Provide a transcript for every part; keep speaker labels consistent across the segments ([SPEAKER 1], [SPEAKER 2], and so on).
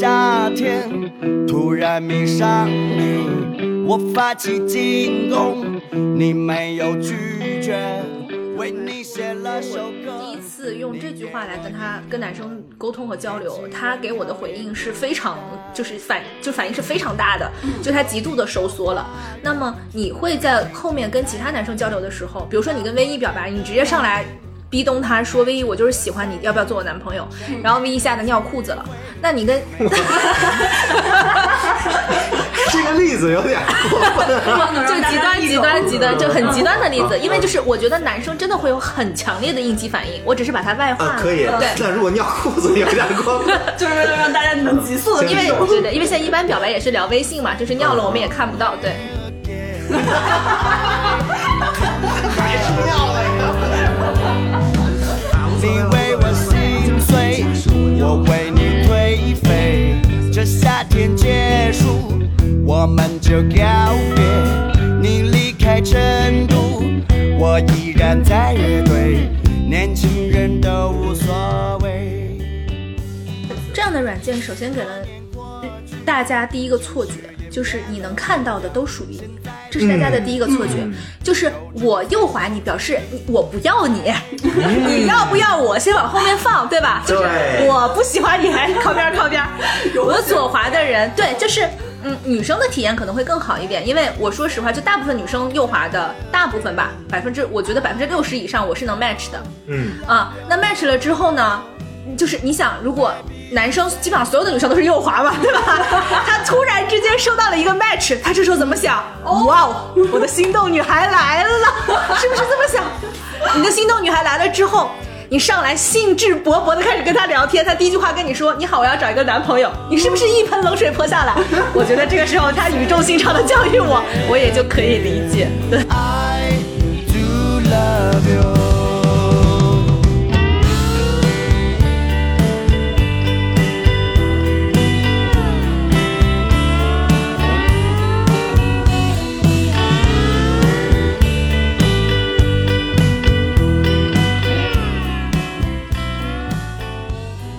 [SPEAKER 1] 夏天，突然迷上你，我发起进攻，你没有拒绝，为你写了首
[SPEAKER 2] 第一
[SPEAKER 1] 歌。
[SPEAKER 2] 次用这句话来跟他跟男生沟通和交流，他给我的回应是非常就是反就反应是非常大的，就他极度的收缩了。那么你会在后面跟其他男生交流的时候，比如说你跟 V 一表白，你直接上来。逼咚他说：“V 一，我就是喜欢你，要不要做我男朋友？”然后 V 一吓得尿裤子了。那你跟
[SPEAKER 3] 这个例子有点过分。
[SPEAKER 2] 就极端、极端、极端，就很极端的例子，因为就是我觉得男生真的会有很强烈的应激反应，我只是把它外化
[SPEAKER 3] 啊，
[SPEAKER 2] 了。
[SPEAKER 3] 可以。
[SPEAKER 2] 对，
[SPEAKER 3] 但如果尿裤子有点过分。
[SPEAKER 4] 就是为了让大家能急速的
[SPEAKER 3] 行
[SPEAKER 2] 哦因为对对，因为现在一般表白也是聊微信嘛，就是尿了我们也看不到。对，
[SPEAKER 1] 你为我心碎，我为你颓废。这夏天结束，我们就告别。你离开成都，我依然在乐队。年轻人都无所谓。
[SPEAKER 2] 这样的软件首先给了嗯大家第一个错觉，就是你能看到的都属于你，这是大家的第一个错觉，就是我右滑你，表示你我不要你， 你要不要我先往后面放，对吧？就是
[SPEAKER 3] 对
[SPEAKER 2] 我不喜欢你，还靠边儿靠边儿。我左滑的人，对，就是。嗯，女生的体验可能会更好一点，因为我说实话，就大部分女生右滑的大部分吧，百分之我觉得百分之六十以上我是能 match 的，
[SPEAKER 3] 嗯，
[SPEAKER 2] 啊，那 match 了之后呢，就是你想，如果男生基本上所有的女生都是右滑嘛，对吧？他突然之间收到了一个 match，他这时候怎么想？哇哦，我的心动女孩来了，是不是这么想？你的心动女孩来了之后。你上来兴致勃勃的开始跟他聊天，他第一句话跟你说：“你好，我要找一个男朋友。”你是不是一盆冷水泼下来？ 我觉得这个时候他语重心长的教育我，我也就可以理解。对，
[SPEAKER 1] I do love you.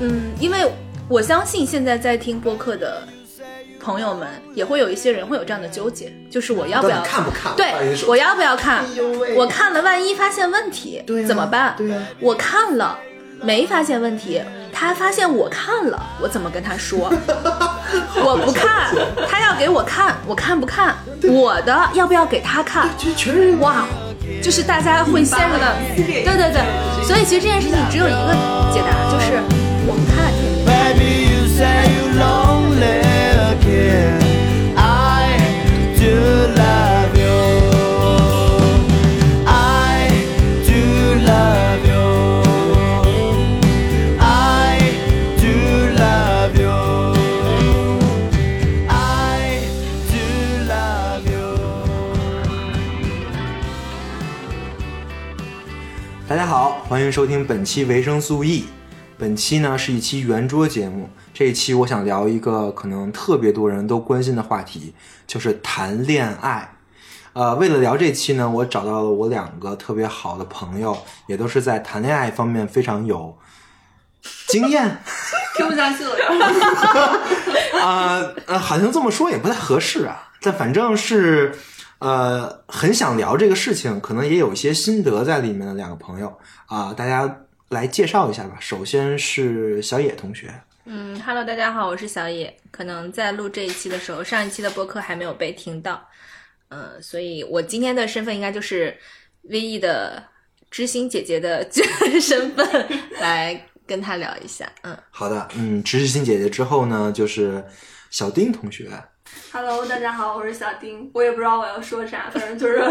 [SPEAKER 2] 嗯，因为我相信现在在听播客的朋友们，也会有一些人会有这样的纠结，就是我要不要
[SPEAKER 3] 到底看不看到底
[SPEAKER 2] 对
[SPEAKER 3] 是，
[SPEAKER 2] 我要不要看
[SPEAKER 3] 哎呦喂？
[SPEAKER 2] 我看了，万一发现问题，
[SPEAKER 3] 对啊
[SPEAKER 2] 怎么办？
[SPEAKER 3] 对啊
[SPEAKER 2] 我看了没发现问题，他发现我看了，我怎么跟他 说？我不看，他要给我看，我看不看？我的要不要给他看？
[SPEAKER 3] 这全是
[SPEAKER 2] 哇，就是大家会陷入了，对对对，所以其实这件事情只有一个解答，就是我们看。
[SPEAKER 1] Baby, you say you're lonely again. I do love you. I do love you. I do love you. I do love you.
[SPEAKER 3] 大家好，欢迎收听本期维生素 E。本期呢是一期圆桌节目，这一期我想聊一个可能特别多人都关心的话题，就是谈恋爱。呃，为了聊这期呢，我找到了我两个特别好的朋友，也都是在谈恋爱方面非常有经验
[SPEAKER 4] 听不下去了。
[SPEAKER 3] 啊、呃，好像这么说也不太合适啊，但反正是呃很想聊这个事情，可能也有一些心得在里面的两个朋友啊、大家来介绍一下吧。首先是小野同学，
[SPEAKER 2] 嗯，Hello，大家好，我是小野。可能在录这一期的时候，上一期的播客还没有被听到，呃，所以我今天的身份应该就是 V E 的知心姐姐的 身份来跟她聊一下。嗯，
[SPEAKER 3] 好的，嗯，知识星姐姐之后呢，就是小丁同学，
[SPEAKER 4] Hello，大家好，我是小丁。我也不知道我要说啥，反正就是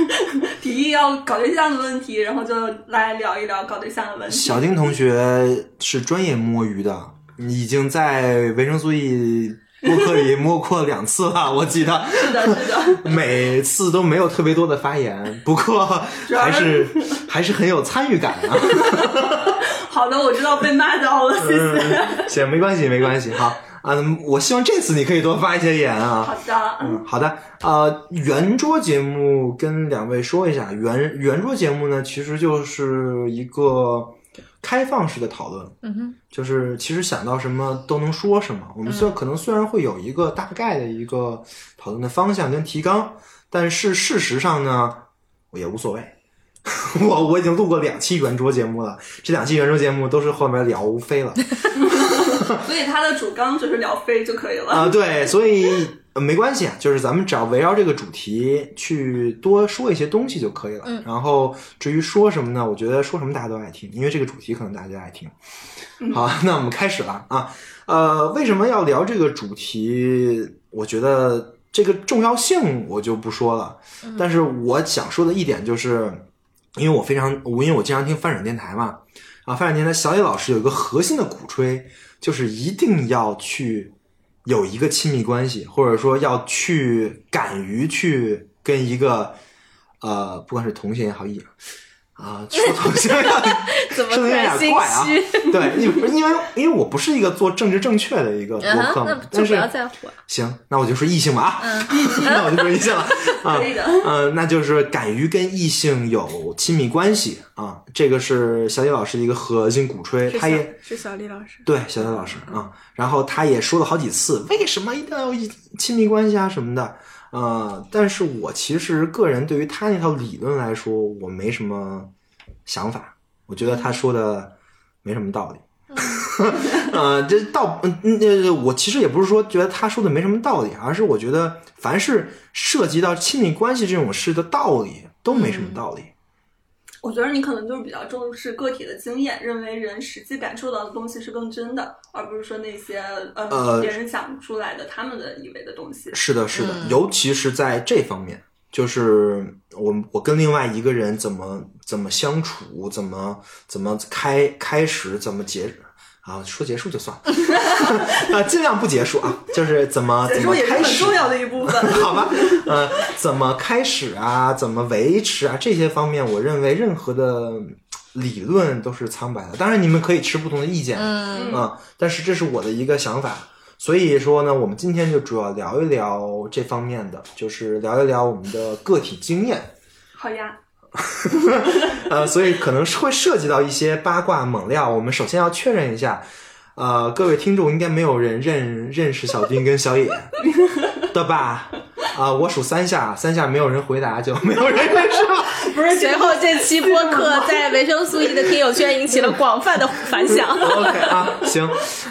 [SPEAKER 4] 提议要搞对象的问题，然后就来聊一聊搞对象的问题。
[SPEAKER 3] 小丁同学是专业摸鱼的，已经在维生素 E 播客里摸过两次了，我记得。
[SPEAKER 4] 是的，是 的，
[SPEAKER 3] 每次都没有特别多的发言，不过
[SPEAKER 4] 要
[SPEAKER 3] 还是 还是很有参与感啊。
[SPEAKER 4] 好的，我知道被骂到了，谢谢。
[SPEAKER 3] 嗯行，没关系，没关系。好，嗯，我希望这次你可以多发一些 言
[SPEAKER 4] 好
[SPEAKER 3] 啊。
[SPEAKER 4] 的，
[SPEAKER 3] 嗯，好的。呃，圆桌节目跟两位说一下，圆圆桌节目呢，其实就是一个开放式的讨论，
[SPEAKER 5] 嗯哼，嗯
[SPEAKER 3] 就是其实想到什么都能说什么。我们虽然可能虽然会有一个大概的一个讨论的方向跟提纲，但是事实上呢，我也无所谓。 我我已经录过两期圆桌节目了，这两期圆桌节目都是后面聊无非了
[SPEAKER 4] 所以它的主纲就是聊飞就可以了。
[SPEAKER 3] 啊、对，所以、呃没关系啊，就是咱们只要围绕这个主题去多说一些东西就可以了。
[SPEAKER 5] 嗯
[SPEAKER 3] 然后至于说什么呢？我觉得说什么大家都爱听，因为这个主题可能大家都爱听。 好，那我们开始了啊。呃，为什么要聊这个主题？我觉得这个重要性我就不说了，
[SPEAKER 5] 嗯
[SPEAKER 3] 但是我想说的一点就是，因为我非常，我因为我经常听翻转电台嘛，啊，翻转电台小野老师有一个核心的鼓吹，就是一定要去有一个亲密关系，或者说要去敢于去跟一个呃，不管是同性也好异 啊，说同性也好
[SPEAKER 5] 怎么
[SPEAKER 3] 说的有
[SPEAKER 5] 然
[SPEAKER 3] 点
[SPEAKER 5] 心
[SPEAKER 3] 怪啊
[SPEAKER 5] 虚？？
[SPEAKER 3] 对，因为因为因为我不是一个做政治正确的一个播
[SPEAKER 5] 嗯
[SPEAKER 3] 客
[SPEAKER 5] 哼，
[SPEAKER 3] 嘛，
[SPEAKER 5] 那就
[SPEAKER 3] 但
[SPEAKER 5] 不
[SPEAKER 3] 是
[SPEAKER 5] 要在乎啊。
[SPEAKER 3] 行，那我就说异性吧啊，那我就 说异 性了啊，
[SPEAKER 4] 嗯可以的
[SPEAKER 3] 嗯，那就是敢于跟异性有亲密关系啊，这个是小野老师的一个核心鼓吹，他也
[SPEAKER 5] 是小李老师，
[SPEAKER 3] 对，小戴老师啊，然后他也说了好几次，为什么一定要有亲密关系啊什么的，呃，但是我其实个人对于他那套理论来说，我没什么想法，我觉得他说的没什么道理。 呃，这道，嗯，嗯呃，我其实也不是说觉得他说的没什么道理，而是我觉得凡是涉及到亲密关系这种事的道理都没什么道理。
[SPEAKER 4] 我觉得你可能就是比较重视个体的经验，认为人实际感受到的东西是更真的，而不是说那些呃
[SPEAKER 3] 呃
[SPEAKER 4] 别人想出来的他们的以为的东西。
[SPEAKER 3] 是的，是的，
[SPEAKER 4] 嗯
[SPEAKER 3] 尤其是在这方面，就是我我跟另外一个人怎么怎么相处，怎么怎么开开始，怎么结啊，说结束就算了，啊， 尽量不结束啊，就是怎么
[SPEAKER 4] 结
[SPEAKER 3] 怎
[SPEAKER 4] 束
[SPEAKER 3] 么
[SPEAKER 4] 也是
[SPEAKER 3] 开
[SPEAKER 4] 很
[SPEAKER 3] 始
[SPEAKER 4] 重。要的一部分。
[SPEAKER 3] 好吧，呃，怎么开始啊？怎么维持啊？这些方面，我认为任何的理论都是苍白的。当然，你们可以持不同的意见，
[SPEAKER 5] 嗯
[SPEAKER 3] 啊，但是这是我的一个想法。所以说呢，我们今天就主要聊一聊这方面的，就是聊一聊我们的个体经验。
[SPEAKER 4] 好呀，
[SPEAKER 3] 呃，所以可能是会涉及到一些八卦猛料。我们首先要确认一下，呃，各位听众应该没有人认认识小丁跟小野，对吧？啊、我数三下，三下没有人回答，就没有人认识了。
[SPEAKER 5] 不是。随后这期播客 在维生素 E 的听友圈引起了广泛的反 响。
[SPEAKER 3] OK 啊，行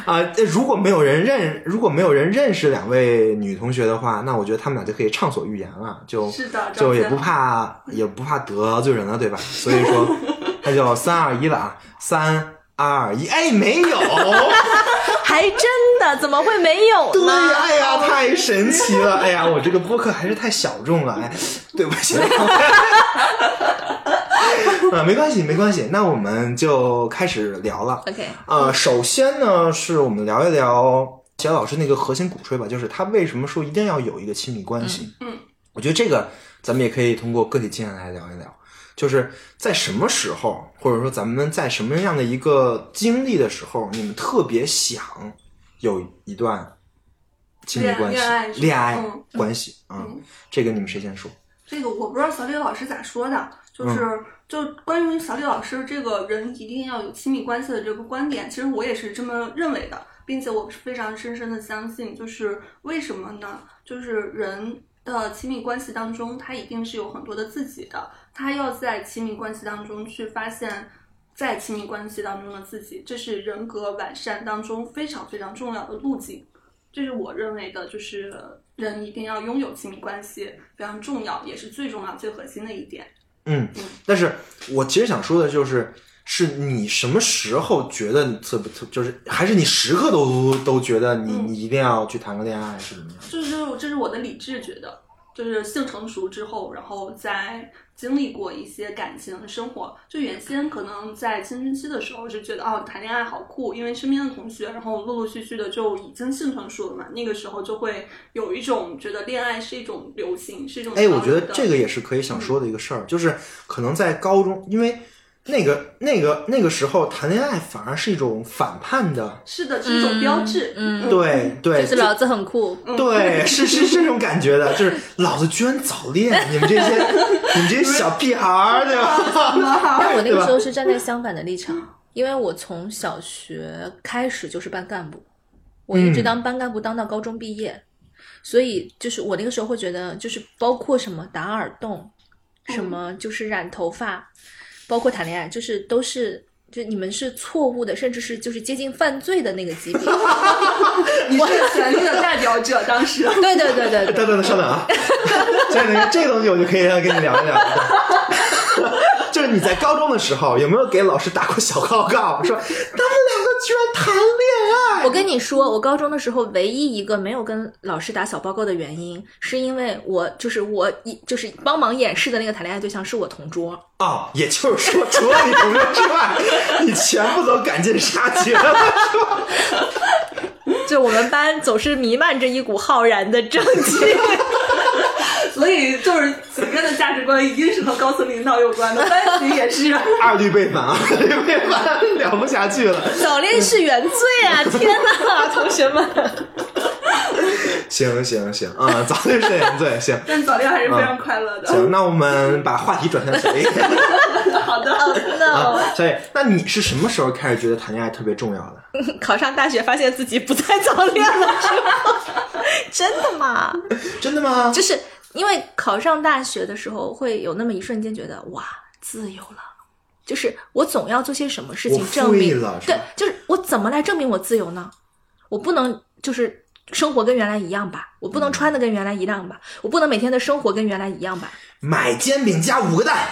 [SPEAKER 3] 啊、呃如果没有人认，如果没有人认识两位女同学的话，那我觉得他们俩就可以畅所欲言了，就是
[SPEAKER 4] 的
[SPEAKER 3] 就也
[SPEAKER 4] 赵
[SPEAKER 3] 不
[SPEAKER 4] 姐
[SPEAKER 3] 怕也不怕得罪人了，对吧？所以说， 那就三二一了啊，三二一，哎，没 有，
[SPEAKER 5] 还真的，怎么会没有
[SPEAKER 3] 对
[SPEAKER 5] 呢？
[SPEAKER 3] 呀，哎呀，太神奇了，哎呀，我这个播客还是太小众了，哎，对不起。 啊，没关系，没关系，那我们就开始聊了。
[SPEAKER 5] OK，
[SPEAKER 3] 呃，首先呢，是我们聊一聊小老师那个核心鼓吹吧，就是他为什么说一定要有一个亲密关系。
[SPEAKER 4] 嗯嗯
[SPEAKER 3] 我觉得这个咱们也可以通过个体经验来聊一聊，就是在什么时候，或者说咱们在什么样的一个经历的时候，你们特别想有一段亲密
[SPEAKER 4] 恋
[SPEAKER 3] 关系、
[SPEAKER 4] 恋爱是吧
[SPEAKER 3] 恋爱
[SPEAKER 4] 嗯
[SPEAKER 3] 关系啊、
[SPEAKER 4] 嗯
[SPEAKER 3] 这个你们谁先说？
[SPEAKER 4] 这个我不知道小李老师咋说的，就是、就关于小李老师这个人一定要有亲密关系的这个观点，其实我也是这么认为的，并且我是非常深深的相信，就是为什么呢？就是人的亲密关系当中，他一定是有很多的自己的，他要在亲密关系当中去发现。在亲密关系当中的自己，这是人格完善当中非常非常重要的路径。这是我认为的，就是人一定要拥有亲密关系，非常重要，也是最重要、最核心的一点。
[SPEAKER 3] 嗯，但是我其实想说的就是，是你什么时候觉得你特别特，就是还是你时刻都都觉得你、
[SPEAKER 4] 嗯
[SPEAKER 3] 你一定要去谈个恋爱是怎么样？
[SPEAKER 4] 这是这是我的理智觉得，就是性成熟之后，然后再经历过一些感情生活，就原先可能在青春期的时候是觉得哦谈恋爱好酷，因为身边的同学，然后陆陆续续的就已经性成熟了嘛，那个时候就会有一种觉得恋爱是一种流行，是一种
[SPEAKER 3] 哎，我觉得
[SPEAKER 4] 潮流的
[SPEAKER 3] 这个也是可以想说的一个事儿，就是可能在高中，因为那个那个那个时候谈恋爱反而是一种反叛的，
[SPEAKER 4] 是的，是一种标志，
[SPEAKER 5] 嗯 嗯
[SPEAKER 3] 对对，
[SPEAKER 5] 就是老子很酷，
[SPEAKER 3] 对，是是这种感觉的，就是老子居然早恋，你们这些你们这些小屁孩儿，对吧？
[SPEAKER 5] 但我那
[SPEAKER 3] 对
[SPEAKER 5] 个
[SPEAKER 3] 吧
[SPEAKER 5] 时候是站在相反的立场，
[SPEAKER 2] 因为我从小学开始就是班干部，我一直当班干部当到高中毕业，所以就是我那个时候会觉得，就是包括什么打耳洞，什么就是染头发，包括谈恋爱，就是都是。就你们是错误的，甚至是就是接近犯罪的那个级别。
[SPEAKER 4] 你是权力的代表者，当时
[SPEAKER 2] 对对对对对，
[SPEAKER 3] 等等等，稍等啊，这个东西这个东西我就可以让跟你聊一聊。 就是你在高中的时候有没有给老师打过小报告，说他们两个居然谈恋 爱？
[SPEAKER 2] 我跟你说，我高中的时候唯一一个没有跟老师打小报告的原因，是因为我就是我一就是帮忙掩饰的那个谈恋爱对象是我同桌。
[SPEAKER 3] 哦，也就是说，除了你同桌之外，你全部都赶尽杀绝了，是吧？
[SPEAKER 2] 就我们班总是弥漫着一股浩然的正气。
[SPEAKER 4] 所以就是子根的价值观一定是和高层领导有关的，班级也是。
[SPEAKER 3] 二律背反啊，二律背反，聊不下去了。
[SPEAKER 2] 早恋是原罪啊！天哪，同学们，
[SPEAKER 3] 行行行啊，早点睡，对，行
[SPEAKER 4] 但早恋还是非常快乐的。
[SPEAKER 3] 嗯行，那我们把话题转向谁？
[SPEAKER 4] 好的，
[SPEAKER 2] no！
[SPEAKER 3] 啊，所以，那你是什么时候开始觉得谈恋爱特别重要的？
[SPEAKER 2] 考上大学发现自己不再早恋了，是吗？真的吗？
[SPEAKER 3] 真的吗？
[SPEAKER 2] 就是因为考上大学的时候，会有那么一瞬间觉得哇，自由了。就是我总要做些什么事
[SPEAKER 3] 我
[SPEAKER 2] 情
[SPEAKER 3] 富
[SPEAKER 2] 证
[SPEAKER 3] 裕
[SPEAKER 2] 明
[SPEAKER 3] 了，是
[SPEAKER 2] 对
[SPEAKER 3] 吧，
[SPEAKER 2] 就是我怎么来证明我自由呢？我不能就是生活跟原来一样吧，我
[SPEAKER 3] 嗯
[SPEAKER 2] 不能穿的跟原来一样吧，我不能每天的生活跟原来一样吧，
[SPEAKER 3] 买煎饼加五个蛋，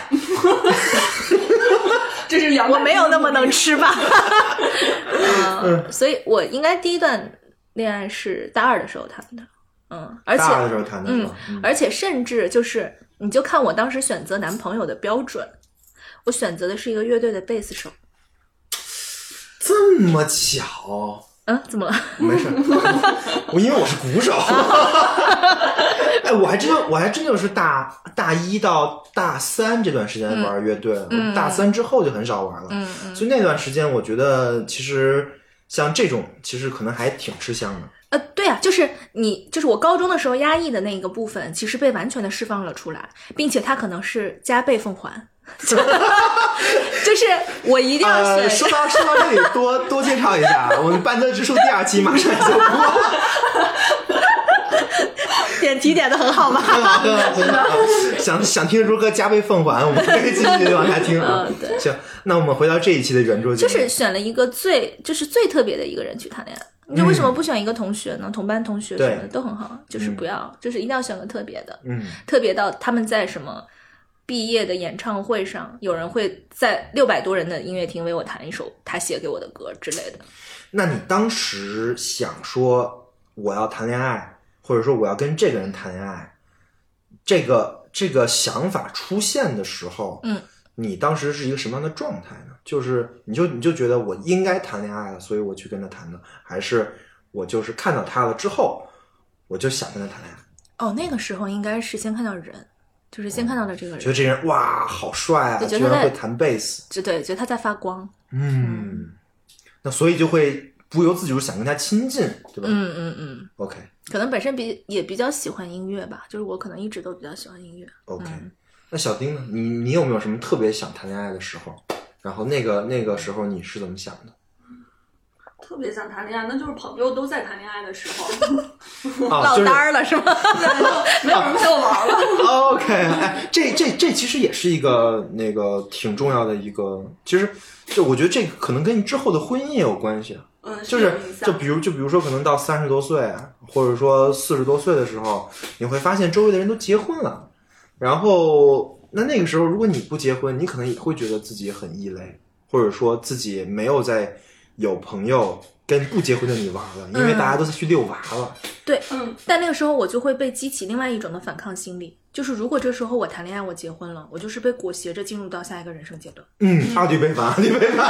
[SPEAKER 4] 这是两。
[SPEAKER 2] 我没有那么能吃吧。 嗯，所以我应该第一段恋爱是大二的时候谈的，嗯，而且
[SPEAKER 3] 大二的时候谈的是
[SPEAKER 2] 嗯
[SPEAKER 3] 吧，
[SPEAKER 2] 而且甚至就是，你就看我当时选择男朋友的标准，我选择的是一个乐队的贝斯手。
[SPEAKER 3] 这么巧，
[SPEAKER 2] 嗯，怎么了？
[SPEAKER 3] 没事，我因为我是鼓手。哎，我还真就我还真就是大大一到大三这段时间玩乐队，
[SPEAKER 2] 嗯
[SPEAKER 3] 我大三之后就很少玩了。所以那段时间，我觉得其实像这种，其实可能还挺吃香的。
[SPEAKER 2] 呃，对啊，就是你，就是我高中的时候压抑的那个部分，其实被完全的释放了出来，并且它可能是加倍奉还。 就是我一定要
[SPEAKER 3] 呃，
[SPEAKER 2] 选
[SPEAKER 3] 说，到说到这里，多多介绍一下，我们《半泽直树》第二期马上就播。
[SPEAKER 2] 点题点的很好吧？
[SPEAKER 3] 很好，很好，很好。 想想听如何加倍奉还，我们可以继续往下听 啊。
[SPEAKER 2] 嗯对
[SPEAKER 3] 行，那我们回到这一期的圆桌
[SPEAKER 2] 就
[SPEAKER 3] 节目，
[SPEAKER 2] 是选了一个最就是最特别的一个人去谈恋爱。你就为什么不选一个同学呢？同班同学什么的
[SPEAKER 3] 嗯对
[SPEAKER 2] 都很好，就是不要，就是一定要选个特别的。
[SPEAKER 3] 嗯，
[SPEAKER 2] 特别到他们在什么毕业的演唱会上，有人会在六百多人的音乐厅为我弹一首他写给我的歌之类的。
[SPEAKER 3] 那你当时想说我要谈恋爱，或者说我要跟这个人谈恋爱，这个这个想法出现的时候，
[SPEAKER 2] 嗯，
[SPEAKER 3] 你当时是一个什么样的状态呢？就是你就你就觉得我应该谈恋爱了，所以我去跟他谈的，还是我就是看到他了之后，我就想跟他谈恋爱？
[SPEAKER 2] 哦，那个时候应该是先看到人，就是
[SPEAKER 3] 哦
[SPEAKER 2] 先看到了这个
[SPEAKER 3] 觉得
[SPEAKER 2] 人，
[SPEAKER 3] 这人哇，好帅啊，
[SPEAKER 2] 就觉
[SPEAKER 3] 居
[SPEAKER 2] 得他
[SPEAKER 3] 然
[SPEAKER 2] 在
[SPEAKER 3] 会弹贝斯，
[SPEAKER 2] 就对，觉得他在发光。
[SPEAKER 3] 嗯，那所以就会不由自主想跟他亲近，对吧、
[SPEAKER 2] 嗯嗯嗯，
[SPEAKER 3] o k
[SPEAKER 2] 可能本身比也比较喜欢音乐吧，就是我可能一直都比较喜欢音乐。
[SPEAKER 3] OK，、那
[SPEAKER 2] 嗯
[SPEAKER 3] 小丁呢？你你有没有什么特别想谈恋爱的时候？然后那个那个时候你是怎 么想的？
[SPEAKER 4] 特别想谈恋爱，那就是朋友都在谈恋爱的时 候，
[SPEAKER 3] 啊，就
[SPEAKER 2] 落
[SPEAKER 3] 是
[SPEAKER 2] 单 儿了是 吗？哦
[SPEAKER 4] 没有人陪我玩了。
[SPEAKER 3] OK，哎，这这这其实也是一个那个挺重要的一个，其实就我觉得这个可能跟你之后的婚姻也有关系啊。
[SPEAKER 4] 嗯，
[SPEAKER 3] 就是
[SPEAKER 4] 有影响
[SPEAKER 3] 就比如就比如说，可能到三十多岁，或者说四十多岁的时候，你会发现周围的人都结婚了，然后那那个时候，如果你不结婚，你可能也会觉得自己很异类，或者说自己没有在有朋友跟不结婚的你玩了，因为大家都在去遛娃了。
[SPEAKER 2] 对，
[SPEAKER 4] 嗯，
[SPEAKER 2] 但那个时候我就会被激起另外一种的反抗心理，就是如果这时候我谈恋爱，我结婚了，我就是被裹挟着进入到下一个人生阶段。
[SPEAKER 3] 嗯，二弟被罚，二弟被罚。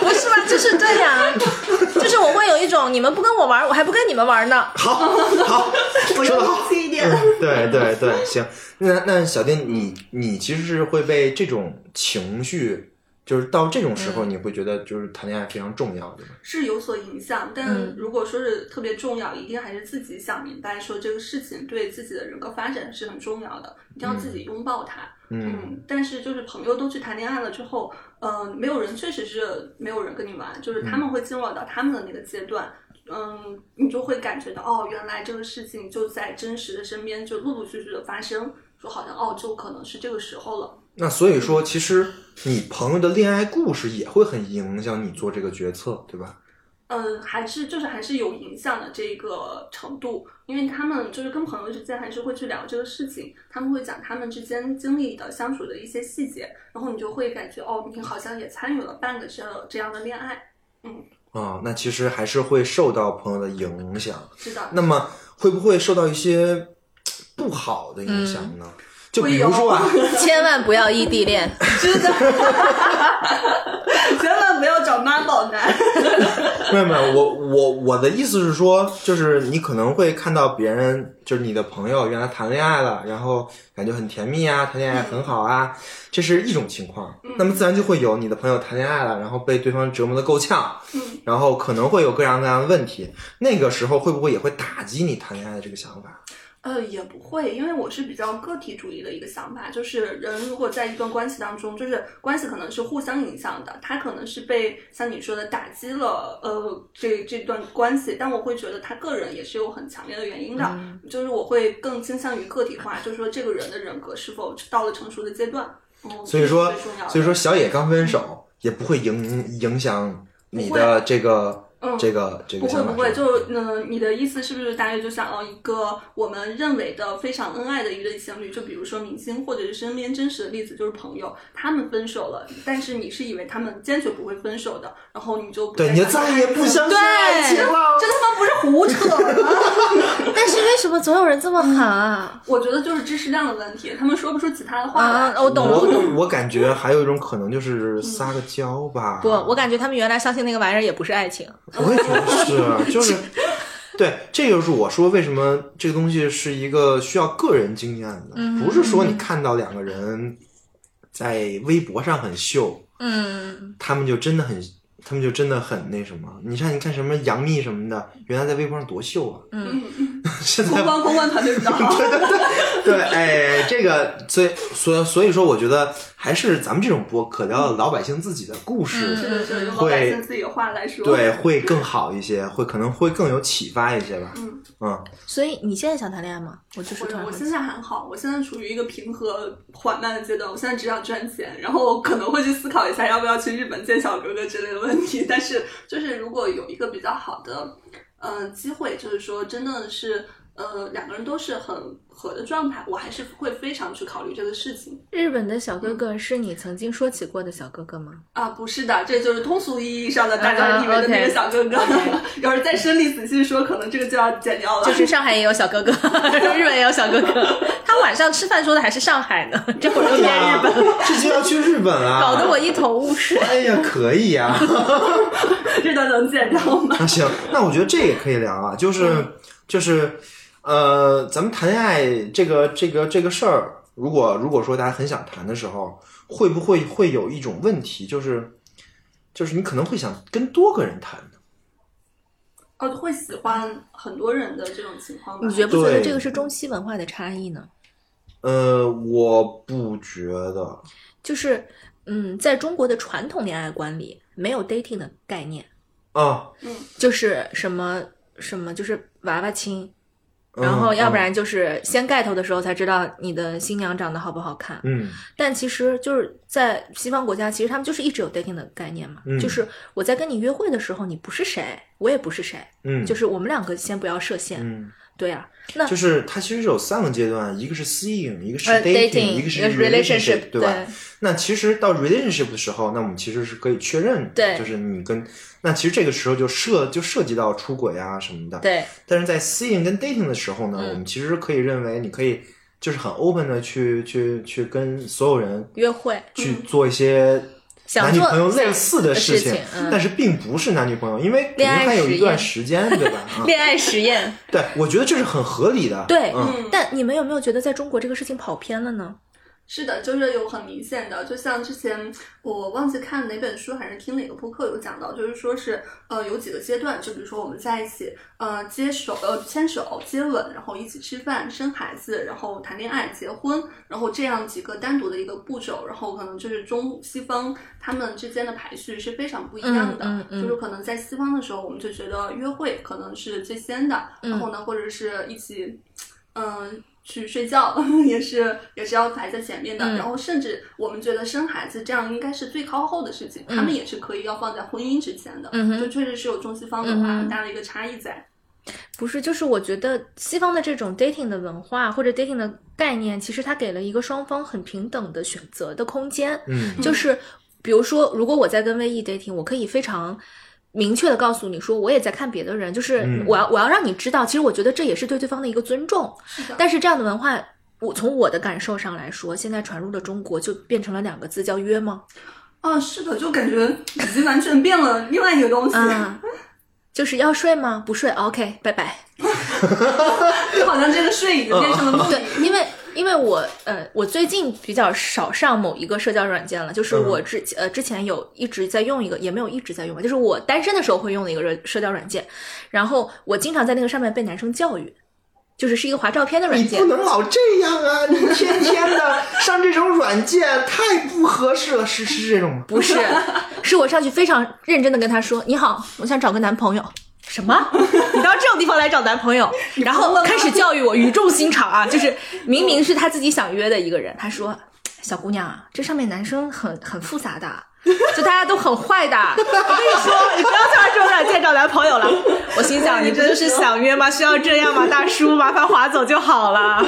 [SPEAKER 2] 不是吧？就是对呀、 就是我会有一种你们不跟我玩，我还不跟你们玩 呢。
[SPEAKER 3] 好，好，
[SPEAKER 4] 我
[SPEAKER 3] 说
[SPEAKER 4] 要
[SPEAKER 3] 的好。
[SPEAKER 4] 理性一点。
[SPEAKER 3] 嗯对对对，行。那那小丁，你你其实是会被这种情绪，就是到这种时
[SPEAKER 4] 嗯
[SPEAKER 3] 候，你会觉得就是谈恋爱非常重要的吗？
[SPEAKER 4] 是有所影响，但
[SPEAKER 2] 嗯
[SPEAKER 4] 如果说是特别重要，一定还是自嗯己想明白，说这个事情对自己的人格发展是很重要的，一定要自己拥抱它。
[SPEAKER 3] 嗯，
[SPEAKER 4] 嗯，但是就是朋友都去谈恋爱了之后，呃，没有人确实是没有人跟你玩，就是他们会进入到他们的那个阶段，嗯，你就会感觉到哦，原来这个事情就在真实的身边，就陆陆续续的发生，说好像哦，就可能是这个时候了。
[SPEAKER 3] 那所以说，其实你朋友的恋爱故事也会很影响你做这个决策，对吧？
[SPEAKER 4] 嗯，还是就是还是有影响的这个程度，因为他们就是跟朋友之间还是会去聊这个事情，他们会讲他们之间经历的相处的一些细节，然后你就会感觉哦，你好像也参与了半个这这样的恋爱，
[SPEAKER 3] 啊、那其实还是会受到朋友的影响。
[SPEAKER 4] 是的。
[SPEAKER 3] 那么会不会受到一些不好的影响
[SPEAKER 4] 嗯
[SPEAKER 3] 呢？就比如说啊，
[SPEAKER 2] 千万不要异地恋。
[SPEAKER 4] 千万不要找妈宝男。
[SPEAKER 3] 妹妹，我我我的意思是说，就是你可能会看到别人，就是你的朋友原来谈恋爱了，然后感觉很甜蜜啊，谈恋爱很好啊，这是一种情况。
[SPEAKER 4] 嗯
[SPEAKER 3] 那么自然就会有你的朋友谈恋爱了，然后被对方折磨的够呛，
[SPEAKER 4] 嗯
[SPEAKER 3] 然后可能会有各样各样的问题。那个时候会不会也会打击你谈恋爱的这个想法？
[SPEAKER 4] 呃，也不会，因为我是比较个体主义的一个想法，就是人如果在一段关系当中，就是关系可能是互相影响的，他可能是被像你说的打击了，呃，这这段关系，但我会觉得他个人也是有很强烈的原因的，就是我会更倾向于个体化，就是说这个人的人格是否到了成熟的阶段，嗯，
[SPEAKER 3] 所以说
[SPEAKER 4] 这是最重要，的
[SPEAKER 3] 所以说小野刚分手也不会影影响你的这个
[SPEAKER 4] 嗯
[SPEAKER 3] 这个这
[SPEAKER 4] 不
[SPEAKER 3] 个
[SPEAKER 4] 会
[SPEAKER 3] 想法。
[SPEAKER 4] 不会，
[SPEAKER 3] 是吧
[SPEAKER 4] 就嗯、呃你的意思是不是大约就像哦一个我们认为的非常恩爱的一对情侣，就比如说明星或者是身边真实的例子，就是朋友，他们分手了，但是你是以为他们坚决不会分手的，然后你就不
[SPEAKER 3] 对，你就再也不相信爱
[SPEAKER 2] 네.
[SPEAKER 3] 情了。
[SPEAKER 4] 这他妈不是胡扯吗？
[SPEAKER 2] 啊 但是为什么总有人这么喊啊？
[SPEAKER 4] 我觉得就是知识量的问题，他们说不出其他的话来。
[SPEAKER 2] 啊，我懂了，
[SPEAKER 3] 我
[SPEAKER 2] 我懂了。
[SPEAKER 3] 我我感觉还有一种可能就是撒个娇吧。
[SPEAKER 2] 嗯不，我感觉他们原来相信那个玩意儿也不是爱情。
[SPEAKER 3] 我也觉得是，啊 就是对，这就是我说为什么这个东西是一个需要个人经验的，
[SPEAKER 2] 嗯
[SPEAKER 3] 不是说你看到两个人在微博上很秀，
[SPEAKER 2] 嗯，
[SPEAKER 3] 他们就真的很。他们就真的很那什么，你像你看什么杨幂什么的，原来在微博上多秀啊！
[SPEAKER 4] 嗯嗯，
[SPEAKER 3] 现在
[SPEAKER 4] 公关公关团队比较好。
[SPEAKER 3] 对，哎，这个，所以，所以所以说，我觉得还是咱们这种播客聊老百姓自己的故事，
[SPEAKER 2] 嗯
[SPEAKER 4] 是的，是的，用老百姓自己的话来说。
[SPEAKER 3] 对，会更好一些，会可能会更有启发一些吧。
[SPEAKER 4] 嗯
[SPEAKER 2] 所以你现在想谈恋爱吗？我就是突
[SPEAKER 4] 我
[SPEAKER 2] 然
[SPEAKER 4] 我
[SPEAKER 2] 会
[SPEAKER 4] 现在还好，我现在处于一个平和缓慢的阶段，我现在只想赚钱，然后可能会去思考一下要不要去日本见小哥哥之类的问题。但是就是如果有一个比较好的呃机会，就是说真的是呃两个人都是很合的状态，我还是会非常去考虑这个事情
[SPEAKER 2] 日本的小哥哥是你曾经说起过的小哥哥吗？
[SPEAKER 4] 啊。不是的，这就是通俗意义上的大家
[SPEAKER 2] 啊
[SPEAKER 4] 以为的那个
[SPEAKER 2] OK
[SPEAKER 4] 小哥哥。 要是再深里仔细说，可能这个就要剪掉了。
[SPEAKER 2] 就是上海也有小哥哥， 日本也有小哥哥。他晚上吃饭说的还是上海呢，这会儿又
[SPEAKER 3] 对
[SPEAKER 2] 变
[SPEAKER 3] 呀
[SPEAKER 2] 日 本，，
[SPEAKER 3] 这就要去日本啊！
[SPEAKER 2] 搞得我一头雾水。
[SPEAKER 3] 哎呀，可以呀、
[SPEAKER 4] 这段能剪掉吗？
[SPEAKER 3] 那行，那我觉得这也可以聊啊，就是就是，呃，咱们谈恋爱这个这个这个事儿，如果如果说大家很想谈的时候，会不会会有一种问题，就是就是你可能会想跟多个人谈的，
[SPEAKER 4] 哦，会喜欢很多人的这种情况吧？
[SPEAKER 2] 你觉不觉得
[SPEAKER 3] 对
[SPEAKER 2] 这个是中西文化的差异呢？
[SPEAKER 3] 呃，我不觉得，
[SPEAKER 2] 就是，嗯，在中国的传统恋爱观里，没有 dating 的概念，
[SPEAKER 3] 啊，
[SPEAKER 2] 就是什么什么，就是娃娃亲，
[SPEAKER 3] 嗯
[SPEAKER 2] 然后要不然就是先盖头的时候才知道你的新娘长得好不好看。
[SPEAKER 3] 嗯
[SPEAKER 2] 但其实就是在西方国家，其实他们就是一直有 dating 的概念嘛，
[SPEAKER 3] 嗯
[SPEAKER 2] 就是我在跟你约会的时候，你不是谁，我也不是谁，
[SPEAKER 3] 嗯，
[SPEAKER 2] 就是是我们两个先不要设限。
[SPEAKER 3] 嗯。
[SPEAKER 2] 对啊呀、 那
[SPEAKER 3] 就是它其实有三个阶段，一个是 seeing，一个是
[SPEAKER 2] 呃
[SPEAKER 3] dating，
[SPEAKER 2] 一
[SPEAKER 3] 个是
[SPEAKER 2] relationship，
[SPEAKER 3] 对吧？那其实到 relationship 的时候，那我们其实是可以确认，
[SPEAKER 2] 对
[SPEAKER 3] 就是你跟那其实这个时候就涉就涉及到出轨啊什么的。
[SPEAKER 2] 对
[SPEAKER 3] 但是在 seeing 跟 dating 的时候呢，
[SPEAKER 2] 嗯
[SPEAKER 3] 我们其实可以认为你可以就是很 open 的去去去跟所有人
[SPEAKER 2] 约会嗯
[SPEAKER 3] 去做一些
[SPEAKER 2] 想
[SPEAKER 3] 男女
[SPEAKER 2] 做
[SPEAKER 3] 朋友类似的
[SPEAKER 2] 事
[SPEAKER 3] 情，
[SPEAKER 2] 嗯
[SPEAKER 3] 但是并不是男女朋友，因为肯定
[SPEAKER 2] 恋爱
[SPEAKER 3] 还有
[SPEAKER 2] 实
[SPEAKER 3] 一段
[SPEAKER 2] 验
[SPEAKER 3] 时间，对吧？ 啊，
[SPEAKER 2] 恋爱实验。
[SPEAKER 3] 对，我觉得这是很合理的。
[SPEAKER 2] 对
[SPEAKER 3] 嗯
[SPEAKER 4] 嗯
[SPEAKER 2] 但你们有没有觉得在中国这个事情跑偏了呢？
[SPEAKER 4] 是的，就是有很明显的，就像之前我忘记看哪本书还是听哪个播客有讲到，就是说是呃有几个阶段，就比如说我们在一起，呃接手呃牵手、接吻，然后一起吃饭、生孩子，然后谈恋爱、结婚，然后这样几个单独的一个步骤，然后可能就是中西方他们之间的排序是非常不一样的，
[SPEAKER 2] 嗯嗯嗯
[SPEAKER 4] 就是可能在西方的时候，我们就觉得约会可能是最先的，然后呢
[SPEAKER 2] 嗯
[SPEAKER 4] 或者是一起嗯，去睡觉 也是也是要排在前面的。
[SPEAKER 2] 嗯
[SPEAKER 4] 然后甚至我们觉得生孩子这样应该是最靠后的事情，
[SPEAKER 2] 嗯
[SPEAKER 4] 他们也是可以要放在婚姻之前的。
[SPEAKER 2] 嗯哼
[SPEAKER 4] 就确实是有中西方文化
[SPEAKER 2] 嗯哼
[SPEAKER 4] 很大的一个差异在。
[SPEAKER 2] 不是，就是我觉得西方的这种 dating 的文化或者 dating 的概念，其实它给了一个双方很平等的选择的空间。
[SPEAKER 3] 嗯
[SPEAKER 2] 就是比如说，如果我在跟魏毅 dating，我可以非常。明确的告诉你说，我也在看别的人，就是
[SPEAKER 3] 嗯
[SPEAKER 2] 我要、我要让你知道，其实我觉得这也是对对方的一个尊重。
[SPEAKER 4] 是的，
[SPEAKER 2] 但是这样的文化，我从我的感受上来说，现在传入了中国，就变成了两个字叫约吗？
[SPEAKER 4] 哦，是的，就感觉已经完全变了另外一个东西，
[SPEAKER 2] 啊， 就是要睡吗？不睡，OK，拜拜。
[SPEAKER 4] 就好像这个睡已经变成了梦。
[SPEAKER 2] 对，因为因为我呃，我最近比较少上某一个社交软件了，就是
[SPEAKER 3] 嗯
[SPEAKER 2] 我之呃之前有一直在用一个，也没有一直在用吧，就是我单身的时候会用的一个社社交软件，然后我经常在那个上面被男生教育，就是是一个划照片的
[SPEAKER 3] 你
[SPEAKER 2] 软件
[SPEAKER 3] 不。能老这样啊！你天天的上这种软件太不合适了，是是这种吗？
[SPEAKER 2] 不是，是我上去非常认真的跟他说：“你好，我想找个男朋友。”什么？ 你到这种地方来找男朋 友？然后开始教育我语重心长啊， 就是明明是他自己想约的一个人，他说：“小姑娘啊，这上面男生很很复杂的。” 就大家都很坏的， 我跟你说， 你不要再玩这种软件找男朋友 了。我心想，你不就是想约吗？需要这样吗，大叔？麻烦划走就好 了。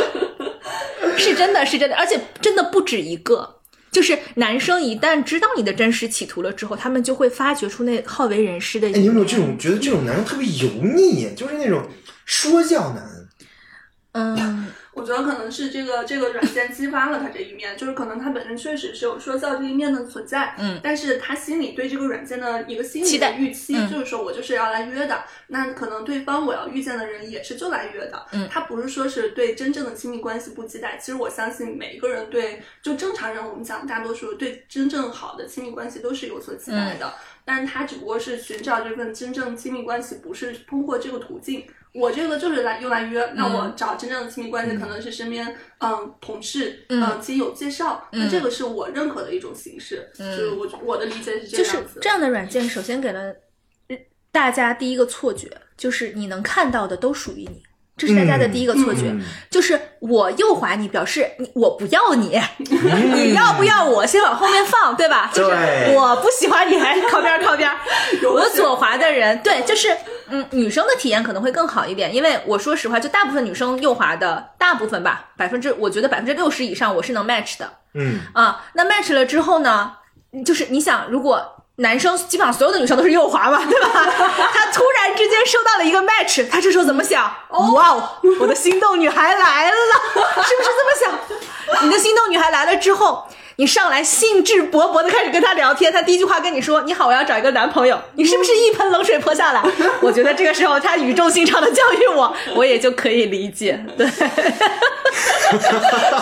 [SPEAKER 2] 是真的是真的，而且真的不止一个。就是男生一旦知道你的真实企图了之后，他们就会发掘出那好为人师的一
[SPEAKER 3] 哎，你有
[SPEAKER 2] 面。
[SPEAKER 3] 没有这种觉得这种男人特别油腻，就是那种说教男？
[SPEAKER 2] 嗯，
[SPEAKER 4] 我觉得可能是这个这个软件激发了他这一面，就是可能他本身确实是有说教这一面的存在，
[SPEAKER 2] 嗯，
[SPEAKER 4] 但是他心里对这个软件的一个心
[SPEAKER 2] 期
[SPEAKER 4] 理
[SPEAKER 2] 待
[SPEAKER 4] 的预期，
[SPEAKER 2] 嗯
[SPEAKER 4] 就是说我就是要来约的，那可能对方我要遇见的人也是就来约的，
[SPEAKER 2] 嗯
[SPEAKER 4] 他不是说是对真正的亲密关系不期待，其实我相信每一个人对就正常人，我们讲大多数对真正好的亲密关系都是有所期待
[SPEAKER 3] 嗯
[SPEAKER 4] 的，但是他只不过是寻找这份真正亲密关系，不是通过这个途径。我这个就是来用来约，那
[SPEAKER 3] 嗯
[SPEAKER 4] 我找真正的亲密关系可能是身边嗯、同事
[SPEAKER 2] 嗯
[SPEAKER 4] 呃、亲友介绍，那
[SPEAKER 3] 嗯
[SPEAKER 4] 这个是我认可的一种形式，
[SPEAKER 2] 嗯
[SPEAKER 4] 就是我我的理解是
[SPEAKER 2] 就
[SPEAKER 4] 这
[SPEAKER 2] 是
[SPEAKER 4] 样子。
[SPEAKER 2] 这样的软件，首先给了大家第一个错觉，就是你能看到的都属于你，这是大家的第一个错觉。
[SPEAKER 3] 嗯嗯
[SPEAKER 2] 就是我诱惑你，表示你我不要你，你要不要我先往后面放，对吧？就是
[SPEAKER 3] 嗯对
[SPEAKER 2] 我不喜欢你，还靠边儿靠 边儿。我左滑的人，对，就是嗯，女生的体验可能会更好一点，因为我说实话，就大部分女生右滑的大部分吧，百分之我觉得百分之六十以上我是能 match 的
[SPEAKER 3] 嗯，
[SPEAKER 2] 啊。那 match 了之后呢，就是你想，如果男生基本上所有的女生都是右滑嘛，对吧？ 他突然之间收到了一个 match，他这时候怎么想？哇哦，我的心动女孩来了， 是不是这么想？你的心动女孩来了之后，你上来兴致勃勃的开始跟她聊天，她第一句话跟你说：“你好，我要找一个男朋友。”你是不是一盆冷水泼下来？ 我觉得这个时候他语重心长的教育我，我也就可以理解，对，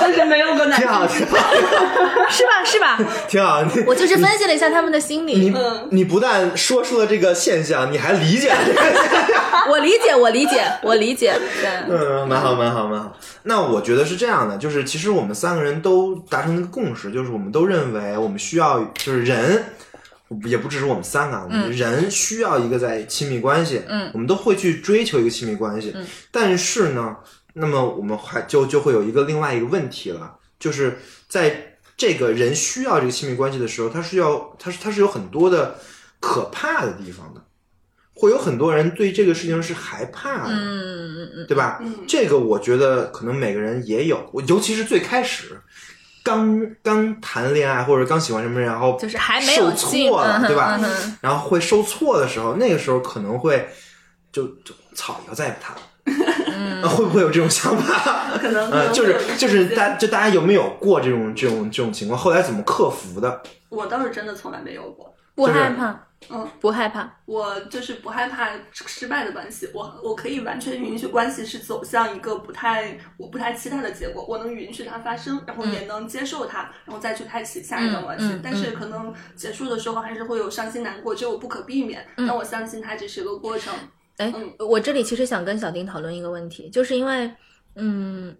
[SPEAKER 4] 但是没有个男
[SPEAKER 3] 挺好，挺好，
[SPEAKER 2] 是吧？是吧？
[SPEAKER 3] 挺好。你
[SPEAKER 2] 我就是分析了一下他们的心理，
[SPEAKER 3] 你你不但说出了这个现象，你还理解了这个现象。
[SPEAKER 2] 我理解，我理解，我理解，对。
[SPEAKER 3] 嗯，蛮好，蛮好，蛮好。那我觉得是这样的，就是其实我们三个人都达成了一个共识，就是我们都认为 我们需要，就是人，也不只是我们三个啊，我们人需要一个在亲密关系，
[SPEAKER 2] 嗯
[SPEAKER 3] 我们都会去追求一个亲密关系，
[SPEAKER 2] 嗯
[SPEAKER 3] 但是呢，那么我们还就就会有一个另外一个问题了，就是在这个人需要这个亲密关系的时候，他是要，他是他是有很多的可怕的地方的。会有很多人对这个事情是害怕的，
[SPEAKER 2] 嗯嗯
[SPEAKER 3] 对吧？
[SPEAKER 4] 嗯
[SPEAKER 3] 这个我觉得可能每个人也有，我尤其是最开始刚刚谈恋爱或者刚喜欢什么人，然后
[SPEAKER 2] 嗯，就是还没有
[SPEAKER 3] 受
[SPEAKER 2] 进，
[SPEAKER 3] 挫了，
[SPEAKER 2] 嗯哼
[SPEAKER 3] 对吧？
[SPEAKER 2] 嗯哼
[SPEAKER 3] 然后会受挫的时候，那个时候可能会就就操，以后再也不谈了。
[SPEAKER 2] 嗯
[SPEAKER 3] 啊 会不会有这种想法？
[SPEAKER 4] 可能
[SPEAKER 3] 呃，就是就是大，
[SPEAKER 4] 但
[SPEAKER 3] 就大家有没有过这种这种这种情况？后来怎么克服的？
[SPEAKER 4] 我倒是真的从来没有过。
[SPEAKER 2] 不
[SPEAKER 3] 就是
[SPEAKER 2] 害怕，
[SPEAKER 4] 嗯，
[SPEAKER 2] 不害怕。
[SPEAKER 4] 我就是不害怕失败的关系，我我可以完全允许关系是走向一个不太我不太期待的结果，我能允许它发生，然后也能接受它，然后再去开启下一段关系。
[SPEAKER 2] 嗯嗯嗯
[SPEAKER 4] 但是可能结束的时候还是会有伤心难过，这我不可避免。
[SPEAKER 2] 嗯
[SPEAKER 4] 但我相信它只是 个过程。
[SPEAKER 2] 哎
[SPEAKER 4] 嗯，
[SPEAKER 2] 我这里其实想跟小丁讨论一个问题，就是因为，嗯，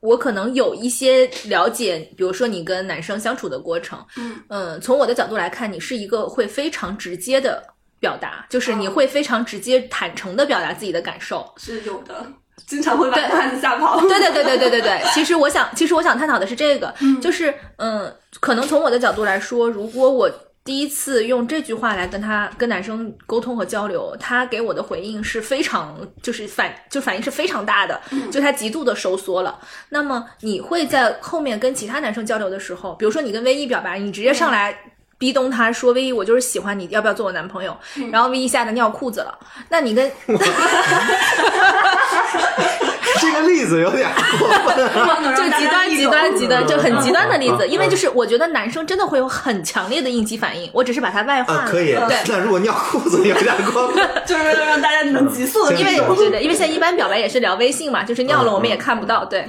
[SPEAKER 2] 我可能有一些了解，比如说你跟男生相处的过程，
[SPEAKER 4] 嗯
[SPEAKER 2] 从我的角度来看，你是一个会非常直接的表达，就是你
[SPEAKER 4] 哦
[SPEAKER 2] 会非常直接、坦诚的表达自己的感受，
[SPEAKER 4] 是有的，经常会把男子吓跑。
[SPEAKER 2] 对对对对对对对，其实我想，其实我想探讨的是这个，
[SPEAKER 4] 嗯
[SPEAKER 2] 就是嗯，可能从我的角度来说，如果我第一次用这句话来跟他跟男生沟通和交流，他给我的回应是非常就是反就反应是非常大的，就他极度的收缩了。那么你会在后面跟其他男生交流的时候，比如说你跟 V 一表白，你直接上来。逼咚他说：“V 一，我就是喜欢你，要不要做我男朋友？”然后 V 一吓得尿裤子了。那你跟
[SPEAKER 3] 这个例子有点过分。啊
[SPEAKER 2] 就极端极端极端，就很极端的
[SPEAKER 3] 嗯
[SPEAKER 2] 例子，因为就是我觉得男生真的会有很强烈的应激反应，我只是把它外化
[SPEAKER 3] 啊，
[SPEAKER 2] 了。
[SPEAKER 3] 可以。
[SPEAKER 2] 嗯对，
[SPEAKER 3] 那如果尿裤子有点过分，
[SPEAKER 4] 就是为了让大家能急速的
[SPEAKER 2] 因为
[SPEAKER 3] 真是啊
[SPEAKER 2] 对对，因为现在一般表白也是聊微信嘛，就是尿了我们也看不到。对，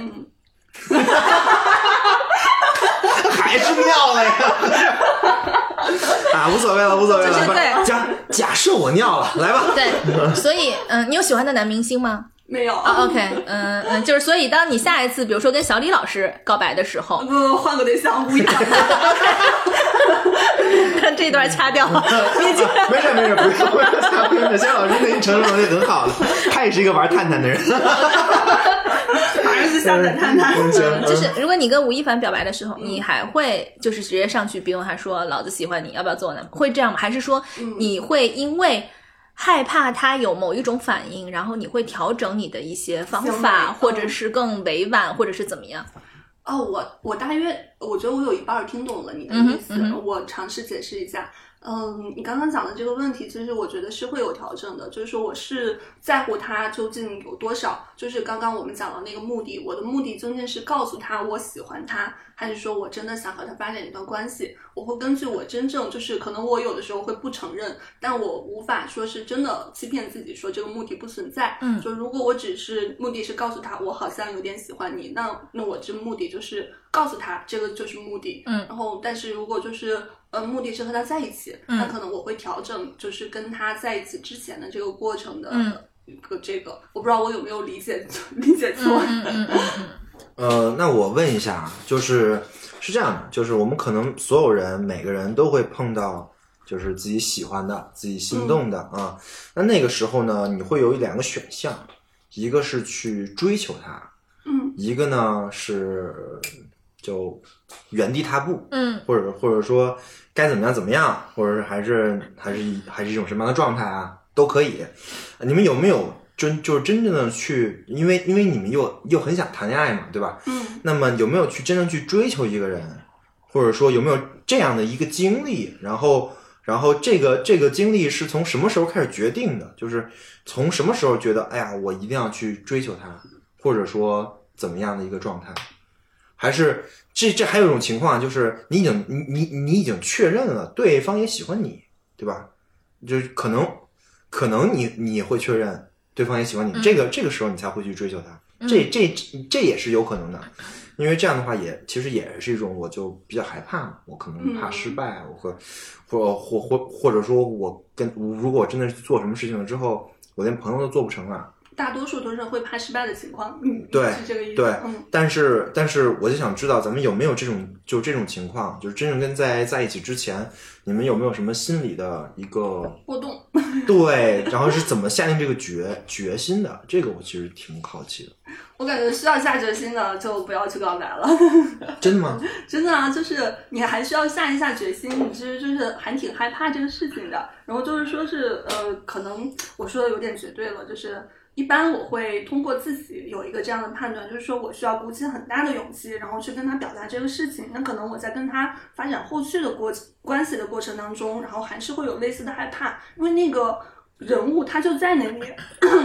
[SPEAKER 3] 还是尿了呀？啊，无所谓了，无所谓
[SPEAKER 2] 就是
[SPEAKER 3] 了。
[SPEAKER 2] 对
[SPEAKER 3] 假假设我尿了，来吧。
[SPEAKER 2] 对，所以嗯，你有喜欢的男明星吗？
[SPEAKER 4] 没有
[SPEAKER 2] 啊，OK，嗯嗯，就是所以当你下一次，比如说跟小李老师告白的时候，
[SPEAKER 4] 不换个对象不一样。
[SPEAKER 2] 这段掐 掉。
[SPEAKER 3] 没事没事，不用不用，不用。姜老师内心承受能力很好的，他也是一个玩探探的人。
[SPEAKER 4] 反正是下载探探。
[SPEAKER 3] 嗯行
[SPEAKER 2] 就是如果你跟吴亦凡表白的时候，你还会就是直接上去逼问他说“老子喜欢你，要不要做我男朋友”？会这样吗？还是说你会因为害怕他有某一种反应，然后你会调整你的一些方
[SPEAKER 4] 行为
[SPEAKER 2] 法，
[SPEAKER 4] 嗯
[SPEAKER 2] 或者是更委婉，或者是怎么 样？
[SPEAKER 4] 哦，我我大约我觉得我有一半儿听懂了你的
[SPEAKER 2] 嗯哼
[SPEAKER 4] 意思，
[SPEAKER 2] 嗯哼
[SPEAKER 4] 我尝试解释一下。嗯，你刚刚讲的这个问题，其实我觉得是会有调整的，就是说我是在乎他究竟有多少，就是刚刚我们讲的那个目的，我的目的究竟是告诉他我喜欢他，还是说我真的想和他发展一段关系？我会根据我真正就是可能我有的时候会不承认，但我无法说是真的欺骗自己说这个目的不存在。
[SPEAKER 2] 嗯
[SPEAKER 4] 就如果我只是目的是告诉他我好像有点喜欢你，那那我这目的就是告诉他这个就是目的。
[SPEAKER 2] 嗯
[SPEAKER 4] 然后但是如果就是呃目的是和他在一起，
[SPEAKER 2] 嗯
[SPEAKER 4] 那可能我会调整就是跟他在一起之前的这个过程的。
[SPEAKER 2] 嗯
[SPEAKER 4] 一个这个，我不知道我有没有理解理解错。
[SPEAKER 2] 嗯嗯嗯
[SPEAKER 3] 呃，那我问一下啊，就是是这样的，就是我们可能所有人每个人都会碰到，就是自己喜欢的、自己心动的、啊。那那个时候呢，你会有一两个选项，一个是去追求他，
[SPEAKER 4] 嗯，
[SPEAKER 3] 一个呢是就原地踏步，
[SPEAKER 2] 嗯
[SPEAKER 3] 或者或者说该怎么样怎么样，或者是还是还是还是一种什么样的状态啊，都可以。你们有没有真就是真正的去，因为因为你们又又很想谈恋爱嘛，对吧？
[SPEAKER 4] 嗯。
[SPEAKER 3] 那么有没有去真正去追求一个人，或者说有没有这样的一个经历？然后然后这个这个经历是从什么时候开始决定的？就是从什么时候觉得哎呀，我一定要去追求他，或者说怎么样的一个状态？还是这这还有一种情况，就是你已经你你你已经确认了对方也喜欢你，对吧？就是可能可能你你也会确认对方也喜欢
[SPEAKER 4] 嗯
[SPEAKER 3] 你，这个这个时候你才会去追求他，这这这也是有可能的，因为这样的话也其实也是一种我就比较害怕嘛，我可能怕
[SPEAKER 4] 嗯
[SPEAKER 3] 失败，啊我会或或或或者说我跟如果我真的是做什么事情了之后，我连朋友都做不成了。
[SPEAKER 4] 大多数都是会怕失败的情况，嗯，
[SPEAKER 3] 对
[SPEAKER 4] 是这个意思，
[SPEAKER 3] 对
[SPEAKER 4] 嗯，
[SPEAKER 3] 但是但是我就想知道，咱们有没有这种就这种情况，就是真正跟在在一起之前，你们有没有什么心理的一个
[SPEAKER 4] 波动，
[SPEAKER 3] 对，然后是怎么下定这个决决心的？这个我其实挺好奇的，
[SPEAKER 4] 我感觉需要下决心的就不要去告白了，
[SPEAKER 3] 真的吗？
[SPEAKER 4] 真的啊，就是你还需要下一下决心，你其实就是还挺害怕这个事情的。然后就是说是呃，可能我说的有点绝对了，就是一般我会通过自己有一个这样的判断，就是说我需要鼓起很大的勇气，然后去跟他表达这个事情。那可能我在跟他发展后续的过关系的过程当中，然后还是会有类似的害怕，因为那个。人物他就在那 里，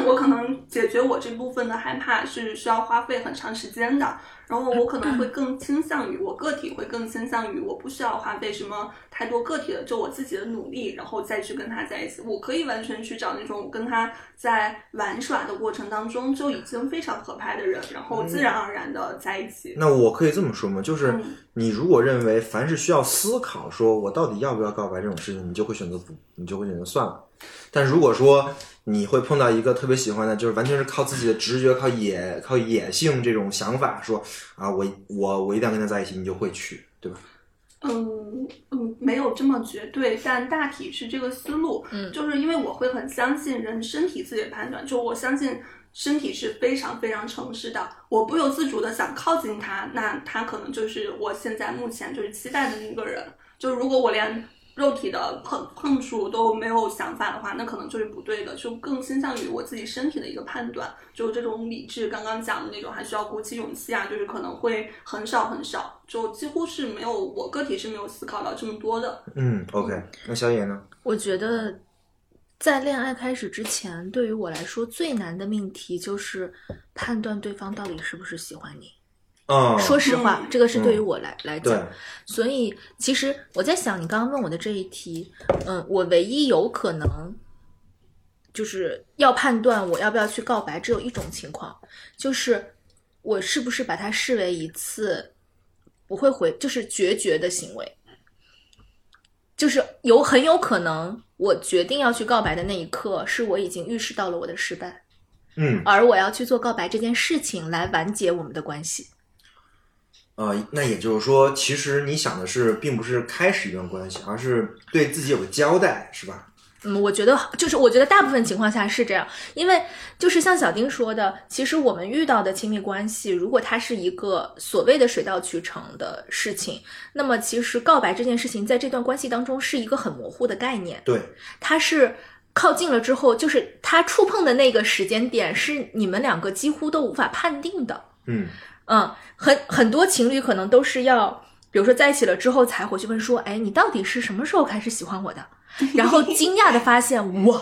[SPEAKER 4] 我可能解决我这部分的害怕是需要花费很长时间的，然后我可能会更倾向于我个体会更倾向于我不需要花费什么太多个体的，就我自己的努力，然后再去跟他在一起。我可以完全去找那种我跟他在玩耍的过程当中就已经非常合拍的人，然后自然而然的在一起。
[SPEAKER 3] 那我可以这么说吗？就是
[SPEAKER 4] 嗯
[SPEAKER 3] 你如果认为凡是需要思考，说我到底要不要告白这种事情，你就会选择不，你就会选择算了。但如果说你会碰到一个特别喜欢的，就是完全是靠自己的直觉、靠野、靠野性这种想法，说啊，我我我一定要跟他在一起，你就会去，对吧？
[SPEAKER 4] 嗯嗯，没有这么绝对，但大体是这个思路。
[SPEAKER 2] 嗯
[SPEAKER 4] 就是因为我会很相信人身体自己的判断，就我相信身体是非常非常诚实的。我不由自主的想靠近他，那他可能就是我现在目前就是期待的那个人。就如果我连肉体的碰碰触都没有想法的话，那可能就是不对的，就更倾向于我自己身体的一个判断，就这种理智刚刚讲的那种，还需要鼓起勇气啊，就是可能会很少很少，就几乎是没有我个体是没有思考到这么多的。
[SPEAKER 3] 嗯，OK。那小野呢？
[SPEAKER 2] 我觉得，在恋爱开始之前，对于我来说最难的命题就是判断对方到底是不是喜欢你。
[SPEAKER 3] 嗯，
[SPEAKER 2] 说实话
[SPEAKER 4] 嗯，
[SPEAKER 2] 这个是对于我来来
[SPEAKER 3] 对
[SPEAKER 2] 讲，，所以其实我在想，你刚刚问我的这一题，嗯，我唯一有可能就是要判断我要不要去告白，只有一种情况，就是我是不是把它视为一次不会回，就是决绝的行为，就是有很有可能我决定要去告白的那一刻，是我已经预示到了我的失败，
[SPEAKER 3] 嗯
[SPEAKER 2] 而我要去做告白这件事情来完结我们的关系。
[SPEAKER 3] 呃，那也就是说，其实你想的是，并不是开始一段关系，而是对自己有个交代，是吧？
[SPEAKER 2] 嗯，我觉得就是，我觉得大部分情况下是这样，因为就是像小丁说的，其实我们遇到的亲密关系，如果它是一个所谓的水到渠成的事情，那么其实告白这件事情在这段关系当中是一个很模糊的概念，
[SPEAKER 3] 对，
[SPEAKER 2] 它是靠近了之后，就是它触碰的那个时间点是你们两个几乎都无法判定的，
[SPEAKER 3] 嗯
[SPEAKER 2] 嗯，很很多情侣可能都是要，比如说在一起了之后才回去问说，哎，你到底是什么时候开始喜欢我的？然后惊讶的发 现，哇，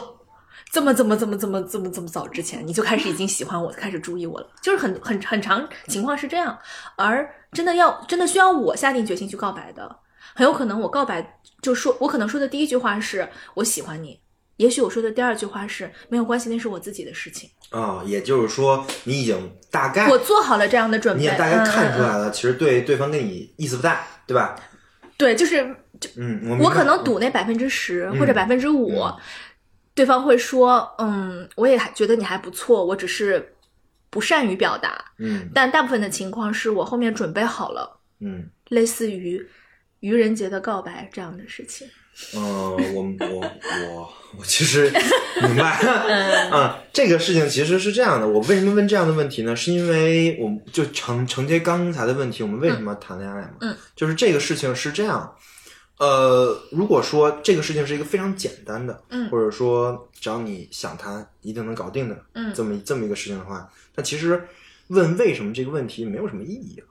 [SPEAKER 2] 这么这么这么这么这么这么早之前你就开始已经喜欢我，开始注意我了，就是很很很长情况是这样。而真的要真的需要我下定决心去告白的，很有可能我告白就说，我可能说的第一句话是我喜欢你，也许我说的第二句话是没有关系，那是我自己的事情，
[SPEAKER 3] 啊、也就是说，你已经大概
[SPEAKER 2] 我做好了这样的准备，
[SPEAKER 3] 哎你也大概看出
[SPEAKER 2] 嗯嗯
[SPEAKER 3] 来了，其实对对方跟你意思不大，对吧？
[SPEAKER 2] 嗯对，就是
[SPEAKER 3] 嗯，我明白
[SPEAKER 2] 我可能赌那百分之十
[SPEAKER 3] 嗯
[SPEAKER 2] 或者百分之五
[SPEAKER 3] 嗯，
[SPEAKER 2] 对方会说，嗯，我也还觉得你还不错，我只是不善于表达。
[SPEAKER 3] 嗯
[SPEAKER 2] 但大部分的情况是我后面准备好了，
[SPEAKER 3] 嗯
[SPEAKER 2] 类似于愚人节的告白这样的事情。
[SPEAKER 3] 嗯，呃我我我我 其实明白，啊，这个事情其实是这样的。我为什么问这样的问题呢？是因为我们就承承接刚才的问题，我们为什么要谈恋爱嘛？
[SPEAKER 2] 嗯，
[SPEAKER 3] 就是这个事情是这样。呃，如果说这个事情是一个非常简单的，
[SPEAKER 2] 嗯
[SPEAKER 3] 或者说只要你想谈，一定能搞定的，
[SPEAKER 2] 嗯
[SPEAKER 3] 这么这么一个事情的话，那其实问为什么这个问题没有什么意义啊。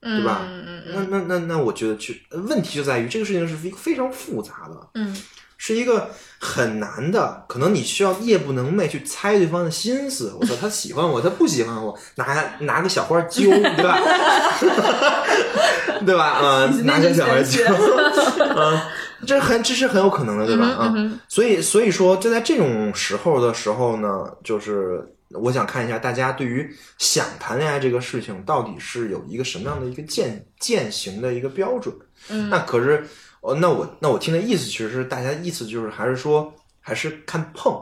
[SPEAKER 2] 对
[SPEAKER 3] 吧
[SPEAKER 2] 嗯
[SPEAKER 3] 那
[SPEAKER 2] 嗯
[SPEAKER 3] 那那那，我觉得去问题就在于这个事情是一个非常复杂的，
[SPEAKER 2] 嗯
[SPEAKER 3] 是一个很难的，可能你需要夜不能寐去猜对方的心思。我操，他喜欢我，他不喜欢我，拿拿个小花揪，对吧？ 对吧？ 嗯、拿个小花揪， 嗯，这很这是很有可能的，对吧？
[SPEAKER 2] 嗯
[SPEAKER 3] 啊、
[SPEAKER 2] 哼嗯哼
[SPEAKER 3] 所以所以说就在这种时候的时候呢，就是。我想看一下大家对于想谈恋爱这个事情，到底是有一个什么样的一个践践行的一个标准？
[SPEAKER 2] 嗯
[SPEAKER 3] 那可是，哦，那我那我听的意思，其实是大家意思就是还是说还是看碰，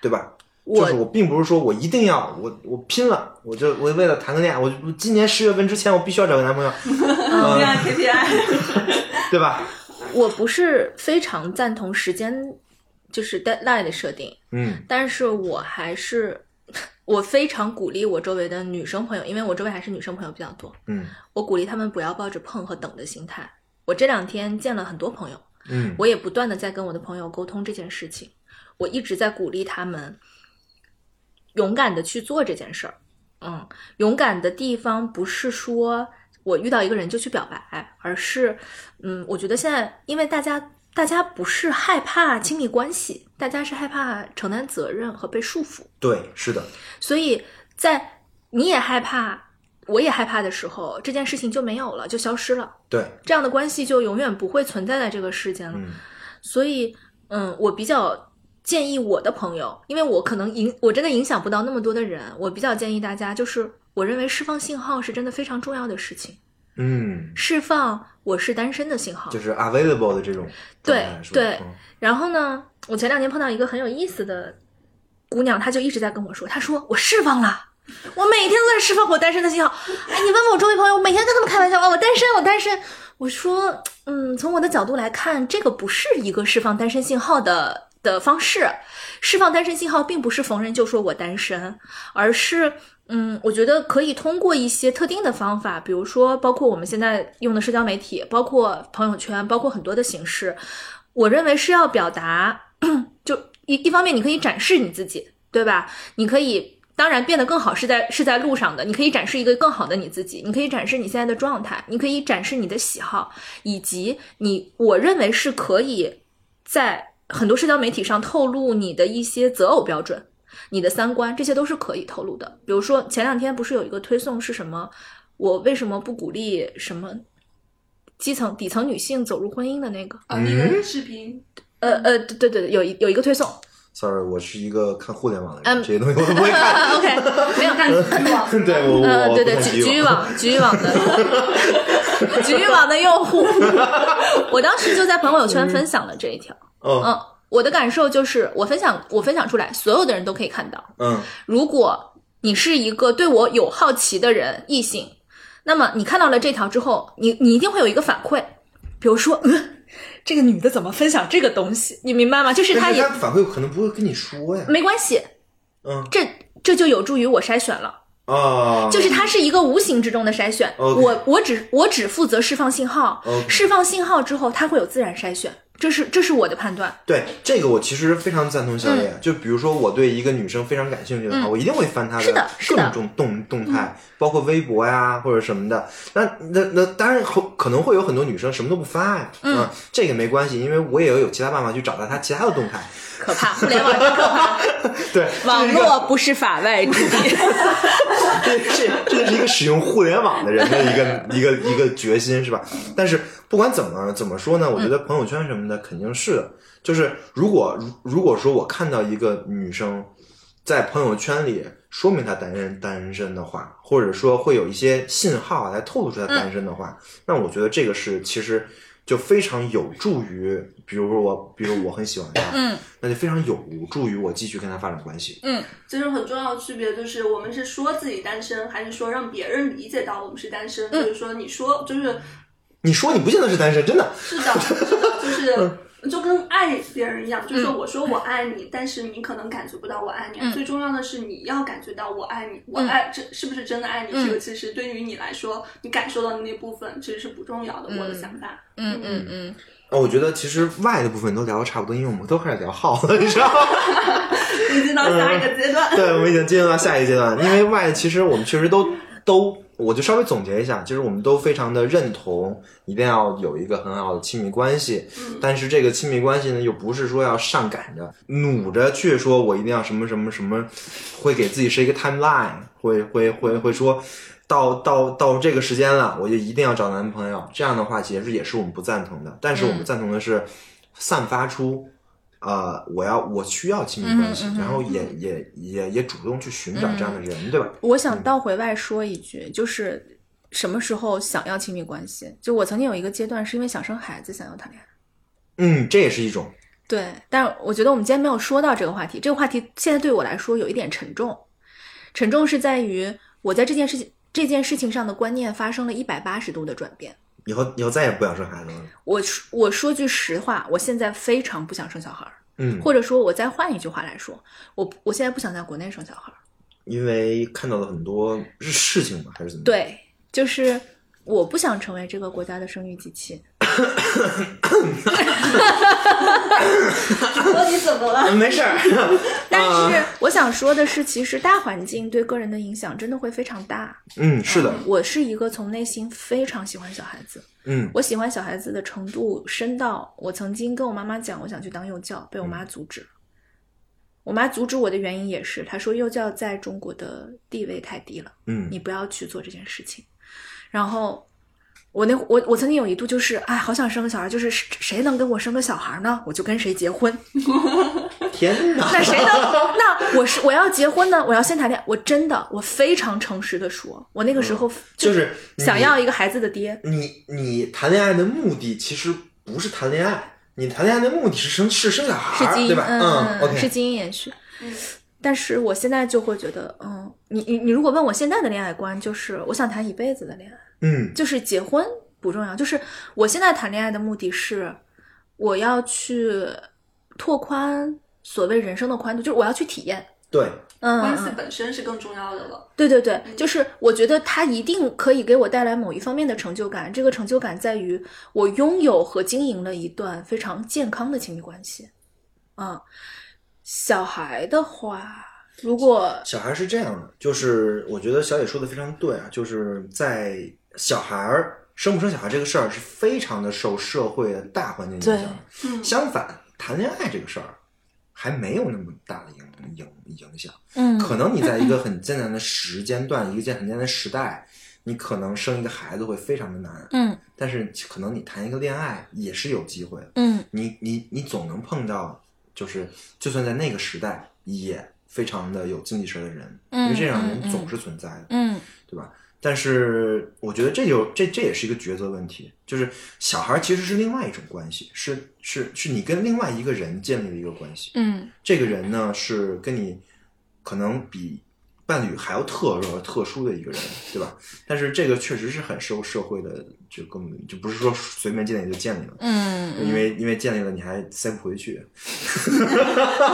[SPEAKER 3] 对吧？就是
[SPEAKER 2] 我
[SPEAKER 3] 我并不是说我一定要我我拼了，我就我为了谈个恋爱，我我今年十月份之前我必须要找个男朋友，
[SPEAKER 4] 对啊 KPI，
[SPEAKER 3] 对吧？
[SPEAKER 2] 我不是非常赞同时间就是 deadline 的设定，
[SPEAKER 3] 嗯
[SPEAKER 2] 但是我还是我非常鼓励我周围的女生朋友，因为我周围还是女生朋友比较多，
[SPEAKER 3] 嗯
[SPEAKER 2] 我鼓励他们不要抱着碰和等的心态。我这两天见了很多朋友，
[SPEAKER 3] 嗯
[SPEAKER 2] 我也不断的在跟我的朋友沟通这件事情，我一直在鼓励他们勇敢的去做这件事儿。嗯，勇敢的地方不是说我遇到一个人就去表白，而是，嗯，我觉得现在因为大家大家不是害怕亲密关系，大家是害怕承担责任和被束缚。
[SPEAKER 3] 对，是的，
[SPEAKER 2] 所以在你也害怕我也害怕的时候，这件事情就没有了，就消失了，
[SPEAKER 3] 对，
[SPEAKER 2] 这样的关系就永远不会存在在这个世间了。
[SPEAKER 3] 嗯
[SPEAKER 2] 所以，嗯，我比较建议我的朋友，因为我可能影我真的影响不到那么多的人，我比较建议大家，就是我认为释放信号是真的非常重要的事情，
[SPEAKER 3] 嗯，
[SPEAKER 2] 释放我是单身的信号
[SPEAKER 3] 就。是 available 的这种状
[SPEAKER 2] 啊对
[SPEAKER 3] 态来说，
[SPEAKER 2] 对
[SPEAKER 3] 嗯
[SPEAKER 2] 然后呢，我前两天碰到一个很有意思的姑娘，她就一直在跟我说，她说我释放了。我每天都在释放我单身的信号。哎，你问问我周围朋友，我每天跟他们开玩笑啊，我单身，我单身。我说，嗯，从我的角度来看，这个不是一个释放单身信号的的方式。释放单身信号并不是逢人就说我单身，而是，嗯，我觉得可以通过一些特定的方法，比如说，包括我们现在用的社交媒体，包括朋友圈，包括很多的形式，我认为是要表达，就一一方面你可以展示你自己，对吧？你可以当然变得更好是在是在路上的，你可以展示一个更好的你自己，你可以展示你现在的状态，你可以展示你的喜好，以及你我认为是可以在很多社交媒体上透露你的一些择偶标准。你的三观，这些都是可以透露的。比如说，前两天不是有一个推送是什么？我为什么不鼓励什么基层底层女性走入婚姻的那个？
[SPEAKER 4] 啊，那个视频，
[SPEAKER 2] 呃呃，对对对，有一有一个推送，
[SPEAKER 3] Sorry，我是一个看互联网的人，
[SPEAKER 2] 嗯
[SPEAKER 3] 这些东西我都不会看。
[SPEAKER 2] 啊 OK，没有，
[SPEAKER 4] 看欲望，
[SPEAKER 3] 对，我
[SPEAKER 2] 呃，
[SPEAKER 3] 呃我
[SPEAKER 2] 对
[SPEAKER 3] 不
[SPEAKER 2] 对，
[SPEAKER 3] 看
[SPEAKER 2] 局
[SPEAKER 3] 体育
[SPEAKER 2] 局域网，局域网的， 局域网的用户， 我当时就在朋友圈分享了这一条，
[SPEAKER 3] 嗯
[SPEAKER 2] 嗯，我的感受就是，我分享我分享出来，所有的人都可以看到。
[SPEAKER 3] 嗯
[SPEAKER 2] 如果你是一个对我有好奇的人，异性，那么你看到了这条之后，你你一定会有一个反馈，比如说， 嗯，这个女的怎么分享这个东西？你明白吗？就是她
[SPEAKER 3] 但是
[SPEAKER 2] 也
[SPEAKER 3] 他反馈可能不会跟你说呀。
[SPEAKER 2] 没关系，
[SPEAKER 3] 嗯
[SPEAKER 2] 这这就有助于我筛选了。
[SPEAKER 3] 啊，
[SPEAKER 2] 就是它是一个无形之中的筛选。
[SPEAKER 3] 哦 OK 哦
[SPEAKER 2] 我我只我只负责释放信号
[SPEAKER 3] OK
[SPEAKER 2] 释放信号之后，它会有自然筛选，这是这是我的判断。
[SPEAKER 3] 对这个我其实非常赞同小
[SPEAKER 2] 嗯
[SPEAKER 3] 野。就比如说我对一个女生非常感兴趣的话，我一定会翻她
[SPEAKER 2] 是的嗯是
[SPEAKER 3] 各
[SPEAKER 2] 的
[SPEAKER 3] 种动动态，包括微博呀或者什么的。那那那当然后可能会有很多女生什么都不发呀，嗯，这个没关系，因为我也有有其他办法去找到她其他的动 态。
[SPEAKER 2] 可怕，互联网真可怕，
[SPEAKER 3] 对，
[SPEAKER 2] 网络不是法外之地。
[SPEAKER 3] 这这这就是一个使用互联网的人的一个一个一个决心，是吧？但是不管怎么怎么说呢，我觉得朋友圈什么的肯定是的。就是如果如如果说我看到一个女生在朋友圈里说明她单身单身的话，或者说会有一些信号啊来透露出她单身的话，那我觉得这个是其实就非常有助于，比如说我，比如我很喜欢她，
[SPEAKER 2] 嗯，
[SPEAKER 3] 那就非常有助于我继续跟她发展关系。
[SPEAKER 4] 其实很重要的区别就是，我们是说自己单身，还是说让别人理解到我们是单身？就是说，你说就是
[SPEAKER 3] 你说你不见得是单身，真的，
[SPEAKER 4] 是的，是的，就是就跟爱别人一样，就是我说我爱你，但是你可能感觉不到我爱你。啊最重要的是你要感觉到我爱你，我爱这是不是真的爱你？这个其实对于你来说，你感受到的那部分其实是不重要的。我的想法，
[SPEAKER 2] 嗯嗯嗯，
[SPEAKER 3] 啊，我觉得其实外的部分都聊的差不多，因为我们都开始聊号了，你知道吗？
[SPEAKER 4] 已经到下一个阶段，
[SPEAKER 3] 对，我们已经进入到下一个阶段，因为外其实我们确实都都，我就稍微总结一下，就是我们都非常的认同，一定要有一个很好的亲密关系，
[SPEAKER 4] 嗯
[SPEAKER 3] 但是这个亲密关系呢，又不是说要上赶着、努着去说我一定要什么什么什么，会给自己设一个 timeline，会会会会说。到到到这个时间了，我就一定要找男朋友。这样的话，其实也是我们不赞同的。但是我们
[SPEAKER 4] 嗯
[SPEAKER 3] 赞同的是，散发出呃，我要我需要亲
[SPEAKER 4] 嗯
[SPEAKER 3] 密关系，然后也也也也主动去寻找这样
[SPEAKER 2] 嗯
[SPEAKER 3] 的人，对吧？
[SPEAKER 2] 我想倒回外说一句，就是什么时候想要亲密关系？就我曾经有一个阶段是因为想生孩子，想要谈恋爱。
[SPEAKER 3] 嗯，这也是一种，
[SPEAKER 2] 对，但我觉得我们今天没有说到这个话题。这个话题现在对我来说有一点沉重，沉重是在于我在这件事情这件事情上的观念发生了一百八十度的转变。
[SPEAKER 3] 以后以后再也不想生孩子了。
[SPEAKER 2] 我说我说句实话，我现在非常不想生小孩儿，
[SPEAKER 3] 嗯，
[SPEAKER 2] 或者说我再换一句话来说，我我现在不想在国内生小孩儿。
[SPEAKER 3] 因为看到了很多事情嘛，还是怎么？，
[SPEAKER 2] 对，就是我不想成为这个国家的生育机器。
[SPEAKER 4] 说你怎么了？
[SPEAKER 3] 嗯没事儿。 啊
[SPEAKER 2] 但是我想说的是，其实大环境对个人的影响真的会非常大。
[SPEAKER 3] 嗯，是的，
[SPEAKER 2] 我是一个从内心非常喜欢小孩子，
[SPEAKER 3] 嗯
[SPEAKER 2] 我喜欢小孩子的程
[SPEAKER 3] 嗯
[SPEAKER 2] 度深到我曾经跟我妈妈讲我想去当幼教，被我妈阻止。我妈阻止我的原因也是，她说幼教在中国的地位太低了，
[SPEAKER 3] 嗯
[SPEAKER 2] 你不要去做这件事情。然后我那我我曾经有一度就是，哎，好想生个小孩，就是谁谁能跟我生个小孩呢，我就跟谁结婚。
[SPEAKER 3] 天哪！
[SPEAKER 2] 那谁 能？那我是我要结婚呢，我要先谈恋爱。我真的，我非常诚实的说，我那个时候
[SPEAKER 3] 嗯就是你
[SPEAKER 2] 想要一个孩子的爹。
[SPEAKER 3] 你你谈恋爱的目的其实不是谈恋爱，你谈恋爱的目的是生是生小孩
[SPEAKER 2] 是
[SPEAKER 3] 儿，
[SPEAKER 2] 基
[SPEAKER 3] 对
[SPEAKER 2] 因，
[SPEAKER 3] 吧？嗯，OK，
[SPEAKER 2] 是基因延续
[SPEAKER 4] 嗯。
[SPEAKER 2] 但是我现在就会觉得，嗯，你你你如果问我现在的恋爱观，就是我想谈一辈子的恋爱，
[SPEAKER 3] 嗯
[SPEAKER 2] 就是结婚不重要，就是我现在谈恋爱的目的是我要去拓宽所谓人生的宽度，就是我要去体验，
[SPEAKER 3] 对，
[SPEAKER 2] 嗯，
[SPEAKER 4] 关系
[SPEAKER 2] 嗯
[SPEAKER 4] 本身是更重要的了。
[SPEAKER 2] 对对对，就是我觉得它一定可以给我带来某一方面的成就感，这个成就感在于我拥有和经营了一段非常健康的亲密关系。啊、小孩的话，如果
[SPEAKER 3] 小孩是这样的，就是我觉得小野说的非常对啊，就是在小孩儿生不生小孩这个事儿是非常的受社会的大环境影响的。
[SPEAKER 4] 嗯，
[SPEAKER 3] 相反，谈恋爱这个事儿还没有那么大的影影影响。
[SPEAKER 2] 嗯
[SPEAKER 3] 可能你在一个很艰难的时间段，一个艰很艰难的时代，你可能生一个孩子会非常的难。
[SPEAKER 2] 嗯
[SPEAKER 3] 但是可能你谈一个恋爱也是有机会的。
[SPEAKER 2] 嗯
[SPEAKER 3] 你你你总能碰到，就是就算在那个时代也非常的有经济实力的人，因为这样的人总是存在的，
[SPEAKER 2] 嗯
[SPEAKER 3] 对吧？但是我觉得这就这这也是一个抉择问题，就是小孩其实是另外一种关系，是是是你跟另外一个人建立的一个关系，
[SPEAKER 2] 嗯
[SPEAKER 3] 这个人呢是跟你可能比伴侣还要特弱、特殊的一个人，对吧？但是这个确实是很受社会的这个，就不是说随便建立就建立了，
[SPEAKER 2] 嗯
[SPEAKER 3] 因为因为建立了你还塞不 回去。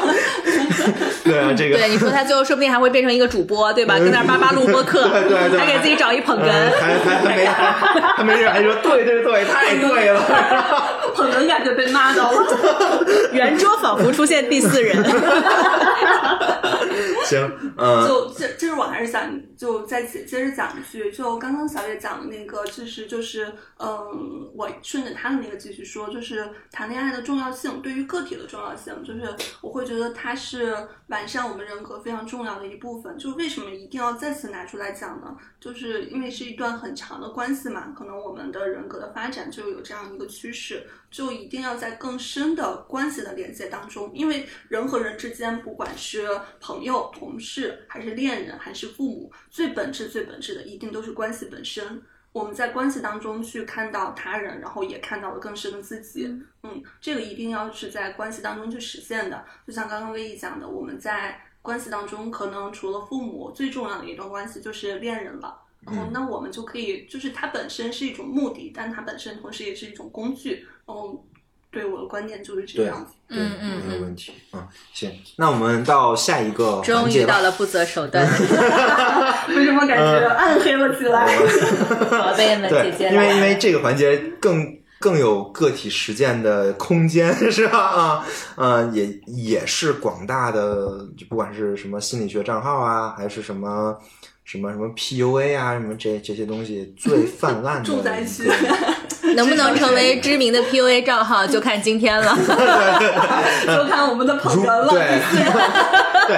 [SPEAKER 3] 对啊，这个
[SPEAKER 2] 对，你说他最后说不定还会变成一个主播，对吧？跟那儿叭叭录播课，
[SPEAKER 3] 对对对
[SPEAKER 2] 还给自己找一捧哏
[SPEAKER 3] 嗯，还还还没还没人还说对对对，太 对了。
[SPEAKER 4] 可能感觉被骂到了。
[SPEAKER 2] 圆桌仿佛出现第四人。
[SPEAKER 3] 行，嗯，
[SPEAKER 4] 就这，这是我还是想就再接接着讲一句，就刚刚小野讲的那个，就是就是，嗯，我顺着他的那个继续说，就是谈恋爱的重要性，对于个体的重要性，就是我会觉得它是完善我们人格非常重要的一部分。就为什么一定要再次拿出来讲呢？就是因为是一段很长的关系嘛，可能我们的人格的发展就有这样一个趋势，就一定要在更深的关系的连接当中，因为人和人之间，不管是朋友、同事，还是恋人，还是父母，最本质、最本质的，一定都是关系本身。我们在关系当中去看到他人，然后也看到了更深的自己。嗯，这个一定要是在关系当中去实现的。就像刚刚魏毅讲的，我们在关系当中，可能除了父母，最重要的一段关系就是恋人了。然
[SPEAKER 3] 嗯
[SPEAKER 4] 后，那我们就可以，就是它本身是一种目的，但它本身同时也是一种工具。然后，对我的观点就是这
[SPEAKER 3] 对
[SPEAKER 4] 样子。
[SPEAKER 3] 对，没有问题啊。行，那我们到下一个
[SPEAKER 2] 终
[SPEAKER 3] 环
[SPEAKER 2] 于
[SPEAKER 3] 节
[SPEAKER 2] 到
[SPEAKER 3] 吧。
[SPEAKER 2] 了不择手段的
[SPEAKER 4] 为什么感
[SPEAKER 3] 呃
[SPEAKER 4] 觉暗黑了起来？
[SPEAKER 2] 宝贝们、姐
[SPEAKER 3] 对
[SPEAKER 2] 姐，
[SPEAKER 3] 因
[SPEAKER 2] 们。
[SPEAKER 3] 为因为这个环节更更有个体实践的空间，是吧？啊，嗯，也也是广大的，就不管是什么心理学账号啊，还是什么什么什么 PUA 啊，什么这这些东西最 泛滥的
[SPEAKER 4] 重灾区
[SPEAKER 3] 一个
[SPEAKER 2] 能不能成为知名的 PUA 账号，就看今天 了。
[SPEAKER 4] 就看我们的捧
[SPEAKER 3] 如
[SPEAKER 4] 哏了。
[SPEAKER 3] 对 对，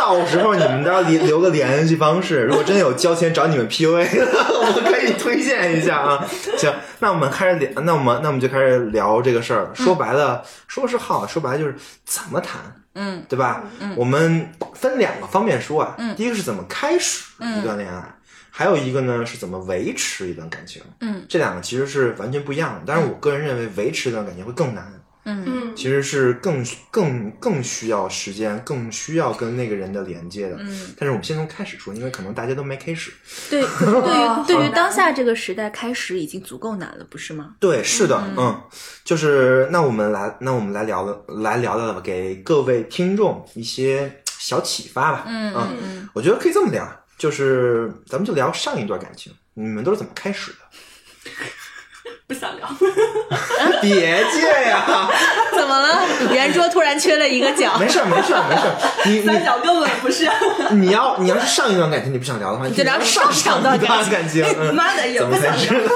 [SPEAKER 3] 到时候你们都要留留个联系方式，如果真有交钱找你们 PUA 的， 我可以推荐一下啊。行，那我们开始聊，那我们那我们就开始聊这个事儿。说白了，说是好，说白了就是怎么谈。
[SPEAKER 2] 嗯，
[SPEAKER 3] 对吧？我们分两个方面说啊，第一个是怎么开始
[SPEAKER 2] 嗯
[SPEAKER 3] 一段恋爱，还有一个呢是怎么维持一段感情。
[SPEAKER 2] 嗯，
[SPEAKER 3] 这两个其实是完全不一样的。但是我个人认为，维持一段感情会更难。
[SPEAKER 4] 嗯
[SPEAKER 3] 其实是更更更需要时间，更需要跟那个人的连接的。嗯，但是我们先从开始说，因为可能大家都没开始。
[SPEAKER 2] 对，对于对于
[SPEAKER 4] 好
[SPEAKER 2] 当下这个时代，开始已经足够难了，不是吗？
[SPEAKER 3] 对，是的，嗯，就是那我们来，那我们来聊了，来聊聊吧，给各位听众一些小启发吧。嗯嗯，我觉得可以这么聊，就是咱们就聊上一段感情，你们都是怎么开始的？
[SPEAKER 4] 不想聊。
[SPEAKER 3] 别介呀，
[SPEAKER 2] 怎么了？圆桌突然缺了一个角
[SPEAKER 3] 没，事儿，没事儿，没事儿，你你
[SPEAKER 4] 三角根本不是，
[SPEAKER 3] 你要你要是上一段感情你不想聊的话，你
[SPEAKER 2] 就聊
[SPEAKER 3] 上
[SPEAKER 2] 上上段
[SPEAKER 3] 一段感情，嗯
[SPEAKER 4] 妈的也
[SPEAKER 3] 怎
[SPEAKER 4] 不
[SPEAKER 3] 么
[SPEAKER 4] 想
[SPEAKER 3] 开始？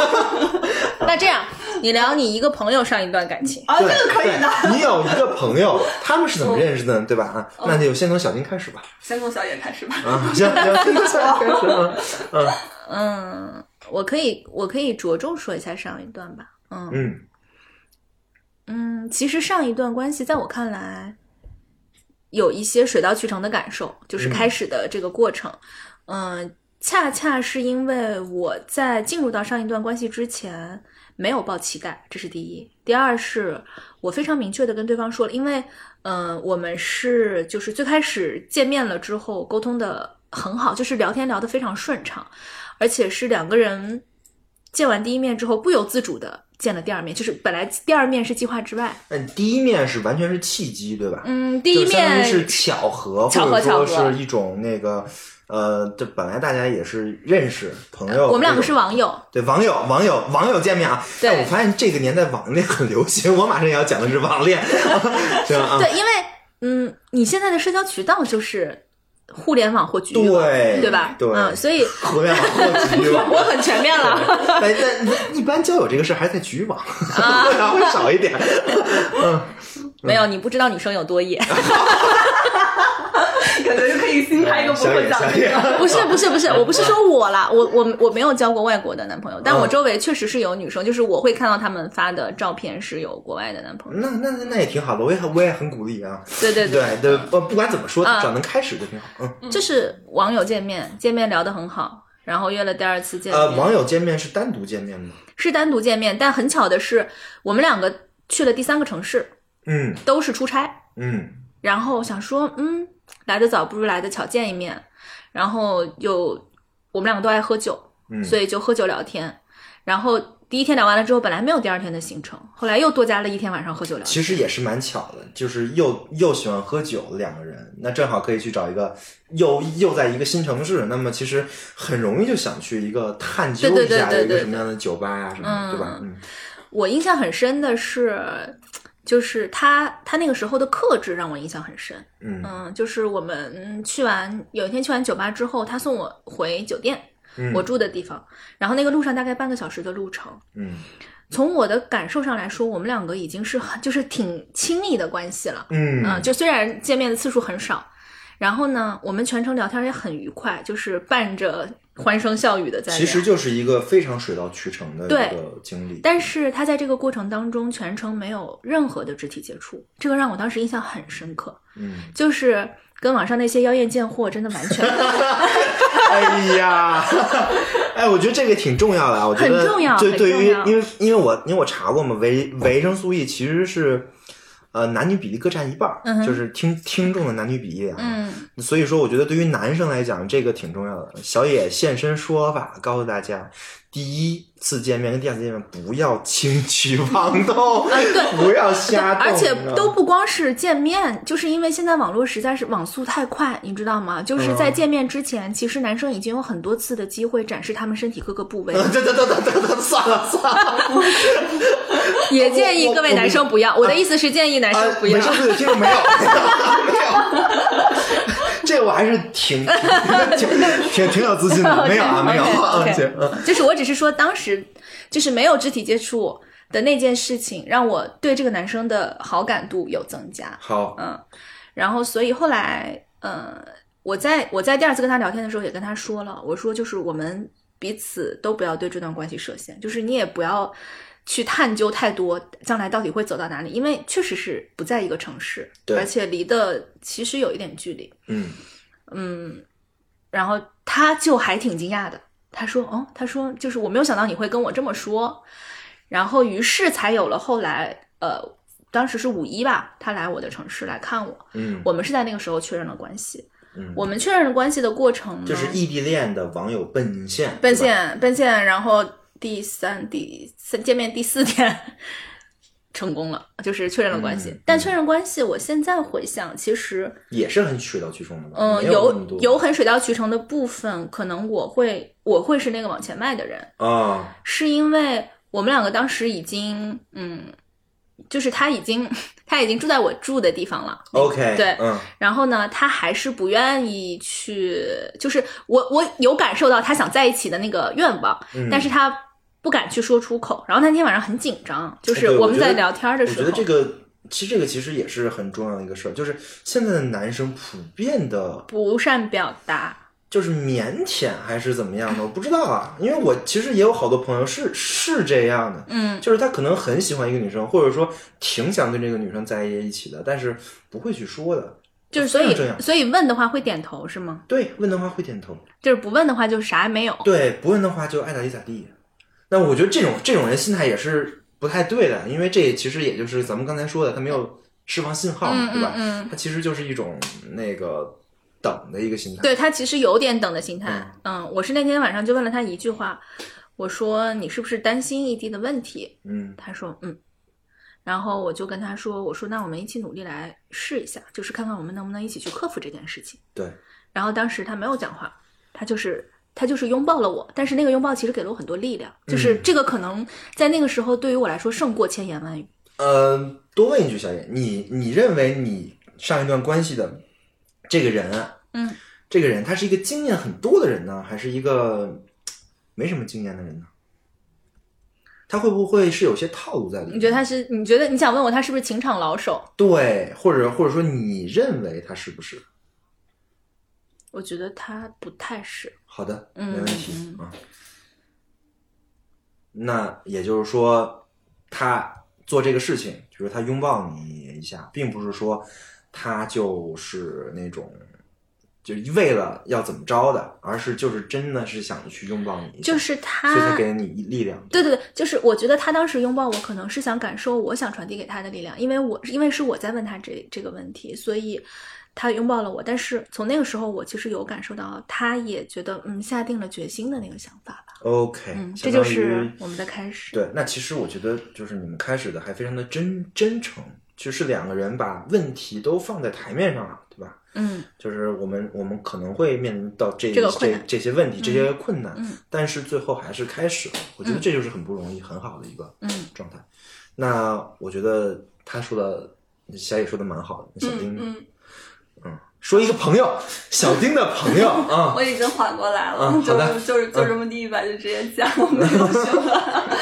[SPEAKER 2] 那这样，你聊你一个朋友上一段感情，
[SPEAKER 4] 哦
[SPEAKER 5] 啊，这个可以的。
[SPEAKER 3] 对你有一个朋友，他们是怎么认识的呢？对吧？啊，
[SPEAKER 2] 嗯
[SPEAKER 3] 那就先从小金开始吧。
[SPEAKER 4] 先从小野开始吧。
[SPEAKER 3] 啊， 行行，先从小金开始 啊。嗯
[SPEAKER 2] 嗯，我可以我可以着重说一下上一段吧，嗯
[SPEAKER 3] 嗯，
[SPEAKER 2] 嗯，其实上一段关系在我看来，有一些水到渠成的感受，就是开始的这个过程。嗯、恰恰是因为我在进入到上一段关系之前没有抱期待，这是第一。第二是我非常明确的跟对方说了，因为嗯、呃我们是就是最开始见面了之后沟通的很好，就是聊天聊得非常顺畅，而且是两个人见完第一面之后不由自主的见了第二面，就是本来第二面是计划之外，
[SPEAKER 3] 那你第一面是完全是契机，对吧？
[SPEAKER 2] 嗯，第一
[SPEAKER 3] 就相当于
[SPEAKER 2] 面
[SPEAKER 3] 是巧合，
[SPEAKER 2] 巧合
[SPEAKER 3] 或者说
[SPEAKER 2] 巧合
[SPEAKER 3] 是一种那个呃，这本来大家也是认识朋友，
[SPEAKER 2] 我们两个
[SPEAKER 3] 这
[SPEAKER 2] 是
[SPEAKER 3] 种
[SPEAKER 2] 网友，
[SPEAKER 3] 对网友网友网友见面啊。
[SPEAKER 2] 对
[SPEAKER 3] 哎我发现这个年代网恋很流行，我马上也要讲的是网 恋， 行啊，
[SPEAKER 2] 对，因为嗯，你现在的社交渠道就是互联网或局域网，
[SPEAKER 3] 对
[SPEAKER 2] 对吧？
[SPEAKER 3] 对
[SPEAKER 2] 嗯，所以
[SPEAKER 3] 互联网或局域网。
[SPEAKER 2] 我很全面了。
[SPEAKER 3] 但但哎一般交友这个事儿还在局域网，
[SPEAKER 2] 啊
[SPEAKER 3] 互联网 会少 一点。
[SPEAKER 2] 没
[SPEAKER 3] 嗯
[SPEAKER 2] 有，你不知道女生有多 野，
[SPEAKER 4] 感觉就可以新开一个播
[SPEAKER 3] 小
[SPEAKER 4] 客
[SPEAKER 3] 野
[SPEAKER 4] 讲
[SPEAKER 3] 小
[SPEAKER 4] 这
[SPEAKER 3] 野
[SPEAKER 4] 个。，
[SPEAKER 2] 不是不是不是，我不是说我啦，我我我没有交过外国的男朋友，但我
[SPEAKER 3] 嗯
[SPEAKER 2] 周围确实是有女生，就是我会看到她们发的照片是有国外的男朋友。
[SPEAKER 3] 那那那也挺好的，我也很我也很鼓励啊。
[SPEAKER 2] 对对嗯
[SPEAKER 3] 对对，不不管怎么说，只要能开始就挺好。嗯，
[SPEAKER 2] 就是网友见面，见面聊得很好，然后约了第二次见面。
[SPEAKER 3] 呃，网友见面是单独见面吗？
[SPEAKER 2] 是单独见面，但很巧的是，我们两个去了第三个城市，
[SPEAKER 3] 嗯
[SPEAKER 2] 都是出差。
[SPEAKER 3] 嗯
[SPEAKER 2] 然后想说，嗯，来得早不如来得巧，见一面。然后又我们两个都爱喝酒，
[SPEAKER 3] 嗯，
[SPEAKER 2] 所以就喝酒聊天。然后第一天聊完了之后，本来没有第二天的行程，后来又多加了一天晚上喝酒聊天。
[SPEAKER 3] 其实也是蛮巧的，就是又又喜欢喝酒的两个人，那正好可以去找一个又又在一个新城市，那么其实很容易就想去一个探究
[SPEAKER 2] 对
[SPEAKER 3] 一
[SPEAKER 2] 对
[SPEAKER 3] 下
[SPEAKER 2] 对
[SPEAKER 3] 有一
[SPEAKER 2] 对对
[SPEAKER 3] 个什么样的酒吧呀、什么的，对吧？嗯
[SPEAKER 2] 我印象很深的是，就是他他那个时候的克制让我印象很深。
[SPEAKER 3] 嗯
[SPEAKER 2] 嗯，就是我们去完有一天去完酒吧之后，他送我回酒店，
[SPEAKER 3] 嗯，
[SPEAKER 2] 我住的地方。然后那个路上大概半个小时的路程，
[SPEAKER 3] 嗯
[SPEAKER 2] 从我的感受上来说，我们两个已经是很就是挺亲密的关系了。
[SPEAKER 3] 嗯
[SPEAKER 2] 嗯，就虽然见面的次数很少，然后呢，我们全程聊天也很愉快，就是伴着欢声笑语的在聊。
[SPEAKER 3] 其实就是一个非常水到渠成的
[SPEAKER 2] 对
[SPEAKER 3] 一个经历。
[SPEAKER 2] 但是他在这个过程当中全程没有任何的肢体接触，这个让我当时印象很深刻，
[SPEAKER 3] 嗯，
[SPEAKER 2] 就是跟网上那些妖艳贱货真的完全
[SPEAKER 3] 哎呀， 哎，我觉得这个挺重要的啊，我觉得
[SPEAKER 2] 很重要
[SPEAKER 3] 对，
[SPEAKER 2] 很
[SPEAKER 3] 对于
[SPEAKER 2] 重要
[SPEAKER 3] 因为因为我因为我查过嘛，维维生素 E 其实是。呃，男女比例各占一半儿，
[SPEAKER 2] 嗯哼
[SPEAKER 3] 就是听听众的男女比例啊。
[SPEAKER 2] 嗯，
[SPEAKER 3] 所以说，我觉得对于男生来讲，这个挺重要的。小野现身说法，告诉大家，第一次见面跟第二次见面不要轻举 妄动，不要瞎动，
[SPEAKER 2] 啊而且
[SPEAKER 3] 你知道吗
[SPEAKER 2] 都不光是见面，就是因为现在网络实在是网速太快，你知道吗？就是在
[SPEAKER 3] 嗯
[SPEAKER 2] 见面之前，其实男生已经有很多次的机会展示他们身体各个 部位。
[SPEAKER 3] 等等等等等等，算了算了。
[SPEAKER 2] 也建议各位男生不要，我的意思是建议男生
[SPEAKER 3] 啊，
[SPEAKER 2] 不要
[SPEAKER 3] 没。事，对，这个没有， 没有，没有。这个我还是挺挺挺挺有自 信的，没有啊，没有啊，
[SPEAKER 2] OK，OK
[SPEAKER 3] 行，嗯
[SPEAKER 2] 就是我只是说当时就是没有肢体接触的那件事情，让我对这个男生的好感度有增加。
[SPEAKER 3] 好，
[SPEAKER 2] 然后所以后来，呃，我在我在第二次跟他聊天的时候也跟他说了，我说就是我们彼此都不要对这段关系设限，就是你也不要去探究太多将来到底会走到哪里，因为确实是不在一个城市，
[SPEAKER 3] 对
[SPEAKER 2] 而且离的其实有一点距离。
[SPEAKER 3] 嗯
[SPEAKER 2] 嗯，然后他就还挺惊讶的，他说：“哦，他说就是我没有想到你会跟我这么说。”然后于是才有了后来，呃，当时是五一吧，他来我的城市来看我，
[SPEAKER 3] 嗯，
[SPEAKER 2] 我们是在那个时候确认了关系。
[SPEAKER 3] 嗯
[SPEAKER 2] 我们确认了关系的过程呢，
[SPEAKER 3] 就是异地恋的网友奔现，
[SPEAKER 2] 奔
[SPEAKER 3] 对吧，
[SPEAKER 2] 现奔现，然后第三第三见面第四天成功了，就是确认了关系。
[SPEAKER 3] 嗯
[SPEAKER 2] 但确认关系，我现在回想，其实。
[SPEAKER 3] 也是很水到渠成的吧？
[SPEAKER 2] 嗯，
[SPEAKER 3] 没有那么
[SPEAKER 2] 有
[SPEAKER 3] 多
[SPEAKER 2] 有很水到渠成的部分，可能我会我会是那个往前迈的人，
[SPEAKER 3] 啊，
[SPEAKER 2] 是因为我们两个当时已经嗯，就是他已经 他已经住在我住的地方了，
[SPEAKER 3] OK，
[SPEAKER 2] 对
[SPEAKER 3] 嗯，
[SPEAKER 2] 然后呢，他还是不愿意去，就是我我有感受到他想在一起的那个愿望，
[SPEAKER 3] 嗯
[SPEAKER 2] 但是他不敢去说出口。然后那天晚上很紧张，就
[SPEAKER 3] 哎
[SPEAKER 2] 是
[SPEAKER 3] 对
[SPEAKER 2] 我
[SPEAKER 3] 我
[SPEAKER 2] 们
[SPEAKER 3] 觉得
[SPEAKER 2] 在聊天的
[SPEAKER 3] 我
[SPEAKER 2] 时
[SPEAKER 3] 觉
[SPEAKER 2] 候，
[SPEAKER 3] 得这个其实这个其实也是很重要的一个事儿，就是现在的男生普遍的，
[SPEAKER 2] 不善表达，
[SPEAKER 3] 就是腼腆还是怎么样的，我不知道啊。因为我其实也有好多朋友是是这样的，
[SPEAKER 2] 嗯，
[SPEAKER 3] 就是他可能很喜欢一个女生，或者说挺想跟这个女生在一起的，但是不会去说的。
[SPEAKER 2] 就是所以
[SPEAKER 3] 这样
[SPEAKER 2] 所以问的话会点头是吗？
[SPEAKER 3] 对，问的话会点头，
[SPEAKER 2] 就是不问的话就是啥也没有。
[SPEAKER 3] 对，不问的话就爱咋地咋地。那我觉得这种这种人心态也是不太对的，因为这其实也就是咱们刚才说的，他没有释放信号嘛，
[SPEAKER 2] 嗯
[SPEAKER 3] 对吧？
[SPEAKER 2] 嗯嗯
[SPEAKER 3] 他其实就是一种那个等的一个心态。
[SPEAKER 2] 对他其实有点等的心态。嗯，我是那天晚上就问了他一句话，我说你是不是担心异地的问题？
[SPEAKER 3] 嗯，
[SPEAKER 2] 他说嗯，然后我就跟他说，我说那我们一起努力来试一下，就是看看我们能不能一起去克服这件事情。
[SPEAKER 3] 对，
[SPEAKER 2] 然后当时他没有讲话，他就是他就是拥抱了我，但是那个拥抱其实给了我很多力量，就是
[SPEAKER 3] 嗯
[SPEAKER 2] 这个可能在那个时候对于我来说胜过千言万语。
[SPEAKER 3] 呃，多问一句，小野，你你认为你上一段关系的这个人，啊
[SPEAKER 2] 嗯，
[SPEAKER 3] 这个人他是一个经验很多的人呢，还是一个没什么经验的人呢？他会不会是有些套路在里面？
[SPEAKER 2] 你觉得他是？你觉得你想问我他是不是情场老手？
[SPEAKER 3] 对，或者或者说你认为他是不是？
[SPEAKER 2] 我觉得他不太是。
[SPEAKER 3] 好的，
[SPEAKER 2] 嗯
[SPEAKER 3] 没问题啊。那也就是说，他做这个事情，就是他拥抱你一下，并不是说他就是那种就是为了要怎么着的，而是就是真的是想去拥抱你一下，
[SPEAKER 2] 就是
[SPEAKER 3] 所以才
[SPEAKER 2] 他
[SPEAKER 3] 给你力量。
[SPEAKER 2] 对对对，就是我觉得他当时拥抱我，可能是想感受我想传递给他的力量，因为我因为是我在问他这这个问题，所以他拥抱了我。但是从那个时候，我其实有感受到，他也觉得嗯下定了决心的那个想法吧。
[SPEAKER 3] OK，、
[SPEAKER 2] 嗯，这
[SPEAKER 3] 相
[SPEAKER 2] 就
[SPEAKER 3] 当于
[SPEAKER 2] 是我们的开始。
[SPEAKER 3] 对，那其实我觉得就是你们开始的还非常的真真诚，就是两个人把问题都放在台面上了，对吧？
[SPEAKER 2] 嗯，
[SPEAKER 3] 就是我们我们可能会面临到这
[SPEAKER 2] 这个困
[SPEAKER 3] 这
[SPEAKER 2] 难
[SPEAKER 3] 这些问题、这些困难，
[SPEAKER 2] 嗯
[SPEAKER 3] 但是最后还是开始了。我
[SPEAKER 4] 嗯
[SPEAKER 3] 觉得这就是很不容易、很好的一个
[SPEAKER 2] 嗯
[SPEAKER 3] 状态。那我觉得他说的，小野说的蛮好的。小丁、
[SPEAKER 4] 嗯嗯，
[SPEAKER 3] 说一个朋友，小丁的 朋友啊，
[SPEAKER 4] 嗯我已经缓过来了，
[SPEAKER 3] 嗯好
[SPEAKER 4] 就
[SPEAKER 3] 的
[SPEAKER 4] 是就是就这么地吧，就直接讲，我没有什么。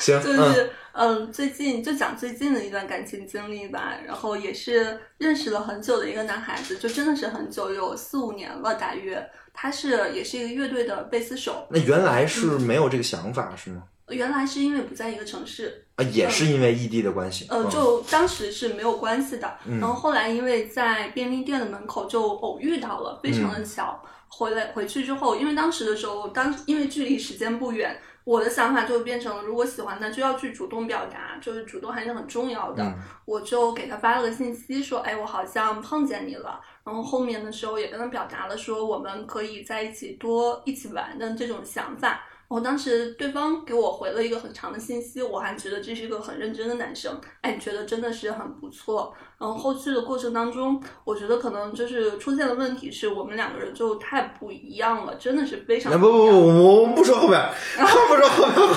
[SPEAKER 3] 行，
[SPEAKER 4] 就
[SPEAKER 3] 嗯
[SPEAKER 4] 是嗯，最近就讲最近的一段感情经历吧，然后也是认识了很久的一个男孩子，就真的是很久，有四五年了大约。他是也是一个乐队的贝斯手，
[SPEAKER 3] 那原
[SPEAKER 4] 嗯
[SPEAKER 3] 来是没有这个想法是吗？
[SPEAKER 4] 原来是因为不在一个城市，
[SPEAKER 3] 啊，也是因为异地的关系。
[SPEAKER 4] 嗯呃，
[SPEAKER 3] 嗯
[SPEAKER 4] 就当时是没有关系的。
[SPEAKER 3] 嗯
[SPEAKER 4] 然后后来因为在便利店的门口就偶遇到了，非
[SPEAKER 3] 嗯
[SPEAKER 4] 常的巧。回来回去之后，因为当时的时候，当因为距离时间不远，我的想法就变成，如果喜欢他，就要去主动表达，就是主动还是很重要的。
[SPEAKER 3] 嗯
[SPEAKER 4] 我就给他发了个信息，说，哎，我好像碰见你了。然后后面的时候也跟他表达了，说我们可以在一起多一起玩的这种想法。我当时对方给我回了一个很长的信息，我还觉得这是一个很认真的男生，哎，觉得真的是很不错。然后后续的过程当中，我觉得可能就是出现的问题是我们两个人就太不一样了，真的是非常
[SPEAKER 3] 那不不
[SPEAKER 4] 一样
[SPEAKER 3] 不，我我们不说 后边儿，不说后边儿，后边儿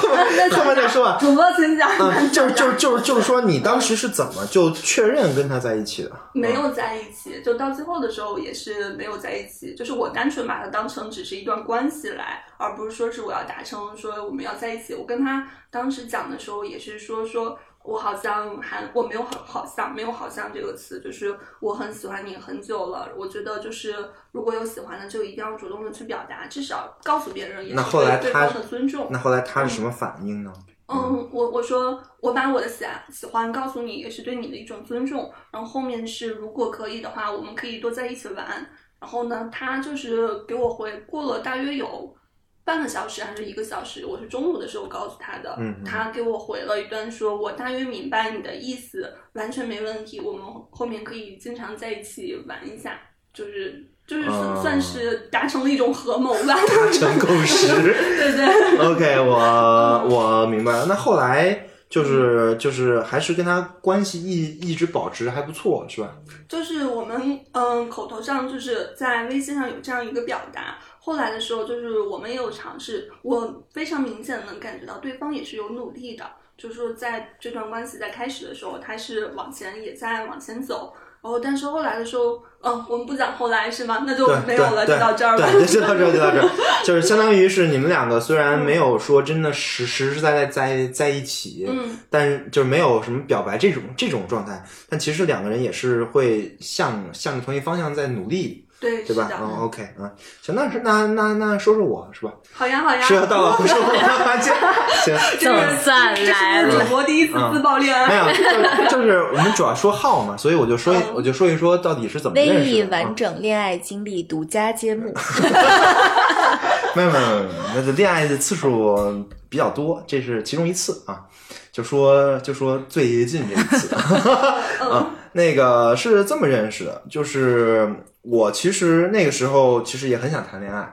[SPEAKER 3] 后边儿再说吧。
[SPEAKER 4] 主播请讲，
[SPEAKER 3] 嗯，就是就是就是就是说，你当时是怎么就确认跟他在一起的？
[SPEAKER 4] 没有在一起，就到最后的时候也是没有在一起。就是我单纯把它当成只是一段关系来，而不是说是我要达成说我们要在一起。我跟他当时讲的时候也是说说。我好像还我没有好好像没有好像这个词，就是我很喜欢你很久了。我觉得就是如果有喜欢的，就一定要主动的去表达，至少告诉别人也
[SPEAKER 3] 那
[SPEAKER 4] 是
[SPEAKER 3] 后来
[SPEAKER 4] 对对
[SPEAKER 3] 他
[SPEAKER 4] 方的尊重。
[SPEAKER 3] 那后来他是什么反应呢？
[SPEAKER 4] 嗯，我我说我把我的喜爱喜欢告诉你，也是对你的一种尊重。然后后面是如果可以的话，我们可以多在一起玩。然后呢，他就是给我回过了大约有半个小时还是一个小时，我是中午的时候告诉他的。
[SPEAKER 3] 嗯嗯
[SPEAKER 4] 他给我回了一段说，我大约明白你的意思，完全没问题。我们后面可以经常在一起玩一下，就是就是算、
[SPEAKER 3] 哦
[SPEAKER 4] 算是达成了一种合谋吧。
[SPEAKER 3] 达成共识。
[SPEAKER 4] 对对，
[SPEAKER 3] OK，我我明白了。那后来
[SPEAKER 4] 嗯
[SPEAKER 3] 就是就是还是跟他关系一一直保持还不错，是吧？
[SPEAKER 4] 就是我们嗯口头上就是在微信上有这样一个表达，后来的时候就是我们也有尝试，我非常明显地能感觉到对方也是有努力的，就是说在这段关系在开始的时候，他是往前也在往前走，然后但是后来的时候，嗯，我们不讲后来是吗？那就
[SPEAKER 3] 对
[SPEAKER 4] 没有了，
[SPEAKER 3] 对
[SPEAKER 4] 就到这儿吧。
[SPEAKER 3] 对，就到这儿，就到这儿，就是相当于是你们两个虽然没有说真的实实实在在在在一起，
[SPEAKER 4] 嗯，
[SPEAKER 3] 但就是没有什么表白这种这种状态，但其实两个人也是会向向着同一方向在努力，
[SPEAKER 4] 对，
[SPEAKER 3] 对吧
[SPEAKER 4] 是？的
[SPEAKER 3] 嗯，OK，嗯，行，那是那那那说说我是吧？
[SPEAKER 4] 好呀哎好呀，
[SPEAKER 3] 是要到了， 说我的环节， 行，
[SPEAKER 4] 这
[SPEAKER 2] 总
[SPEAKER 4] 是
[SPEAKER 2] 算
[SPEAKER 4] 这
[SPEAKER 2] 来
[SPEAKER 4] 是
[SPEAKER 2] 了
[SPEAKER 4] 主播第一次
[SPEAKER 3] 嗯
[SPEAKER 4] 自爆恋
[SPEAKER 3] 没
[SPEAKER 4] 爱，
[SPEAKER 3] 有，就就是我们主要说号嘛，所以我就说一，
[SPEAKER 4] 嗯
[SPEAKER 3] 我就说一说到底是怎么认识
[SPEAKER 6] 微
[SPEAKER 3] 的。啊
[SPEAKER 6] 完整恋爱经历独家揭幕，
[SPEAKER 3] 没有没有没有，那个恋爱的次数比较多，这是其中一次啊。就说就说最近这一次啊，那个是这么认识的，就是我其实那个时候其实也很想谈恋爱，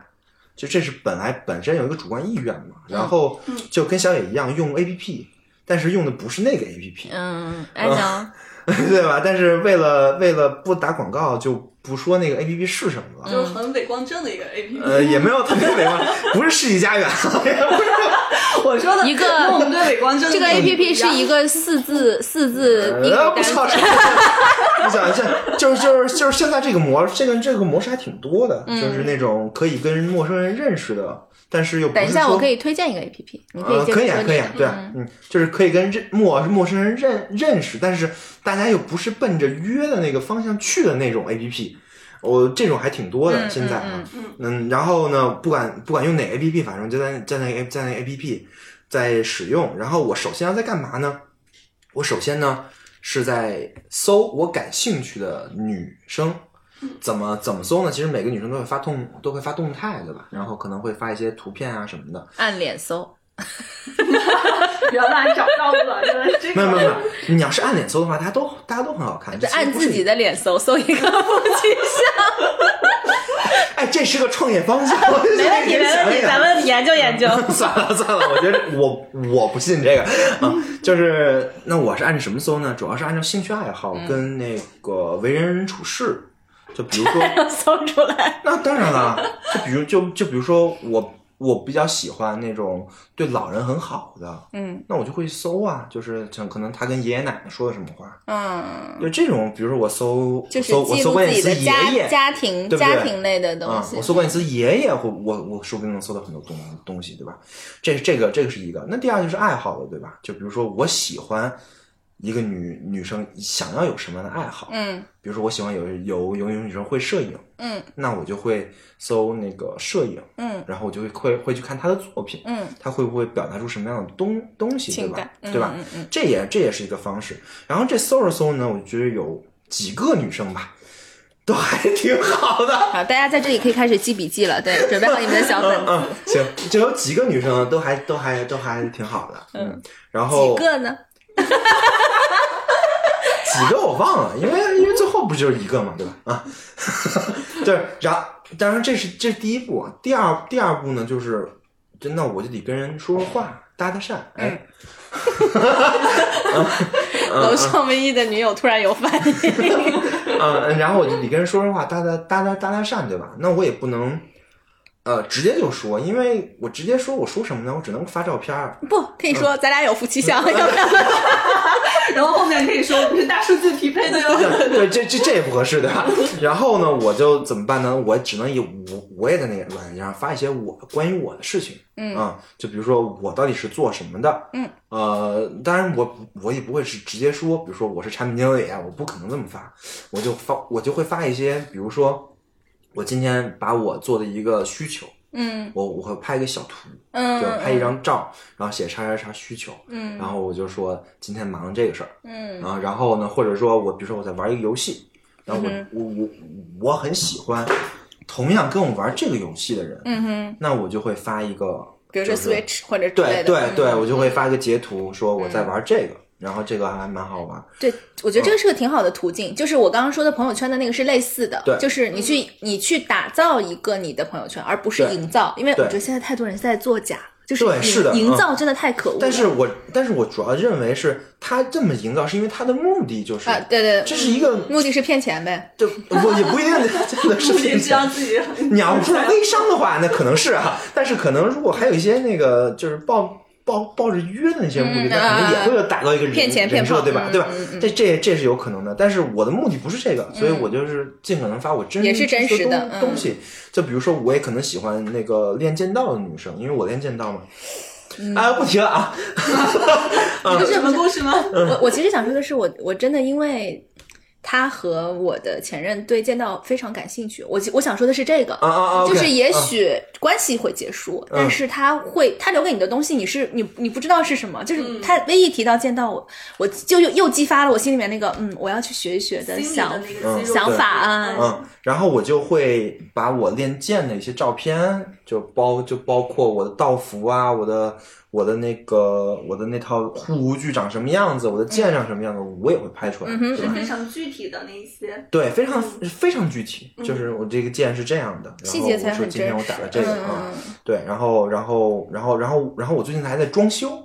[SPEAKER 3] 就这是本来本身有一个主观意愿嘛，然后就跟小野一样用 A P P，但是用的不是那个 A P P，
[SPEAKER 6] 嗯，安
[SPEAKER 3] 啊
[SPEAKER 6] 阳，
[SPEAKER 3] 对吧？但是为了为了不打广告，就不说那个 A P P 是什么 了。
[SPEAKER 4] 就是很伪光正的一个 A P P。
[SPEAKER 3] 嗯呃，也没有特别美观，不是世纪佳缘，啊
[SPEAKER 4] 我说的
[SPEAKER 6] 一个
[SPEAKER 4] 跟我们对伪光正
[SPEAKER 6] 这个 A P P 是一
[SPEAKER 4] 个
[SPEAKER 6] 个四字四字英语
[SPEAKER 3] 呃，不
[SPEAKER 6] 单词
[SPEAKER 3] 操，是 你想一下，就是就是就是现在这个模，这个这个模式还挺多的，就是
[SPEAKER 6] 嗯
[SPEAKER 3] 那种可以跟陌生人认识的，但是又不
[SPEAKER 6] 等一下，
[SPEAKER 3] 是说
[SPEAKER 6] 我可以推荐一个 A P P，你可以
[SPEAKER 3] 呃，
[SPEAKER 6] 接着
[SPEAKER 3] 可以啊
[SPEAKER 6] 说，你
[SPEAKER 3] 可以啊，对啊，
[SPEAKER 6] 嗯
[SPEAKER 3] 嗯，就是可以跟认陌陌生人认认识，但是大家又不是奔着约的那个方向去的那种 A P P，我这种还挺多的，
[SPEAKER 6] 嗯
[SPEAKER 3] 现在啊
[SPEAKER 6] 嗯，
[SPEAKER 4] 嗯
[SPEAKER 3] 嗯，然后呢，不管不管用哪 A P P，反正就在在那在那 A P P 在使用。然后我首先要在干嘛呢？我首先呢是在搜我感兴趣的女生。
[SPEAKER 6] 嗯
[SPEAKER 3] 怎么怎么搜呢？其实每个女生都会发动都会发动态，对吧？然后可能会发一些图片啊什么的。
[SPEAKER 6] 按脸搜，
[SPEAKER 4] 原来找到了，原来是这
[SPEAKER 3] 没有没有没
[SPEAKER 4] 个。
[SPEAKER 3] 有，你要是按脸搜的话，大家都大家都很好看，
[SPEAKER 6] 就
[SPEAKER 3] 这其实
[SPEAKER 6] 按
[SPEAKER 3] 不是
[SPEAKER 6] 自己的脸搜，搜一个不具象。
[SPEAKER 3] 哎，这是个创业 方向，没
[SPEAKER 6] 没问 题，没问题，咱们研究研究。
[SPEAKER 3] 算了算了，我觉得我我不信这个啊，就是那我是按什么搜呢？主要是按照兴趣爱好跟那个为人处事，就比如 说，
[SPEAKER 6] 搜出来，
[SPEAKER 3] 那当然了，就比如就就比如说我我比较喜欢那种对老人很好的，
[SPEAKER 6] 嗯
[SPEAKER 3] 那我就会搜啊，就是像可能他跟爷爷奶奶说的什么话，
[SPEAKER 6] 嗯，
[SPEAKER 3] 就这种，比如说我搜
[SPEAKER 6] 就是
[SPEAKER 3] 搜我
[SPEAKER 6] 记
[SPEAKER 3] 搜
[SPEAKER 6] 录
[SPEAKER 3] 关
[SPEAKER 6] 自
[SPEAKER 3] 键
[SPEAKER 6] 己的
[SPEAKER 3] 词爷
[SPEAKER 6] 家
[SPEAKER 3] 爷。
[SPEAKER 6] 家庭
[SPEAKER 3] 对不对
[SPEAKER 6] 家庭类的东
[SPEAKER 3] 啊、
[SPEAKER 6] 西。
[SPEAKER 3] 我搜关键词爷爷，或我我说不定能搜到很多东东西，对吧？这这个这个是一个。那第二就是爱好了，对吧？就比如说我喜欢一个女女生想要有什么样的爱好，
[SPEAKER 6] 嗯
[SPEAKER 3] 比如说我喜欢有有有有女生会摄影，
[SPEAKER 6] 嗯
[SPEAKER 3] 那我就会搜那个摄影，
[SPEAKER 6] 嗯
[SPEAKER 3] 然后我就会会会去看她的作品，
[SPEAKER 6] 嗯，
[SPEAKER 3] 她会不会表达出什么样的东东西，对
[SPEAKER 6] 情感
[SPEAKER 3] 吧？，
[SPEAKER 6] 嗯
[SPEAKER 3] 对吧？
[SPEAKER 6] 嗯嗯
[SPEAKER 3] 这也这也是一个方式。然后这搜着搜着呢，我觉得有几个女生吧，都还挺好的。
[SPEAKER 6] 嗯。好，大家在这里可以开始记笔记了，对，准备好你们的小本
[SPEAKER 3] 嗯
[SPEAKER 6] 子。
[SPEAKER 3] 嗯，行，就有几个女生呢都还都还都还挺好的，嗯，然后
[SPEAKER 6] 几个呢？
[SPEAKER 3] 几个我忘了，因为因为最后不就是一个嘛，对吧？啊， 对，然当然这是这是第一步，啊第二第二步呢就是，真的我就得跟人说说话，搭搭讪，哎，
[SPEAKER 6] 楼上唯一的女友突然有反 应，
[SPEAKER 3] 嗯，然后我就得跟人说说话，搭搭搭搭搭搭讪，对吧？那我也不能，呃，直接就说，因为我直接说，我说什么呢？我只能发照片儿。
[SPEAKER 6] 不可以说咱俩有夫妻相，要不要？
[SPEAKER 4] 然后后面可以说我们是大数据匹配的哟。
[SPEAKER 3] 对，这这这也不合适，对吧？然后呢，我就怎么办呢？我只能以我我也在那个软件上发一些我关于我的事情，嗯啊、就比如说我到底是做什么的，
[SPEAKER 6] 嗯
[SPEAKER 3] 呃，当然我不我也不会是直接说，比如说我是产品经理啊，我不可能这么发，我就发我就会发一些，比如说我今天把我做的一个需求，
[SPEAKER 6] 嗯
[SPEAKER 3] 我我会拍一个小图，
[SPEAKER 6] 嗯
[SPEAKER 3] 就拍一张照，然后写啥啥啥需求，
[SPEAKER 6] 嗯
[SPEAKER 3] 然后我就说今天忙这个事儿。
[SPEAKER 6] 嗯
[SPEAKER 3] 啊，然后呢，或者说我比如说我在玩一个游戏，然后
[SPEAKER 6] 嗯
[SPEAKER 3] 我、我我我很喜欢同样跟我玩这个游戏的人，
[SPEAKER 6] 嗯哼，
[SPEAKER 3] 那我就会发一个，
[SPEAKER 6] 比如说
[SPEAKER 3] 就是
[SPEAKER 6] Switch 或者之类的。
[SPEAKER 3] 对对对，
[SPEAKER 6] 嗯
[SPEAKER 3] 我就会发一个截图说我在玩这个，然后这个还蛮好玩，
[SPEAKER 6] 对，我觉得这
[SPEAKER 3] 嗯
[SPEAKER 6] 个是个挺好的途径，就是我刚刚说的朋友圈的那个是类似的，
[SPEAKER 3] 对
[SPEAKER 6] 就是你去你去打造一个你的朋友圈，而不是
[SPEAKER 3] 对
[SPEAKER 6] 营造，因为我
[SPEAKER 3] 对
[SPEAKER 6] 觉得现在太多人在作假，就是
[SPEAKER 3] 对
[SPEAKER 6] 营
[SPEAKER 3] 是的
[SPEAKER 6] 营
[SPEAKER 3] 嗯
[SPEAKER 6] 造真的太可恶了。
[SPEAKER 3] 但是我但是我主要认为是他这么营造，是因为他的目的就是，
[SPEAKER 6] 啊，对对，
[SPEAKER 3] 这是一个，
[SPEAKER 6] 目的是骗钱呗，
[SPEAKER 3] 这我也 不一定真的是
[SPEAKER 4] 目的
[SPEAKER 3] 骗
[SPEAKER 4] 是让
[SPEAKER 3] 钱。
[SPEAKER 4] 自己
[SPEAKER 3] 嗯你要说微商的话，那可能是啊，但是可能如果还有一些那个就是报抱抱着约的那些目的，
[SPEAKER 2] 嗯
[SPEAKER 3] 他可能也会打造一个人
[SPEAKER 2] 骗钱
[SPEAKER 3] 人
[SPEAKER 2] 骗
[SPEAKER 3] 设，
[SPEAKER 2] 炮
[SPEAKER 3] 对吧？
[SPEAKER 2] 嗯
[SPEAKER 3] 对吧
[SPEAKER 2] 嗯？嗯
[SPEAKER 3] 这这这是有可能的，但是我的目的不是这个，所以我就是尽可能发我真
[SPEAKER 2] 也是真实的
[SPEAKER 3] 东
[SPEAKER 2] 嗯
[SPEAKER 3] 东西。就比如说，我也可能喜欢那个练剑道的女生，因为我练剑道嘛。
[SPEAKER 2] 嗯
[SPEAKER 3] 哎，不提了啊！
[SPEAKER 4] 这是什么故 事吗？
[SPEAKER 2] 我我其实想说的是我，我真的因为他和我的前任对剑道非常感兴趣。我其我想说的是这个，
[SPEAKER 3] 啊啊啊！OK，
[SPEAKER 2] 就是也
[SPEAKER 3] 啊
[SPEAKER 2] 许关系会结束，
[SPEAKER 3] 嗯
[SPEAKER 2] 但是他会他留给你的东西，你是你你不知道是什么。
[SPEAKER 4] 嗯
[SPEAKER 2] 就是他唯一提到剑道，我我就又又激发了我心里面那个嗯，我要去学一学的
[SPEAKER 4] 心里的
[SPEAKER 2] 想
[SPEAKER 4] 那个肌肉
[SPEAKER 2] 想法啊
[SPEAKER 4] 嗯
[SPEAKER 3] 嗯，然后我就会把我练剑的一些照片，就包就包括我的道服啊，我的我的那个我的那套护具长什么样子，我的剑长什么样子，我也会拍出来，
[SPEAKER 2] 嗯哼嗯
[SPEAKER 3] 对
[SPEAKER 4] 是
[SPEAKER 3] 吧？
[SPEAKER 4] 非常具体的那一些。
[SPEAKER 3] 对，非常非常具体，就是我这个剑是这样的，然
[SPEAKER 2] 细
[SPEAKER 3] 后
[SPEAKER 2] 节
[SPEAKER 3] 我
[SPEAKER 2] 才
[SPEAKER 3] 说
[SPEAKER 2] 很
[SPEAKER 3] 今天
[SPEAKER 2] 真
[SPEAKER 3] 我
[SPEAKER 2] 实
[SPEAKER 3] 打了。这个
[SPEAKER 2] 嗯
[SPEAKER 3] 啊
[SPEAKER 2] 嗯，
[SPEAKER 3] 对，然后然后然后然后然后我最近还在装修。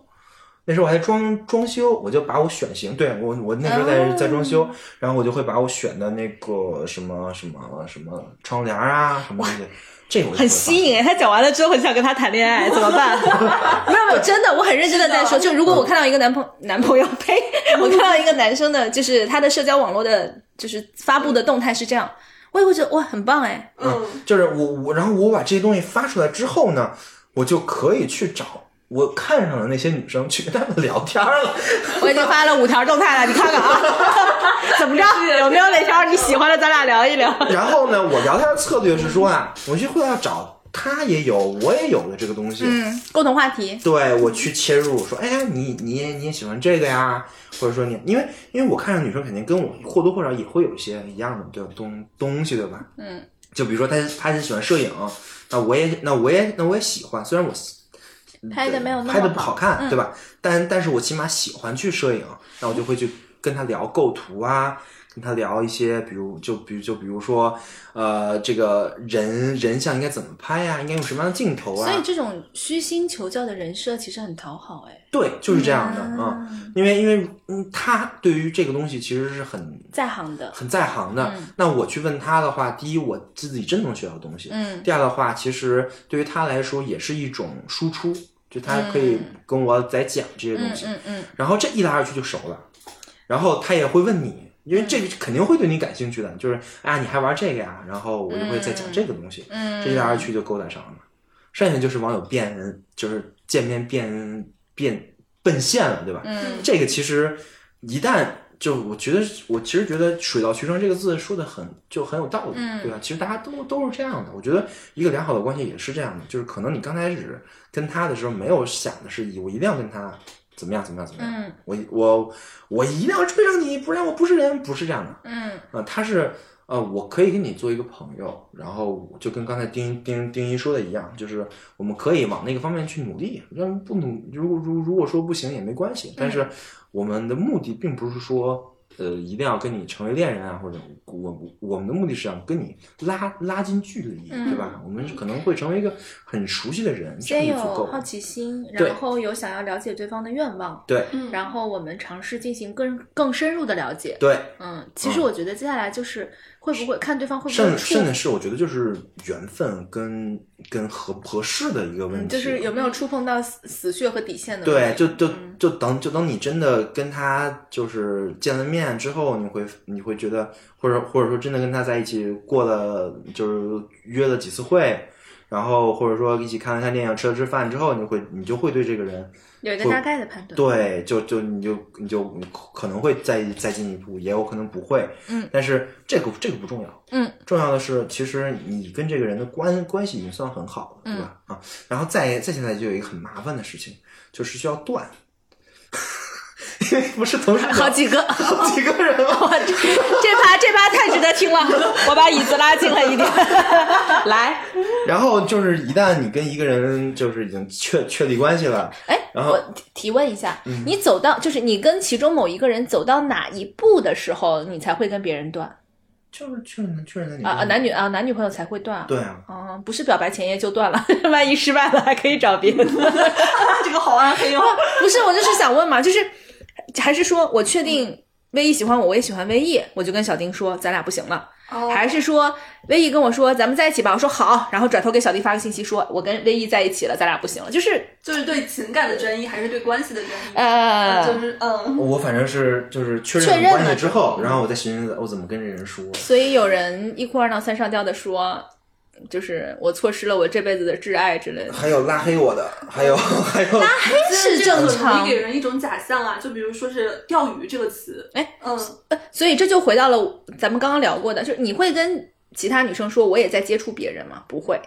[SPEAKER 3] 那时候我还在装装修，我就把我选型，对我我那时候
[SPEAKER 7] 哦
[SPEAKER 3] 在、在装修，然后我就会把我选的那个什么什么什么窗帘啊什么东西，这个我就
[SPEAKER 7] 很
[SPEAKER 3] 会
[SPEAKER 7] 吸
[SPEAKER 3] 发
[SPEAKER 7] 引哎，他讲完了之后，很想跟他谈恋爱，怎么办？
[SPEAKER 2] 没有没有，真的，我很认真的在说，就如果我看到一个男朋 男朋友呸，我看到一个男生的，就是他的社交网络的，就是发布的动态是这样，我也会觉得哇，很棒哎，
[SPEAKER 4] 嗯，
[SPEAKER 3] 就是我我，然后我把这些东西发出来之后呢，我就可以去找我看上的那些女生去跟她们聊天了。
[SPEAKER 7] 我已经发了五条动态了，你看看 啊，怎么着？有没有哪条你喜欢的？咱俩聊一聊。
[SPEAKER 3] 然后呢，我聊天的策略是说啊，我就会要找她也有，我也有的这个东西，
[SPEAKER 2] 嗯，共同话题，
[SPEAKER 3] 对我去切入，说，哎呀，你你也你也喜欢这个呀，或者说你，因为因为我看上女生肯定跟我或多或少也会有一些一样的对东东西，对吧？
[SPEAKER 2] 嗯，
[SPEAKER 3] 就比如说她她是喜欢摄影，那我也那我也那我也喜欢，虽然我
[SPEAKER 2] 拍的没有那么嗯
[SPEAKER 3] 拍的不好看，对吧？但但是我起码喜欢去摄影，那我就会去跟他聊构图啊，跟他聊一些，比如就比如就比如说，呃，这个人人像应该怎么拍呀、应该用什么样的镜头啊？
[SPEAKER 2] 所以这种虚心求教的人设其实很讨好哎，
[SPEAKER 3] 对，就是这样的啊、嗯因为因为嗯，他对于这个东西其实是很
[SPEAKER 2] 在行的，
[SPEAKER 3] 很在行的。
[SPEAKER 2] 嗯
[SPEAKER 3] 那我去问他的话，第一我自己真能学到东西，
[SPEAKER 2] 嗯
[SPEAKER 3] 第二的话，其实对于他来说也是一种输出，就他可以跟我在讲这些东
[SPEAKER 2] 嗯
[SPEAKER 3] 西。
[SPEAKER 2] 嗯嗯，
[SPEAKER 3] 然后这一来二去就熟了，然后他也会问你，因为这
[SPEAKER 2] 嗯
[SPEAKER 3] 个肯定会对你感兴趣的，就是啊你还玩这个呀，然后我就会再讲这个东西，
[SPEAKER 2] 嗯
[SPEAKER 3] 这一来二去就勾搭上了嘛。剩下就是网友变，就是见面变变奔现了，对吧？
[SPEAKER 2] 嗯
[SPEAKER 3] 这个其实一旦就我觉得，我其实觉得“水到渠成”这个字说的很就很有道理，
[SPEAKER 2] 嗯
[SPEAKER 3] 对吧？其实大家都都是这样的，我觉得一个良好的关系也是这样的，就是可能你刚开始跟他的时候没有想的是，我一定要跟他怎么样怎么样怎么样，
[SPEAKER 2] 嗯
[SPEAKER 3] 我我我一定要追上你，不然我不是人，不是这样的，
[SPEAKER 2] 嗯
[SPEAKER 3] 呃，他是呃，我可以跟你做一个朋友，然后我就跟刚才丁丁丁一说的一样，就是我们可以往那个方面去努力，但不努，如果如如果说不行也没关系，但是我们的目的并不是说。呃，一定要跟你成为恋人啊，或者我我我们的目的是想跟你拉拉近距离，对吧？我们可能会成为一个很熟悉的人，这
[SPEAKER 2] 嗯先
[SPEAKER 3] 样
[SPEAKER 2] 有
[SPEAKER 3] 就足够了。
[SPEAKER 2] 好奇心，
[SPEAKER 3] 对
[SPEAKER 2] 然后有想要了解对方的愿望，
[SPEAKER 3] 对
[SPEAKER 4] 嗯
[SPEAKER 2] 然后我们尝试进行更更深入的了解，
[SPEAKER 3] 对，
[SPEAKER 2] 嗯，其实
[SPEAKER 3] 嗯
[SPEAKER 2] 我觉得接下来就是会不会看对方会不
[SPEAKER 3] 甚
[SPEAKER 2] 会
[SPEAKER 3] 至
[SPEAKER 2] 触
[SPEAKER 3] 甚至是我觉得就是缘分跟跟合不合适的一个问
[SPEAKER 2] 嗯，
[SPEAKER 3] 题，
[SPEAKER 2] 就是有没有触碰到死死穴和底线的嗯
[SPEAKER 3] 对
[SPEAKER 2] 问，题？
[SPEAKER 3] 就就就等就等你真的跟他就是见了面之后，你会你会觉得，或者或者说真的跟他在一起过了，就是约了几次会，然后或者说一起看了看电影、吃了吃饭之后，你会你就会对这个人，
[SPEAKER 2] 有一个大概的判断。
[SPEAKER 3] 对，就就你就你就可能会再再进一步，也有可能不会，
[SPEAKER 2] 嗯，
[SPEAKER 3] 但是这个这个不重要，
[SPEAKER 2] 嗯，
[SPEAKER 3] 重要的是其实你跟这个人的关关系已经算很好了，对吧？啊，然后再再现在就有一个很麻烦的事情，就是需要断。 因为不是同时
[SPEAKER 7] 好几个，
[SPEAKER 3] 好几个人吗？
[SPEAKER 7] 这趴这趴太值得听了，我把椅子拉近了一 点，来，
[SPEAKER 3] 然后就是一旦你跟一个人就是已经确确立关系了，
[SPEAKER 2] 哎，
[SPEAKER 3] 然后嗯
[SPEAKER 2] 我提提问一下，你走到就是你跟其中某一个人走到哪一步的时候，你才会跟别人断
[SPEAKER 3] 就是确认确认男女
[SPEAKER 2] 啊啊？
[SPEAKER 3] 关系
[SPEAKER 2] 男女啊，男女朋友才会断啊？
[SPEAKER 3] 对啊，
[SPEAKER 2] 哦，不是表白前夜就断 了，万一失败了还可以找别的。
[SPEAKER 4] 这个好暗黑哦。
[SPEAKER 2] 不是，我就是想问嘛，就是还是说我确定
[SPEAKER 6] 威毅喜欢我，我也喜欢威毅，我就跟小丁说咱俩不行了。哦
[SPEAKER 4] 哦
[SPEAKER 6] 还是说威毅跟我说咱们在一起吧，我说好，然后转头给小丁发个信息说，我跟威毅在一起了，咱俩不行了，就是
[SPEAKER 4] 就是对情感的专一，还是对关系的专一？
[SPEAKER 6] 呃，
[SPEAKER 4] 就是嗯，
[SPEAKER 3] 我反正是就是确
[SPEAKER 6] 确
[SPEAKER 3] 认
[SPEAKER 6] 认
[SPEAKER 3] 关系
[SPEAKER 6] 了
[SPEAKER 3] 之后，然后我再寻思我怎么跟这人说。
[SPEAKER 6] 所以有人一哭二闹三上吊的说，就是我错失了我这辈子的挚爱之类的。
[SPEAKER 3] 还有拉黑我的，还有还有
[SPEAKER 6] 是
[SPEAKER 4] 这个
[SPEAKER 6] 正
[SPEAKER 4] 很容
[SPEAKER 6] 常
[SPEAKER 4] 易给人一种假象啊，就比如说是钓鱼这个词，
[SPEAKER 6] 哎，
[SPEAKER 4] 嗯，
[SPEAKER 6] 所以这就回到了咱们刚刚聊过的，就是你会跟其他女生说我也在接触别人吗？不会，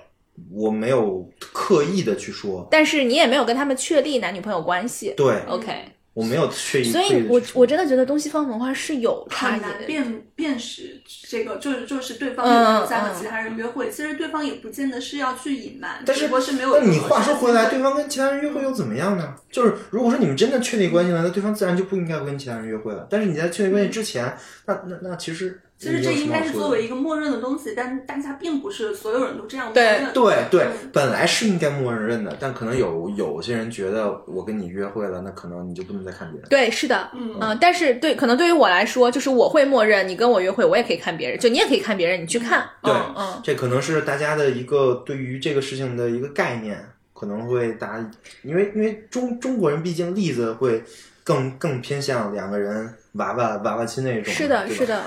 [SPEAKER 3] 我没有刻意的去说，
[SPEAKER 6] 但是你也没有跟他们确立男女朋友关系。
[SPEAKER 3] 对
[SPEAKER 2] 哦
[SPEAKER 6] OK，
[SPEAKER 3] 我没有确意。
[SPEAKER 6] 所
[SPEAKER 3] 刻意
[SPEAKER 6] 以
[SPEAKER 3] 地
[SPEAKER 6] 我
[SPEAKER 3] 去说
[SPEAKER 6] 我真的觉得东西方文化是有差
[SPEAKER 4] 很
[SPEAKER 6] 异
[SPEAKER 4] 难
[SPEAKER 6] 的。
[SPEAKER 4] 辨辨识这个，就是就是对方有没有在
[SPEAKER 6] 嗯嗯
[SPEAKER 4] 和其他人约会，其实对方也不见得是要去隐瞒，
[SPEAKER 3] 但
[SPEAKER 4] 只
[SPEAKER 3] 是
[SPEAKER 4] 不过是没有。
[SPEAKER 3] 但你话说回来，对方跟其他人约会又怎么样呢？就是如果说你们真的确立关系了，那对方自然就不应该跟其他人约会了。但是你在确立关系之前，那那那其实
[SPEAKER 4] 嗯其实这应该是作为一
[SPEAKER 3] 个
[SPEAKER 4] 个默认的东西，但大家并不是所有人都这样默
[SPEAKER 6] 对
[SPEAKER 4] 认。
[SPEAKER 3] 对对
[SPEAKER 4] 嗯，
[SPEAKER 3] 本来是应该默认的，但可能有有些人觉得我跟你约会了，那可能你就不能再看别人。
[SPEAKER 6] 对，是的，
[SPEAKER 4] 嗯
[SPEAKER 6] 但是对，可能对于我来说，就是我会默认你跟我约会，我也可以看别人，就你也可以看别人，你去看，
[SPEAKER 3] 对
[SPEAKER 6] 嗯嗯，
[SPEAKER 3] 这可能是大家的一个对于这个事情的一个概念，可能会大家因为因为中中国人毕竟例子会更更偏向两个人娃娃娃娃亲那种，
[SPEAKER 6] 是的，
[SPEAKER 3] 嗯对吧
[SPEAKER 6] 是。的，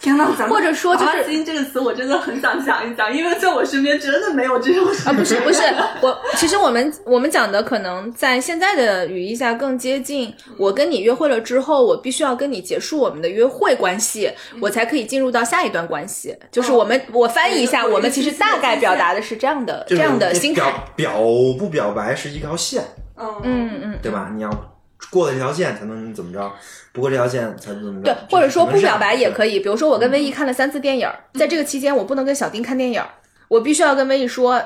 [SPEAKER 4] 天呐，咱们
[SPEAKER 6] 或者说就是
[SPEAKER 4] 娃娃亲这个词，我真的很想讲一讲，因为在我身边真的没有这种事。
[SPEAKER 6] 啊，不是不是，我其实我们我们讲的可能在现在的语义下更接近，我跟你约会了之后，我必须要跟你结束我们的约会关系，我才可以进入到下一段关系。就是我们我翻译一下，
[SPEAKER 4] 有一
[SPEAKER 6] 哦
[SPEAKER 4] 个
[SPEAKER 6] 我们其实大概表达的是这样的这样的
[SPEAKER 3] 就是
[SPEAKER 6] 心
[SPEAKER 3] 表
[SPEAKER 6] 态。
[SPEAKER 3] 表不表白是一条线，
[SPEAKER 4] 嗯
[SPEAKER 6] 嗯嗯，
[SPEAKER 3] 对吧？你要过了这条线才能怎么着，不过这条线才能怎么着。
[SPEAKER 6] 对，或者说不表白也
[SPEAKER 3] 以。
[SPEAKER 6] 可以。比如说我
[SPEAKER 3] 嗯
[SPEAKER 6] 跟威毅看了三次电影儿，在这个期间我不能跟小丁看电影儿，我必须要跟威毅说，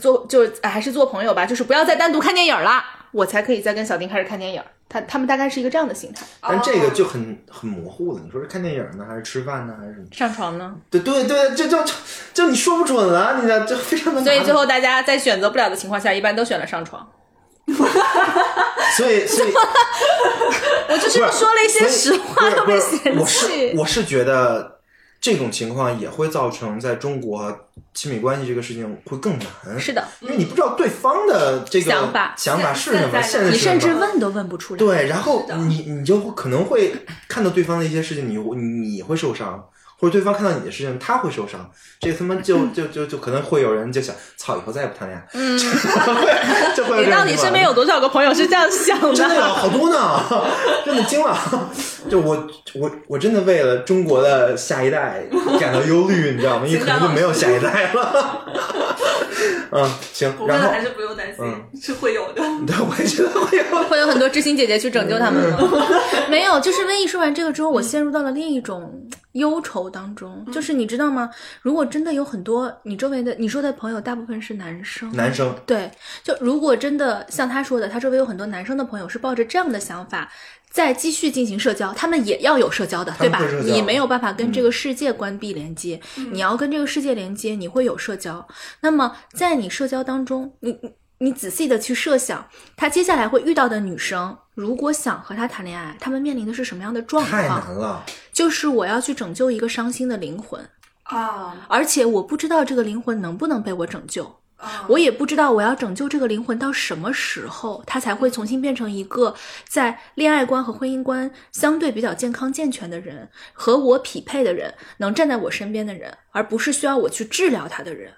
[SPEAKER 6] 做就是哎还是做朋友吧，就是不要再单独看电影儿啦，我才可以再跟小丁开始看电影儿。他他们大概是一个这样的心态。
[SPEAKER 3] 但这
[SPEAKER 6] 哦
[SPEAKER 3] 个就很很模糊了。你说是看电影呢，还是吃饭呢，还是什么？
[SPEAKER 6] 上床呢，
[SPEAKER 3] 对对对，这就就就你说不准了，你这就非常的。
[SPEAKER 6] 所以最后大家在选择不了的情况下，一般都选了上床。
[SPEAKER 3] 所以所以
[SPEAKER 6] 我就是
[SPEAKER 3] 不是
[SPEAKER 6] 说了一些实话
[SPEAKER 3] 所以
[SPEAKER 6] 都
[SPEAKER 3] 不
[SPEAKER 6] 被
[SPEAKER 3] 是
[SPEAKER 6] 嫌
[SPEAKER 3] 不是我是
[SPEAKER 6] 弃。
[SPEAKER 3] 我是觉得这种情况也会造成在中国亲密关系这个事情会更难，
[SPEAKER 6] 是的，
[SPEAKER 3] 因为你不知道对方的这个
[SPEAKER 6] 想法
[SPEAKER 3] 想法是什么，
[SPEAKER 4] 现
[SPEAKER 3] 现在
[SPEAKER 2] 你
[SPEAKER 3] 是什
[SPEAKER 2] 甚至
[SPEAKER 3] 么。
[SPEAKER 2] 问都问不出来。
[SPEAKER 3] 对，然后
[SPEAKER 4] 是的
[SPEAKER 3] 你你就会可能会看到对方的一些事情，你会你会受伤，或者对方看到你的事情，他会受伤。这他妈 就就就就可能会有人就想，操，以后再也不谈恋爱。嗯，就 会有
[SPEAKER 6] 你
[SPEAKER 3] 这
[SPEAKER 6] 到
[SPEAKER 3] 种
[SPEAKER 6] 底
[SPEAKER 3] 情
[SPEAKER 6] 身
[SPEAKER 3] 况
[SPEAKER 6] 边有多少个朋友是这样想
[SPEAKER 3] 真的有
[SPEAKER 6] 的？
[SPEAKER 3] 好多呢， 真的惊了。啊 就我我我真的为了中国的下一代感到忧虑，你知道吗？因为可能就没有下一代了。 嗯，行
[SPEAKER 4] 我，
[SPEAKER 3] 然
[SPEAKER 4] 们
[SPEAKER 3] 后
[SPEAKER 4] 还是不用担心，
[SPEAKER 3] 嗯
[SPEAKER 4] 是会有的。
[SPEAKER 3] 对，我也觉得会有。
[SPEAKER 6] 会有很多知心姐姐去拯救他们吗？
[SPEAKER 2] 没有，就是瘟疫说完这个之后，我陷入到了另一种忧愁当中。就是你知道吗？如果真的有很多你周围的你说的朋友，大部分是男生。
[SPEAKER 3] 男生
[SPEAKER 2] 对，就如果真的像他说的，他周围有很多男生的朋友是抱着这样的想法，再继续进行社交，他们也要有社交的，
[SPEAKER 3] 他
[SPEAKER 2] 对
[SPEAKER 3] 们
[SPEAKER 2] 吧
[SPEAKER 3] 会社？交嗯
[SPEAKER 2] 你没有办法跟这个世界关闭连接，你要跟这个世界连接，你会有社交。那么在你社交当中，你你你仔细的去设想，他接下来会遇到的女生，如果想和他谈恋爱，他们面临的是什么样的状
[SPEAKER 3] 太
[SPEAKER 2] 况？
[SPEAKER 3] 难了，
[SPEAKER 2] 就是我要去拯救一个伤心的灵魂，
[SPEAKER 4] 啊
[SPEAKER 2] 而且我不知道这个灵魂能不能被我拯救。
[SPEAKER 4] 啊！
[SPEAKER 2] 我也不知道我要拯救这个灵魂到什么时候，它才会重新变成一个在恋爱观和婚姻观相对比较健康健全的人，和我匹配的人，能站在我身边的人，而不是需要我去治疗他的人。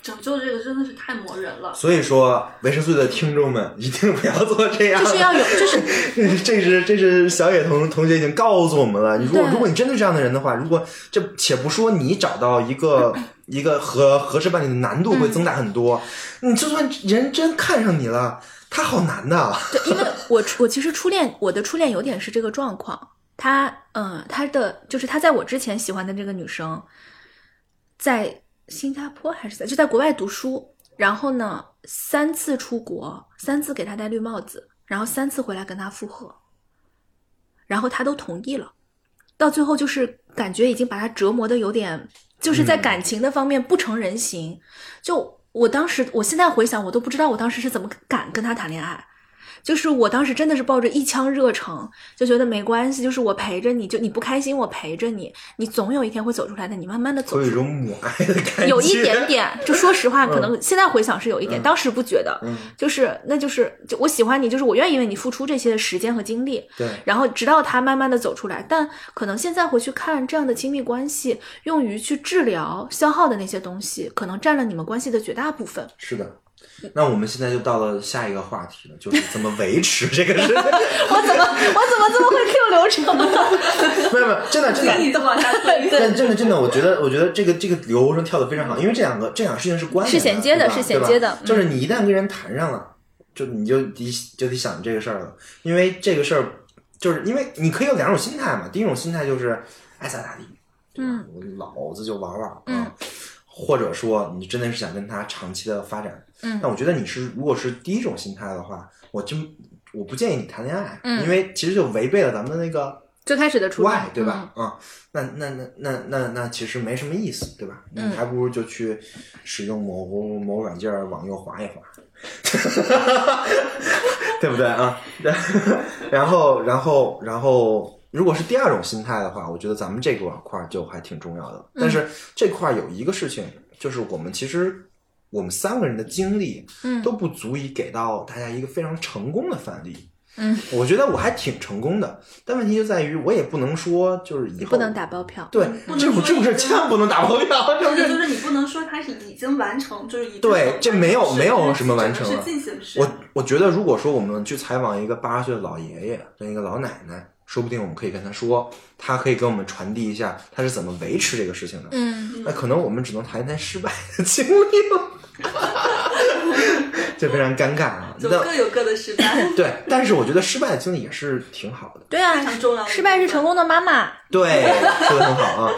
[SPEAKER 4] 拯救这个真的是太磨人了。
[SPEAKER 3] 所以说维生素的听众们一定不要做这样
[SPEAKER 2] 就
[SPEAKER 3] 的。
[SPEAKER 2] 是要有，就是
[SPEAKER 3] 这是这是小野同同学已经告诉我们了。你如果
[SPEAKER 2] 对
[SPEAKER 3] 如果你真的是这样的人的话，如果这且不说你找到一个一个合合适伴侣的难度会
[SPEAKER 2] 嗯
[SPEAKER 3] 增大很多，你就算人真看上你了，他好 难的。
[SPEAKER 2] 对，因为我我其实初恋，我的初恋有点是这个状况，他嗯，他的就是他在我之前喜欢的这个女生，在新加坡还是在就在国外读书，然后呢三次出国，三次给他戴绿帽子，然后三次回来跟他复合，然后他都同意了，到最后就是感觉已经把他折磨的有点，就是在
[SPEAKER 3] 嗯
[SPEAKER 2] 感情的方面不成人形。就我当时，我现在回想，我都不知道我当时是怎么敢跟他谈恋爱。就是我当时真的是抱着一腔热诚，就觉得没关系，就是我陪着你，就你不开心我陪着你，你总有一天会走出来的，你慢慢的走
[SPEAKER 3] 有一
[SPEAKER 2] 出
[SPEAKER 3] 种母爱的感觉，
[SPEAKER 2] 有一点点，就说实话，可能现在回想是有一点，
[SPEAKER 3] 嗯
[SPEAKER 2] 当时不觉得，
[SPEAKER 3] 嗯
[SPEAKER 2] 就是那就是就我喜欢你，就是我愿意为你付出这些时间和精力，
[SPEAKER 3] 对，
[SPEAKER 2] 然后直到他慢慢的走出来，但可能现在回去看这样的亲密关系，用于去治疗消耗的那些东西，可能占了你们关系的绝大部分。
[SPEAKER 3] 是的。那我们现在就到了下一个话题了，就是怎么维持这个事。
[SPEAKER 2] 我怎么我怎么这么会 Q 流 程？
[SPEAKER 3] 没有没有，真的真的，
[SPEAKER 4] 你的往下推，
[SPEAKER 3] 但真的真的，我觉得我觉得这个这个流程跳的非常好，因为这两个这两个事情是关联
[SPEAKER 6] 是衔接的
[SPEAKER 3] 对吧
[SPEAKER 6] 是衔接的嗯
[SPEAKER 3] 对吧就是你一旦跟人谈上了，就你就得就得想这个事儿了，因为这个事儿就是因为你可以有两种心态嘛，第一种心态就是爱咋咋地，嗯，我老子就玩玩啊，
[SPEAKER 6] 嗯
[SPEAKER 3] 或者说你真的是想跟他长期的发展，嗯，那我觉得你是如果是第一种心态的话，我真我不建议你谈恋爱，嗯，因为其实就违背了咱们的那个
[SPEAKER 6] 最开始的初
[SPEAKER 3] why 对吧？啊、那那那那那那其实没什么意思，对吧？你还不如就去使用某某软件儿往右滑一滑， 对不对啊？ 然后然后然后，如果是第二种心态的话，我觉得咱们这个块儿就还挺重要的。但是这块儿有一个事情，就是我们其实。我们三个人的经历，嗯，都不足以给到大家一个非常成功的范例，嗯，我觉得我还挺成功的，但问题就在于我也不能说就是以后
[SPEAKER 2] 不能打包票。
[SPEAKER 3] 对，
[SPEAKER 4] 嗯
[SPEAKER 3] 这不这不是千万不能打包票，
[SPEAKER 4] 就
[SPEAKER 3] 这不
[SPEAKER 4] 是
[SPEAKER 3] 是
[SPEAKER 4] 就是你不能说它是已经完成，就是已经
[SPEAKER 3] 对这没有没有什么完成
[SPEAKER 4] 只
[SPEAKER 3] 了
[SPEAKER 4] 是进行时。
[SPEAKER 3] 我我觉得，如果说我们去采访一个八十岁的老爷爷跟一个老奶奶，说不定我们可以跟他说，他可以给我们传递一下他是怎么维持这个事情的。嗯，那可能我们只能谈一谈失败的经历了， 这非常尴尬啊。
[SPEAKER 4] 就
[SPEAKER 3] 那
[SPEAKER 4] 各有各的失败，
[SPEAKER 3] 对，但是我觉得失败的经历也是挺好的。
[SPEAKER 2] 对啊
[SPEAKER 4] 非，常重要的一部分。
[SPEAKER 2] 失败是成功的妈妈。
[SPEAKER 3] 对，说的很好啊。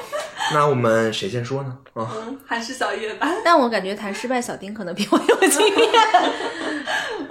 [SPEAKER 3] 那我们谁先说呢？啊，
[SPEAKER 4] 嗯，还是小月吧。
[SPEAKER 2] 但我感觉谈失败，小丁可能比我有经验。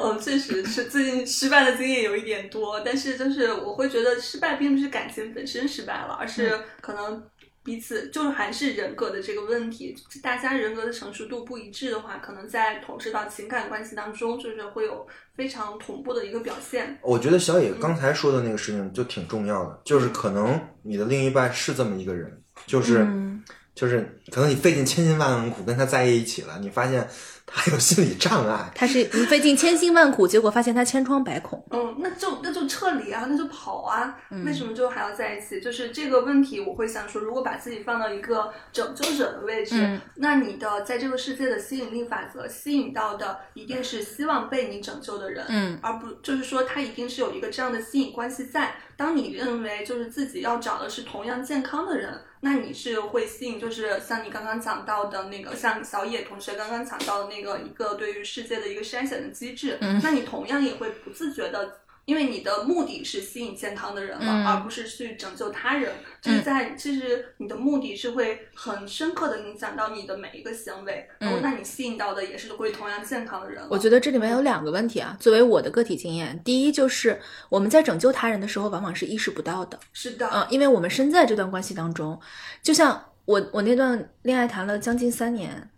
[SPEAKER 4] 嗯，确实是最近失败的经验有一点多，但是就是我会觉得失败并不是感情本身失败了，而是
[SPEAKER 3] 嗯
[SPEAKER 4] 可能彼此就是还是人格的这个问题，大家人格的成熟度不一致的话，可能在投射到情感关系当中，就是会有非常同步的一个表现。
[SPEAKER 3] 我觉得小野刚才说的那个事情就挺重要的，就是可能你的另一半是这么一个人，就是、
[SPEAKER 2] 嗯
[SPEAKER 3] 就是可能你费尽千辛万苦跟他在一起了，你发现他有心理障碍，
[SPEAKER 2] 他是费尽千辛万苦，结果发现他千疮百孔。
[SPEAKER 4] 嗯，那就那就撤离啊，那就跑啊，为什么就还要在一起？就是这个问题，我会想说，如果把自己放到一个拯救者的位置，那你的在这个世界的吸引力法则吸引到的一定是希望被你拯救的人，
[SPEAKER 6] 嗯，
[SPEAKER 4] 而不就是说他一定是有一个这样的吸引关系在。当你认为就是自己要找的是同样健康的人，那你是会吸引，就是像你刚刚讲到的那个，像小野同学刚刚讲到的那个一个对于世界的一个筛选的机制，嗯，那你同样也会不自觉的。因为你的目的是吸引健康的人了，而不是去拯救他人。这是在，这是你的目的是会很深刻的影响到你的每一个行为。然后，那你吸引到的也是会同样健康的人了。
[SPEAKER 2] 我觉得这里面有两个问题啊，作为我的个体经验，第一就是我们在拯救他人的时候，往往是意识不到的，
[SPEAKER 4] 是的，
[SPEAKER 2] 嗯，因为我们身在这段关系当中，就像我我那段恋爱谈了将近三年，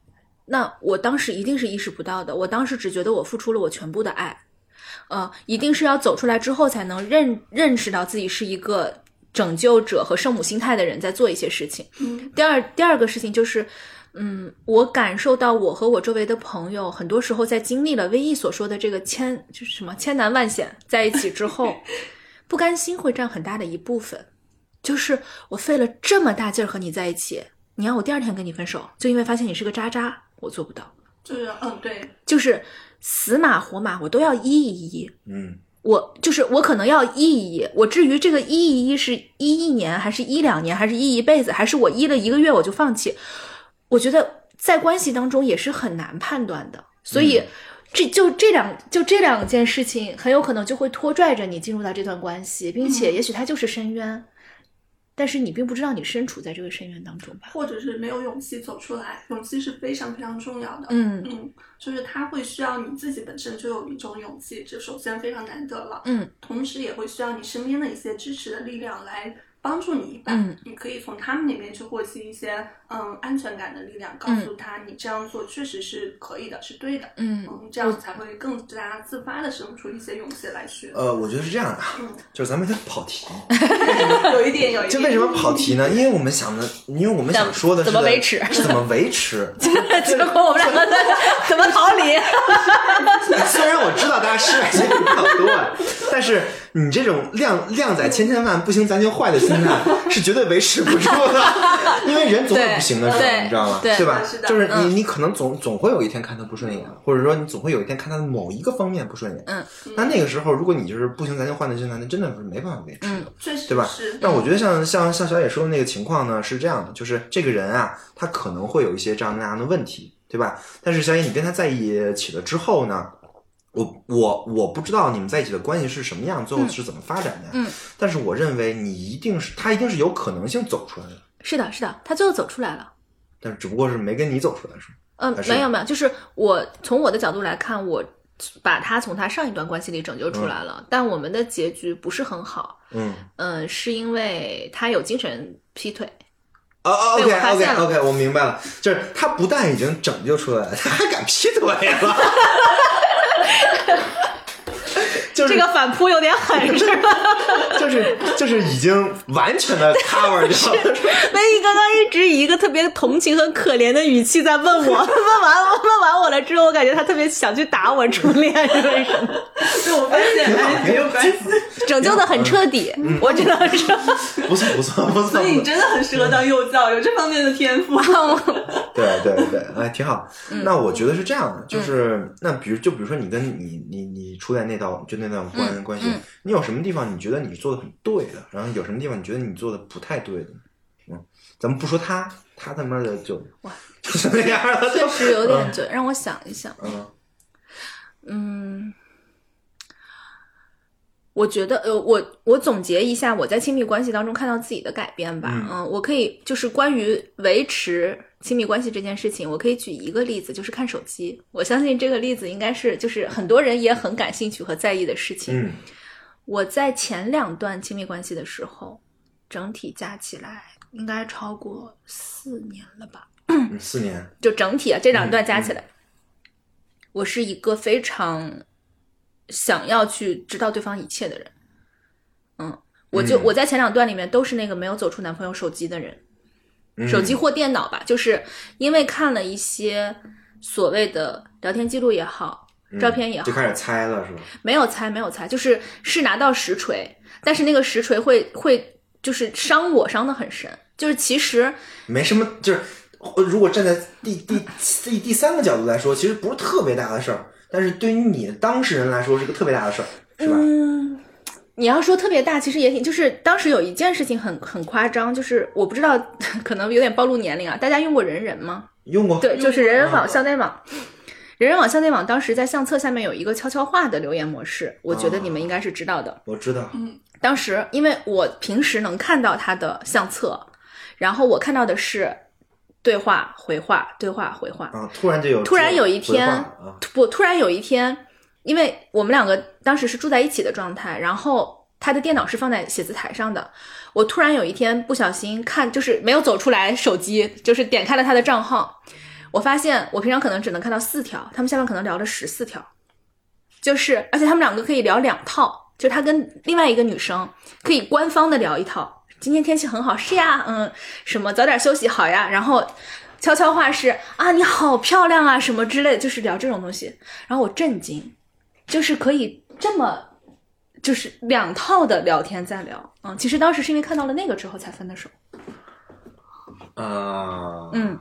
[SPEAKER 2] 那我当时一定是意识不到的，我当时只觉得我付出了我全部的爱，呃，一定是要走出来之后才能认认识到自己是一个拯救者和圣母心态的人在做一些事情。
[SPEAKER 4] 嗯
[SPEAKER 2] 第二第二个事情就是，嗯，我感受到我和我周围的朋友，很多时候在经历了微毅所说的这个千就是什么千难万险在一起之后，不甘心会占很大的一部分。就是我费了这么大劲儿和你在一起，你让我第二天跟你分手，就因为发现你是个渣渣，我做不到。
[SPEAKER 4] 就是嗯，对，
[SPEAKER 2] 就是死马活马，我都要一一一。
[SPEAKER 3] 嗯，
[SPEAKER 2] 我就是我可能要医一医，我至于这个医一医是医一年还是医两年还是医一辈子，还是我医了一个月我就放弃，我觉得在关系当中也是很难判断的，所以。这就这两就这两件事情，很有可能就会拖拽着你进入到这段关系，并且也许它就是深渊，但是你并不知道你身处在这个深渊当中吧？
[SPEAKER 4] 或者是没有勇气走出来，勇气是非常非常重要的。
[SPEAKER 2] 嗯
[SPEAKER 4] 嗯，就是他会需要你自己本身就有一种勇气，这首先非常难得了。
[SPEAKER 2] 嗯，
[SPEAKER 4] 同时也会需要你身边的一些支持的力量来帮助你一把，
[SPEAKER 3] 嗯
[SPEAKER 4] 你可以从他们那边去获取一些嗯安全感的力量，
[SPEAKER 3] 嗯
[SPEAKER 4] 告诉他你这样做确实是可以的，是对的，
[SPEAKER 2] 嗯
[SPEAKER 4] 嗯，这样才会更加自发的生出一些勇气来学。
[SPEAKER 3] 呃，我觉得是这样的啊，
[SPEAKER 2] 嗯
[SPEAKER 3] 就是咱们先跑题。
[SPEAKER 4] 有一点，有一点，
[SPEAKER 3] 呃这为什么跑题呢？因为我们想的，因为我们想说的是
[SPEAKER 2] 怎么维持
[SPEAKER 3] 在怎么维持。
[SPEAKER 2] 结果我们两 个在怎么逃离？
[SPEAKER 3] 虽然我知道大家失败经历比较多，啊但是你这种靓靓仔千千万不行咱就坏的心态是绝对维持不住的， 因为人总有不行的时候，
[SPEAKER 2] 对
[SPEAKER 3] 你知道吗？
[SPEAKER 2] 对嗯
[SPEAKER 3] 吧
[SPEAKER 4] 是？的
[SPEAKER 3] 就是你你可能总总会有一天看他不顺眼，或者说你总会有一天看他的某一个方面不顺眼。
[SPEAKER 2] 嗯，
[SPEAKER 3] 那那个时候如果你就是不行咱就换的心态，那真的是没办法维持
[SPEAKER 2] 嗯
[SPEAKER 3] 的。
[SPEAKER 4] 确实
[SPEAKER 3] 对吧呃
[SPEAKER 4] 是？
[SPEAKER 3] 但我觉得像像像小野说的那个情况呢，是这样的，就是这个人啊，他可能会有一些这样那样的问题，对吧？但是小野，你跟他在一起了之后呢，我我我不知道你们在一起的关系是什么样，最后是怎么发展的。
[SPEAKER 2] 嗯，
[SPEAKER 3] 但是我认为你一定是他一定是有可能性走出来的，
[SPEAKER 8] 是的，是的，他最后走出来了。
[SPEAKER 3] 但是只不过是没跟你走出来是吗？
[SPEAKER 8] 嗯
[SPEAKER 3] 还，是
[SPEAKER 8] 没有没有，就是我从我的角度来看，我把他从他上一段关系里拯救出来了，但我们的结局不是很好。
[SPEAKER 3] 嗯，
[SPEAKER 8] 嗯，是因为他有精神劈腿，
[SPEAKER 3] 哦哦
[SPEAKER 8] 被
[SPEAKER 3] ，OK
[SPEAKER 8] 我发
[SPEAKER 3] OK
[SPEAKER 8] 现了
[SPEAKER 3] OK，我明白了，就是他不但已经拯救出来了，他还敢劈腿了。 就是
[SPEAKER 8] 这个反扑有点狠，是吧？
[SPEAKER 3] 就是就是已经完全的 cover 掉了。
[SPEAKER 8] 梅姨刚刚一直以一个特别同情和可怜的语气在问我，问 完问完我了之后，我感觉他特别想去打我初恋，是为什 么？
[SPEAKER 4] 对，我发现
[SPEAKER 2] 哎
[SPEAKER 4] 还是没有关系，
[SPEAKER 8] 拯救的很彻底，我只能说，
[SPEAKER 3] 不错不错不错
[SPEAKER 4] 所，以你真的很适合当幼教，有这方面的天 赋。
[SPEAKER 3] 对对对，哎，挺好。
[SPEAKER 2] 嗯
[SPEAKER 3] 那我觉得是这样的，就是那比如就比如说你跟你你你初恋那道就那段关
[SPEAKER 2] 嗯
[SPEAKER 3] 关系，你有什么地方你觉得你做的很对的，然后有什么地方你觉得你做的不太对的？嗯，咱们不说他，他他妈的就
[SPEAKER 2] 哇
[SPEAKER 3] 就是那样了，
[SPEAKER 2] 确实有点
[SPEAKER 3] 嗯
[SPEAKER 2] 对，让我想一想。
[SPEAKER 3] 嗯
[SPEAKER 2] 嗯，我觉得，呃，我我总结一下我在亲密关系当中看到自己的改变吧。
[SPEAKER 3] 嗯
[SPEAKER 2] 嗯、我可以就是关于维持亲密关系这件事情，我可以举一个例子，就是看手机。我相信这个例子应该是就是很多人也很感兴趣和在意的事情。
[SPEAKER 3] 嗯
[SPEAKER 2] 我在前两段亲密关系的时候，整体加起来应该超过四年了吧。
[SPEAKER 3] 嗯，四年，
[SPEAKER 2] 就整体啊，这
[SPEAKER 3] 嗯
[SPEAKER 2] 两段加起来，我是一个非常想要去知道对方一切的人。嗯，我就、
[SPEAKER 3] 嗯
[SPEAKER 2] 我在前两段里面都是那个没有走出男朋友手机的人，
[SPEAKER 3] 嗯
[SPEAKER 2] 手机或电脑吧，就是因为看了一些所谓的聊天记录也好，照片也
[SPEAKER 3] 嗯
[SPEAKER 2] 好，
[SPEAKER 3] 就开始猜了是吧？
[SPEAKER 2] 没有猜，没有猜，就是是拿到实锤，但是那个实锤会会就是伤我伤的很深，就是其实
[SPEAKER 3] 没什么，就是呃如果站在第第第第三个角度来说，其实不是特别大的事儿，但是对于你的当事人来说是个特别大的事儿，是吧？
[SPEAKER 2] 嗯，你要说特别大，其实也挺，就是当时有一件事情很很夸张，就是我不知道， 可能有点暴露年龄啊。大家用过人人吗？
[SPEAKER 3] 用过
[SPEAKER 2] 对，就是人人网、
[SPEAKER 3] 嗯
[SPEAKER 2] 校内网。人人网、校内网当时在相册下面有一个悄悄话的留言模式，我觉得你们应该是知道的。
[SPEAKER 3] 我知道，
[SPEAKER 4] 嗯
[SPEAKER 2] 当时因为我平时能看到他的相册，然后我看到的是对话、回话、对话、回话。
[SPEAKER 3] 啊，突然就有
[SPEAKER 2] 突然有一天
[SPEAKER 3] 回话了啊，
[SPEAKER 2] 突不，突然有一天，因为我们两个当时是住在一起的状态，然后他的电脑是放在写字台上的。我突然有一天不小心看，就是没有走出来，手机就是点开了他的账号，我发现我平常可能只能看到四条，他们下面可能聊了十四条，就是而且他们两个可以聊两套，就是他跟另外一个女生可以官方的聊一套。今天天气很好，是呀，嗯，什么早点休息好呀，然后悄悄话是啊，你好漂亮啊，什么之类的，就是聊这种东西。然后我震惊，就是可以这么，就是两套的聊天在聊。嗯，其实当时是因为看到了那个之后才分的手。
[SPEAKER 3] 啊，
[SPEAKER 2] 嗯，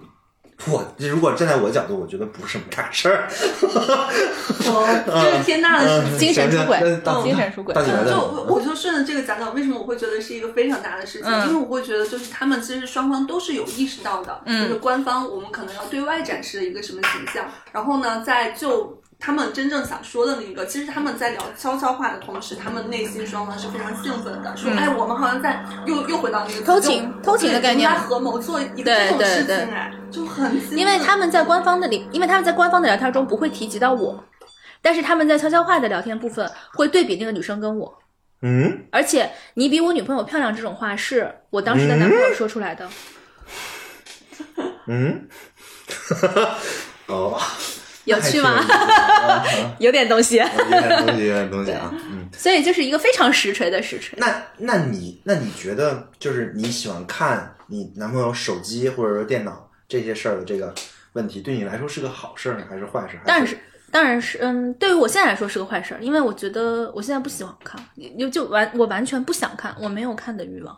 [SPEAKER 3] 我如果站在我的角度，我觉得不是什么大 事儿，
[SPEAKER 4] 哦，这是天大的事情。
[SPEAKER 2] 啊精神出轨嗯
[SPEAKER 3] 嗯行行那
[SPEAKER 2] 精神出轨
[SPEAKER 3] 到你来
[SPEAKER 4] 就
[SPEAKER 3] 到
[SPEAKER 4] 我
[SPEAKER 3] 你来
[SPEAKER 4] 我就顺着这个讲讲，为什么我会觉得是一个非常大的事情？
[SPEAKER 2] 嗯
[SPEAKER 4] 因为我会觉得，就是他们其实双方都是有意识到的，
[SPEAKER 2] 嗯
[SPEAKER 4] 就是官方我们可能要对外展示一个什么形象，然后呢，在就。他们真正想说的那个，其实他们在聊悄悄话的同时，他们内心双方是非常兴奋的，说：“哎，我们好像在又又回到那个
[SPEAKER 2] 嗯偷情
[SPEAKER 4] 就
[SPEAKER 2] 偷情的
[SPEAKER 4] 对
[SPEAKER 2] 概念
[SPEAKER 4] 我们在合谋做一个
[SPEAKER 2] 对
[SPEAKER 4] 这种事
[SPEAKER 2] 对
[SPEAKER 4] 情，哎，就很兴奋
[SPEAKER 2] 因为他们在官方的里，因为他们在官方的聊天中不会提及到我，但是他们在悄悄话的聊天部分会对比那个女生跟我。
[SPEAKER 3] 嗯，
[SPEAKER 2] 而且你比我女朋友漂亮这种话是我当时的男朋友说出来的。
[SPEAKER 3] 嗯，哦，
[SPEAKER 2] 有趣吗
[SPEAKER 3] 还挺有意思的？啊
[SPEAKER 2] 有点东西，
[SPEAKER 3] 有点东西，有点东西啊，嗯。
[SPEAKER 2] 所以就是一个非常实锤的实锤。
[SPEAKER 3] 那那你那你觉得就是你喜欢看你男朋友手机或者说电脑这些事儿的这个问题，对你来说是个好事儿呢，还是坏事？还
[SPEAKER 2] 但是当然是，嗯，对于我现在来说是个坏事儿，因为我觉得我现在不喜欢看，就就完我完全不想看，我没有看的欲望，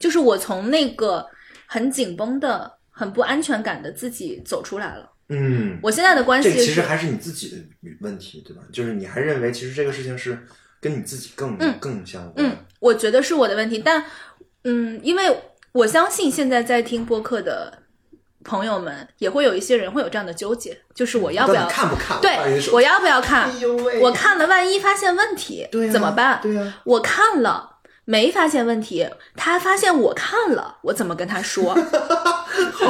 [SPEAKER 2] 就是我从那个很紧绷的、很不安全感的自己走出来了。
[SPEAKER 3] 嗯，
[SPEAKER 2] 我现在的关系
[SPEAKER 3] 这其
[SPEAKER 2] 是
[SPEAKER 3] 实还是你自己的问题，对吧？就是你还认为其实这个事情是跟你自己更、
[SPEAKER 2] 嗯
[SPEAKER 3] 更相关。
[SPEAKER 2] 嗯，我觉得是我的问题，但嗯，因为我相信现在在听播客的朋友们，也会有一些人会有这样的纠结，就是我要不
[SPEAKER 3] 到底
[SPEAKER 2] 要？
[SPEAKER 3] 看不啊看？看你的
[SPEAKER 2] 对，
[SPEAKER 3] 手
[SPEAKER 2] 我要不要看？
[SPEAKER 3] 哎呦喂
[SPEAKER 2] 我看了，万一发现问题，
[SPEAKER 3] 对啊
[SPEAKER 2] 怎么办？
[SPEAKER 3] 对呀、
[SPEAKER 2] 我看了没发现问题，他发现我看了，我怎么跟他 说？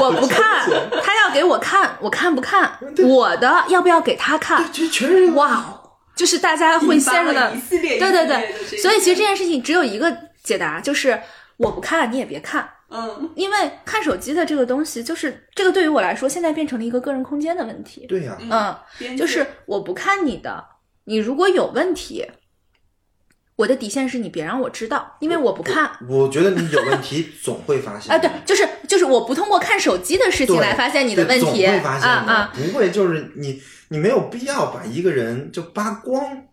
[SPEAKER 2] 我不看，他要给我看，我看不看？我的要不要给他看？
[SPEAKER 3] 这全是
[SPEAKER 2] 哇哦，就是大家会陷入了
[SPEAKER 4] 一系列，
[SPEAKER 2] 对对
[SPEAKER 4] 一系列的这
[SPEAKER 2] 对，
[SPEAKER 4] 个
[SPEAKER 2] 所以其实这件事情只有一个解答，就是我不看你也别看，
[SPEAKER 4] 嗯，
[SPEAKER 2] 因为看手机的这个东西，就是这个对于我来说，现在变成了一个个人空间的问题。
[SPEAKER 3] 对呀、
[SPEAKER 2] 嗯，
[SPEAKER 4] 边界
[SPEAKER 2] 就是我不看你的，你如果有问题，我的底线是你别让我知道，因为我不看。
[SPEAKER 3] 我觉得你有问题总会发现。
[SPEAKER 2] 啊，对，就是就是我不通过看手机的事
[SPEAKER 3] 对
[SPEAKER 2] 情来发现你的
[SPEAKER 3] 对
[SPEAKER 2] 问题
[SPEAKER 3] 总会发
[SPEAKER 2] 啊
[SPEAKER 3] 现的
[SPEAKER 2] 啊，
[SPEAKER 3] 不会就是你你没有必要把一个人就扒光。
[SPEAKER 2] 嗯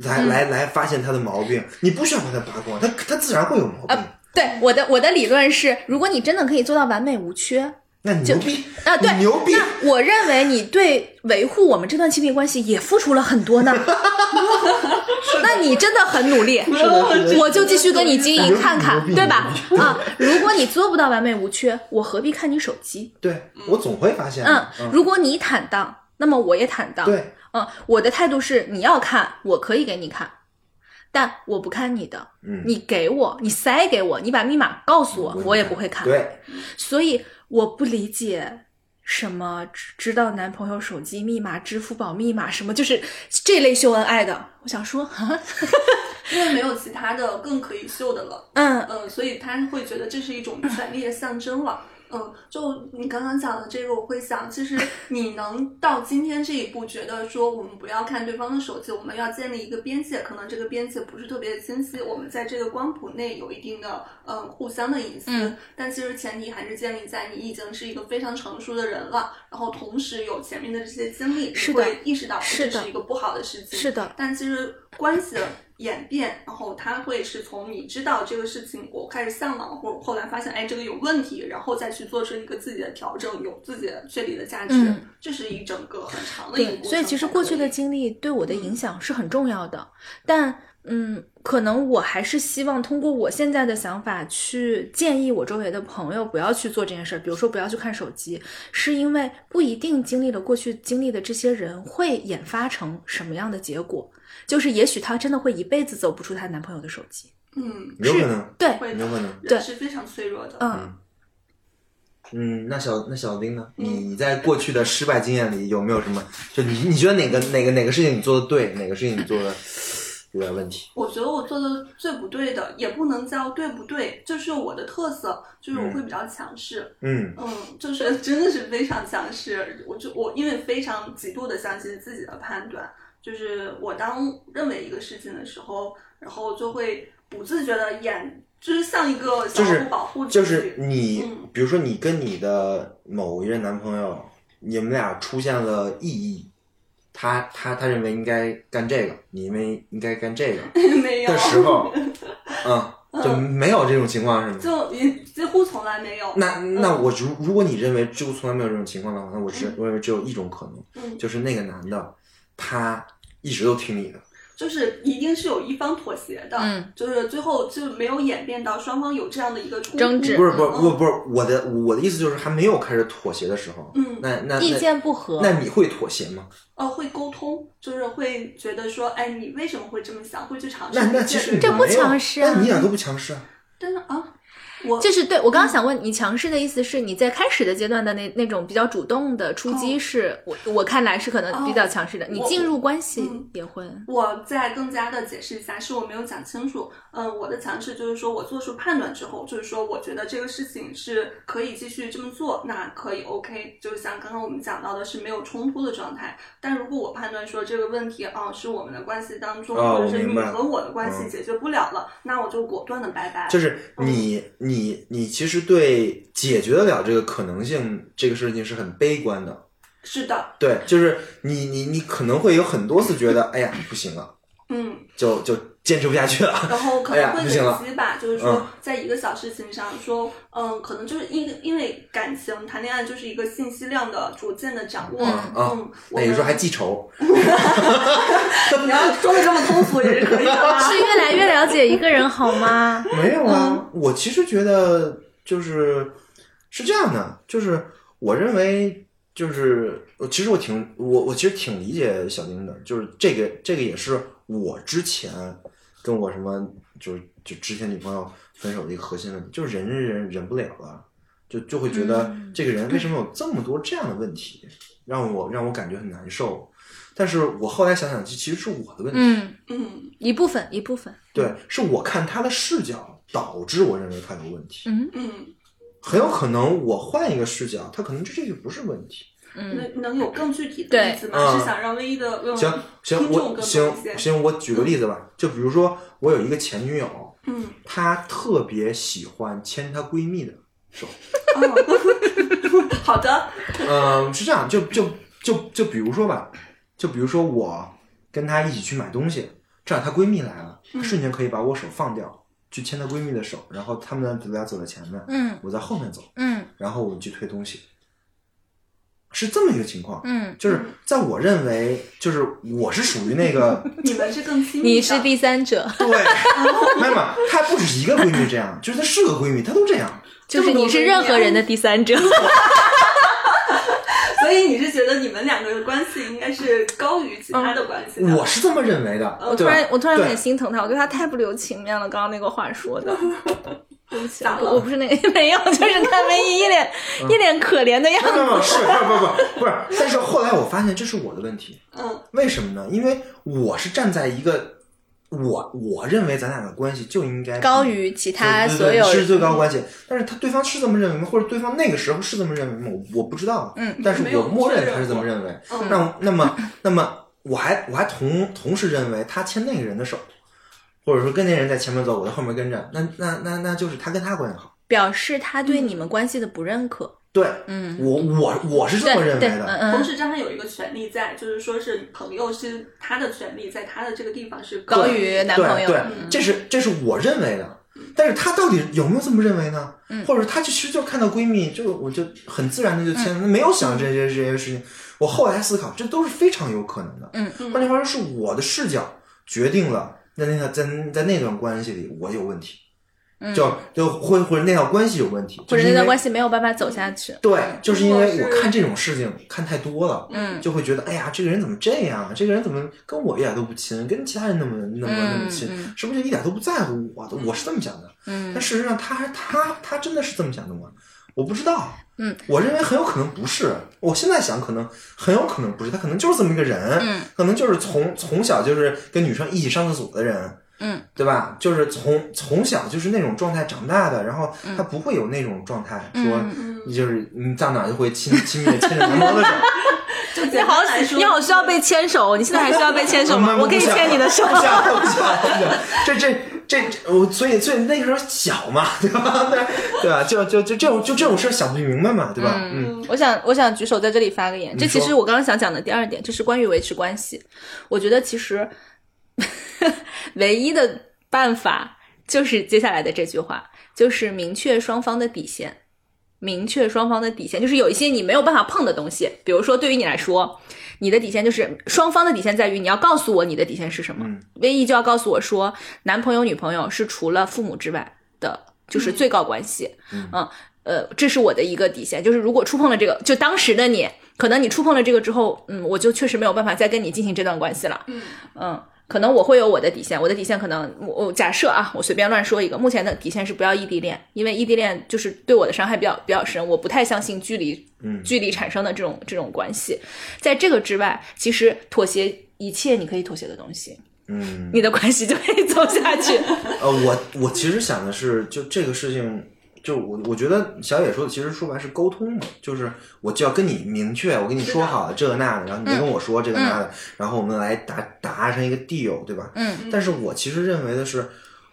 [SPEAKER 3] 来来来，发现他的毛病，你不需要把他扒光，他他自然会有毛病。
[SPEAKER 2] 呃对，我的我的理论是，如果你真的可以做到完美无缺，
[SPEAKER 3] 那你牛逼
[SPEAKER 2] 啊，对，
[SPEAKER 3] 你牛逼！
[SPEAKER 2] 那我认为你对维护我们这段亲密关系也付出了很多 呢。那你真的很努力，我就继续跟你经营看看
[SPEAKER 3] 牛逼，
[SPEAKER 2] 对吧
[SPEAKER 3] 牛？
[SPEAKER 2] 啊，如果你做不到完美无缺，我何必看你手 机？
[SPEAKER 3] 对我总会发现
[SPEAKER 2] 嗯
[SPEAKER 3] 的。，
[SPEAKER 2] 如果你坦荡，那么我也坦荡。
[SPEAKER 3] 对，
[SPEAKER 2] 嗯，我的态度是你要看，我可以给你看，但我不看你的，
[SPEAKER 3] 嗯
[SPEAKER 2] 你给我，你塞给我，你把密码告诉我，我也不会看。
[SPEAKER 3] 对，
[SPEAKER 2] 所以我不理解什么知知道男朋友手机密码、支付宝密码什么，就是这类秀恩爱的。我想说，啊
[SPEAKER 4] 因为没有其他的更可以秀的了。
[SPEAKER 2] 嗯，
[SPEAKER 4] 嗯，所以他会觉得这是一种权力的象征了。嗯，就你刚刚讲的这个，我会想，其实你能到今天这一步，觉得说我们不要看对方的手机，我们要建立一个边界，可能这个边界不是特别的清晰，我们在这个光谱内有一定的呃互相的隐私，
[SPEAKER 2] 嗯
[SPEAKER 4] 但其实前提还是建立在你已经是一个非常成熟的人了，然后同时有前面的这些经历，
[SPEAKER 2] 是
[SPEAKER 4] 你
[SPEAKER 2] 的
[SPEAKER 4] 会意识到这
[SPEAKER 2] 是的
[SPEAKER 4] 是一个不好的事情，
[SPEAKER 2] 是的，
[SPEAKER 4] 但其实关系的演变，然后它会是从你知道这个事情，我开始向往，或者后来发现，哎，这个有问题，然后再去做出一个自己的调整，有自己的确立的价值，
[SPEAKER 2] 嗯
[SPEAKER 4] 这是一整个很长的一个
[SPEAKER 2] 对
[SPEAKER 4] 过。程。
[SPEAKER 2] 所以其实过去的，经历对我的影响是很重要的，但嗯，可能我还是希望通过我现在的想法去建议我周围的朋友不要去做这件事儿，比如说不要去看手机，是因为不一定经历了过去经历的这些人会演发成什么样的结果，就是也许她真的会一辈子走不出她男朋友的手机。
[SPEAKER 4] 嗯，
[SPEAKER 3] 有可能，
[SPEAKER 2] 对，
[SPEAKER 4] 会
[SPEAKER 3] 有可能。
[SPEAKER 2] 对
[SPEAKER 4] 人是非常脆弱的。
[SPEAKER 2] 嗯，
[SPEAKER 3] 嗯，那小那小丁呢？你
[SPEAKER 4] 嗯
[SPEAKER 3] 你在过去的失败经验里有没有什么？就你你觉得哪个哪个哪个事情你做的对，哪个事情你做的有点问题？
[SPEAKER 4] 我觉得我做的最不对的，也不能叫对不对，就是我的特色，就是我会比较强势。
[SPEAKER 3] 嗯
[SPEAKER 4] 嗯，就是真的是非常强势。我就我因为非常极度的相信自己的判断，就是我当认为一个事情的时候，然后就会不自觉的演，就是像一个
[SPEAKER 3] 就
[SPEAKER 4] 小
[SPEAKER 3] 是
[SPEAKER 4] 动物保护自己。
[SPEAKER 3] 就是你
[SPEAKER 4] 嗯，
[SPEAKER 3] 比如说你跟你的某一任男朋友，你们俩出现了异议，他他他认为应该干这个，你们应该干这个
[SPEAKER 4] 没有
[SPEAKER 3] 的时候，嗯，就没有这种情况是吗？
[SPEAKER 4] 就也几乎从来没有。
[SPEAKER 3] 那那我如如果你认为就从来没有这种情况的话，那我只我认为只有一种可能，
[SPEAKER 4] 嗯，
[SPEAKER 3] 就是那个男的他一直都听你的，
[SPEAKER 4] 就是一定是有一方妥协的，
[SPEAKER 2] 嗯，
[SPEAKER 4] 就是最后就没有演变到双方有这样的一个冲突
[SPEAKER 2] 争执
[SPEAKER 3] 不是不是
[SPEAKER 4] 嗯
[SPEAKER 3] 不是不是我的我的意思就是还没有开始妥协的时候，
[SPEAKER 4] 嗯
[SPEAKER 3] 那那
[SPEAKER 2] 意
[SPEAKER 3] 那
[SPEAKER 2] 见不合，
[SPEAKER 3] 那你会妥协吗？
[SPEAKER 4] 呃，会沟通，就是会觉得说，哎，你为什么会这么想？会去尝试
[SPEAKER 3] 那
[SPEAKER 4] 理解。
[SPEAKER 3] 那其实你
[SPEAKER 2] 这
[SPEAKER 3] 没
[SPEAKER 2] 不
[SPEAKER 3] 有
[SPEAKER 2] 强势啊
[SPEAKER 3] 那你俩都不强势啊，
[SPEAKER 4] 但是啊，我
[SPEAKER 2] 就是对我刚刚想问你，强势的意思是你在开始的阶段的那那种比较主动的出击是，我我看来是可能比较强势的。你
[SPEAKER 4] 我
[SPEAKER 2] 进入关系
[SPEAKER 4] 嗯
[SPEAKER 2] 也会，
[SPEAKER 4] 我再更加的解释一下，是我没有讲清楚。嗯，我的强势就是说我做出判断之后，就是说我觉得这个事情是可以继续这么做，那可以 OK。就是像刚刚我们讲到的是没有冲突的状态。但如果我判断说这个问题啊是我们的关系当中，
[SPEAKER 3] 哦
[SPEAKER 4] 或者是
[SPEAKER 3] 我明
[SPEAKER 4] 你
[SPEAKER 3] 白
[SPEAKER 4] 和我的关系
[SPEAKER 3] 嗯
[SPEAKER 4] 解决不了了，那我就果断的拜
[SPEAKER 2] 啊
[SPEAKER 4] 拜。
[SPEAKER 3] 就是
[SPEAKER 2] 嗯
[SPEAKER 3] 你你你其实对解决得了这个可能性这个事情是很悲观的。
[SPEAKER 4] 是的，
[SPEAKER 3] 对，就是你你你可能会有很多次觉得，哎呀不行了，
[SPEAKER 4] 嗯，
[SPEAKER 3] 就就坚持不下去了。
[SPEAKER 4] 然后可
[SPEAKER 3] 哎呀
[SPEAKER 4] 能会
[SPEAKER 3] 不
[SPEAKER 4] 累
[SPEAKER 3] 行了
[SPEAKER 4] 积吧，就是
[SPEAKER 3] 嗯
[SPEAKER 4] 说在一个小事情上说，嗯，可能就是因因为感情谈恋爱就是一个信息量的逐渐的掌握，
[SPEAKER 3] 嗯
[SPEAKER 4] 嗯，我
[SPEAKER 3] 那有时候还
[SPEAKER 4] 们
[SPEAKER 3] 记仇，
[SPEAKER 4] 你要说的这么通俗也是可以的 啊。
[SPEAKER 2] 是越来越了解一个人好 吗？
[SPEAKER 3] 没有啊，我其实觉得就是是这样的，就是我认为就是我其实我挺我我其实挺理解小丁的，就是这个这个也是我之前跟我什么就是就之前女朋友分手的一个核心问题，就是忍忍忍忍不了了，就就会觉得这个人为什么有这么多这样的问题，让我让我感觉很难受。但是我后来想想，其其实是我的问题，
[SPEAKER 2] 嗯，
[SPEAKER 4] 嗯，
[SPEAKER 2] 一部分一部分，
[SPEAKER 3] 对，是我看他的视角导致我认为他有问题。
[SPEAKER 4] 嗯，
[SPEAKER 3] 很有可能我换一个视角，他可能这这就不是问题。
[SPEAKER 2] 嗯
[SPEAKER 4] 能能有更具体的例子吗？
[SPEAKER 3] 对
[SPEAKER 4] 是想让唯一的问
[SPEAKER 3] 嗯行
[SPEAKER 4] 嗯听
[SPEAKER 3] 行，
[SPEAKER 4] 众
[SPEAKER 3] 我
[SPEAKER 4] 更
[SPEAKER 3] 行
[SPEAKER 4] 懂一些
[SPEAKER 3] 行，我举个例子吧，就比如说我有一个前女友，
[SPEAKER 4] 嗯，
[SPEAKER 3] 她特别喜欢牵她闺蜜的手，
[SPEAKER 4] 哦 好的，
[SPEAKER 3] 嗯，是这样，就就就就比如说吧，就比如说我跟她一起去买东西，正好她闺蜜来了，
[SPEAKER 4] 嗯
[SPEAKER 3] 她瞬间可以把我手放掉，去牵她闺蜜的手，然后她们俩走在前面，
[SPEAKER 2] 嗯
[SPEAKER 3] 我在后面走，
[SPEAKER 2] 嗯
[SPEAKER 3] 然后我们去推东西，是这么一个情况，
[SPEAKER 2] 嗯，
[SPEAKER 3] 就是在我认为，就是我是属于 那个
[SPEAKER 4] 你们是更亲密的，
[SPEAKER 2] 你是第三者，
[SPEAKER 3] 对，没有，没有她不止一个闺蜜这样，就是她是个闺蜜，她都这样。
[SPEAKER 2] 就是你是任何人的第三者。
[SPEAKER 4] 所以你是觉得你们两个的关系应该是高于其他的关系的。
[SPEAKER 3] 我是这么认为 的。
[SPEAKER 2] 我嗯
[SPEAKER 3] 对
[SPEAKER 2] 哦突
[SPEAKER 3] 吧
[SPEAKER 2] 然，我突然有点
[SPEAKER 3] 对
[SPEAKER 2] 心疼他，我对他太不留情面了。刚刚那个话说 的，对不起，
[SPEAKER 4] 咋了
[SPEAKER 2] 我我不是那 个没有，就是看唯一一脸一脸可怜的样
[SPEAKER 3] 没有
[SPEAKER 2] 子。
[SPEAKER 3] 没有没有，是不不不不是，但是后来我发现这是我的问题，
[SPEAKER 4] 嗯
[SPEAKER 3] 为什么呢？因为我是站在一个我我认为咱俩的关系就应该
[SPEAKER 2] 高于其
[SPEAKER 3] 对
[SPEAKER 2] 他
[SPEAKER 3] 对对
[SPEAKER 2] 所有嗯
[SPEAKER 3] 是最
[SPEAKER 2] 人，
[SPEAKER 3] 高关系，但是他对方是这么认为吗？或者对方那个时候是这么认为吗？我我不知道，
[SPEAKER 2] 嗯，
[SPEAKER 3] 但是
[SPEAKER 4] 没
[SPEAKER 3] 我
[SPEAKER 4] 有
[SPEAKER 3] 默认
[SPEAKER 4] 确认
[SPEAKER 3] 他是这么
[SPEAKER 4] 过
[SPEAKER 3] 认为。
[SPEAKER 4] 嗯，
[SPEAKER 3] 那那么那么我还我还同同时认为他牵那个人的手，或者说跟那人在前面走，我在后面跟着，那那那那就是他跟他关系好。
[SPEAKER 2] 表示他对你们关系的不认可。
[SPEAKER 3] 对，
[SPEAKER 2] 嗯，
[SPEAKER 3] 我我我是这么
[SPEAKER 2] 对
[SPEAKER 3] 认为
[SPEAKER 2] 对，
[SPEAKER 3] 的。
[SPEAKER 2] 嗯
[SPEAKER 4] 同
[SPEAKER 2] 嗯，
[SPEAKER 4] 时，张翰有一个权利在，就是说是朋友是他的权利，在他的这个地方是
[SPEAKER 2] 高
[SPEAKER 4] 于
[SPEAKER 2] 于男朋
[SPEAKER 3] 对
[SPEAKER 2] 友。
[SPEAKER 3] 对
[SPEAKER 2] 嗯，
[SPEAKER 3] 这是这是我认为的。但是他到底有没有这么认为呢？
[SPEAKER 2] 嗯
[SPEAKER 3] 或者他其实就看到闺蜜，就我就很自然的就
[SPEAKER 2] 嗯
[SPEAKER 3] 牵，没有想这些这些事情。我后来思考，这都是非常有可能的。
[SPEAKER 2] 嗯
[SPEAKER 4] 嗯
[SPEAKER 3] 换句话说，是我的视角决定了在那条在在那段关系里我有问题。
[SPEAKER 2] 嗯
[SPEAKER 3] 就就会或者那条关系有问题，
[SPEAKER 2] 或者那段关
[SPEAKER 3] 系
[SPEAKER 2] 系没嗯有办法走下去。
[SPEAKER 3] 对，就是因为
[SPEAKER 4] 如
[SPEAKER 3] 我
[SPEAKER 4] 果是
[SPEAKER 3] 看这种事情看太多了，
[SPEAKER 2] 嗯
[SPEAKER 3] 就会觉得哎呀，这个人怎么这样啊？这个人怎么跟我一点都不亲，跟其他人那么那么那么
[SPEAKER 2] 嗯
[SPEAKER 3] 亲
[SPEAKER 2] 嗯，
[SPEAKER 3] 是不是就一点都不在乎我的？我是这么想的，
[SPEAKER 2] 嗯
[SPEAKER 3] 但事实上他他他真的是这么想的吗？我不知道，
[SPEAKER 2] 嗯，
[SPEAKER 3] 我认为很有可能不是。我现在想，可能很有可能不是，他可能就是这么一个人，
[SPEAKER 2] 嗯
[SPEAKER 3] 可能就是从从小就是跟女生一起上厕所的人，
[SPEAKER 2] 嗯，
[SPEAKER 3] 对吧？就是从从小就是那种状态长大的，然后
[SPEAKER 2] 嗯
[SPEAKER 3] 他不会有那种状态、说。你就是你到哪就会亲亲密的牵着男朋友的手，
[SPEAKER 4] 就
[SPEAKER 2] 你
[SPEAKER 4] 简
[SPEAKER 2] 好
[SPEAKER 4] 单来，说，
[SPEAKER 2] 你好需要被牵手，你现在还需要被牵手吗？我可以牵你的手。
[SPEAKER 3] 哦不想不想不想，这这这这我所以所以那个时候小嘛，对吧？对吧？就就就这种就这种事儿想不明白嘛，对吧？嗯
[SPEAKER 2] 我想，我想举手在这里发个言。这
[SPEAKER 3] 说
[SPEAKER 2] 其实我刚刚想讲的第二点，就是关于维持关系。我觉得其实 唯一的办法就是接下来的这句话，就是明确双方的底线。明确双方的底线，就是有一些你没有办法碰的东西，比如说对于你来说，你的底线就是双方的底线在于你要告诉我你的底线是什么
[SPEAKER 3] 嗯。
[SPEAKER 2] 唯一就要告诉我说，男朋友女朋友是除了父母之外的，就是最高关系。呃，这是我的一个底线，就是如果触碰了这个，就当时的你，可能你触碰了这个之后，嗯，我就确实没有办法再跟你进行这段关系了，
[SPEAKER 4] 嗯
[SPEAKER 2] 嗯，可能我会有我的底线，我的底线可能我我假设啊，我随便乱说一个，目前的底线是不要异地恋，因为异地恋就是对我的伤害比较比较深，我不太相信距离
[SPEAKER 3] 嗯
[SPEAKER 2] 距离产生的这种这种关系。在这个之外，其实妥协一切你可以妥协的东西，
[SPEAKER 3] 嗯，
[SPEAKER 2] 你的关系就可以走下 去。
[SPEAKER 3] 呃，我我其实想的是，就这个事情，就我我觉得小野说的，其实说白是沟通嘛，就是我就要跟你明确，我跟你说好了这个那的，然后你就跟我说这个那的，然后我们来达达成一个 deal，对吧？
[SPEAKER 2] 嗯。
[SPEAKER 3] 但是我其实认为的是，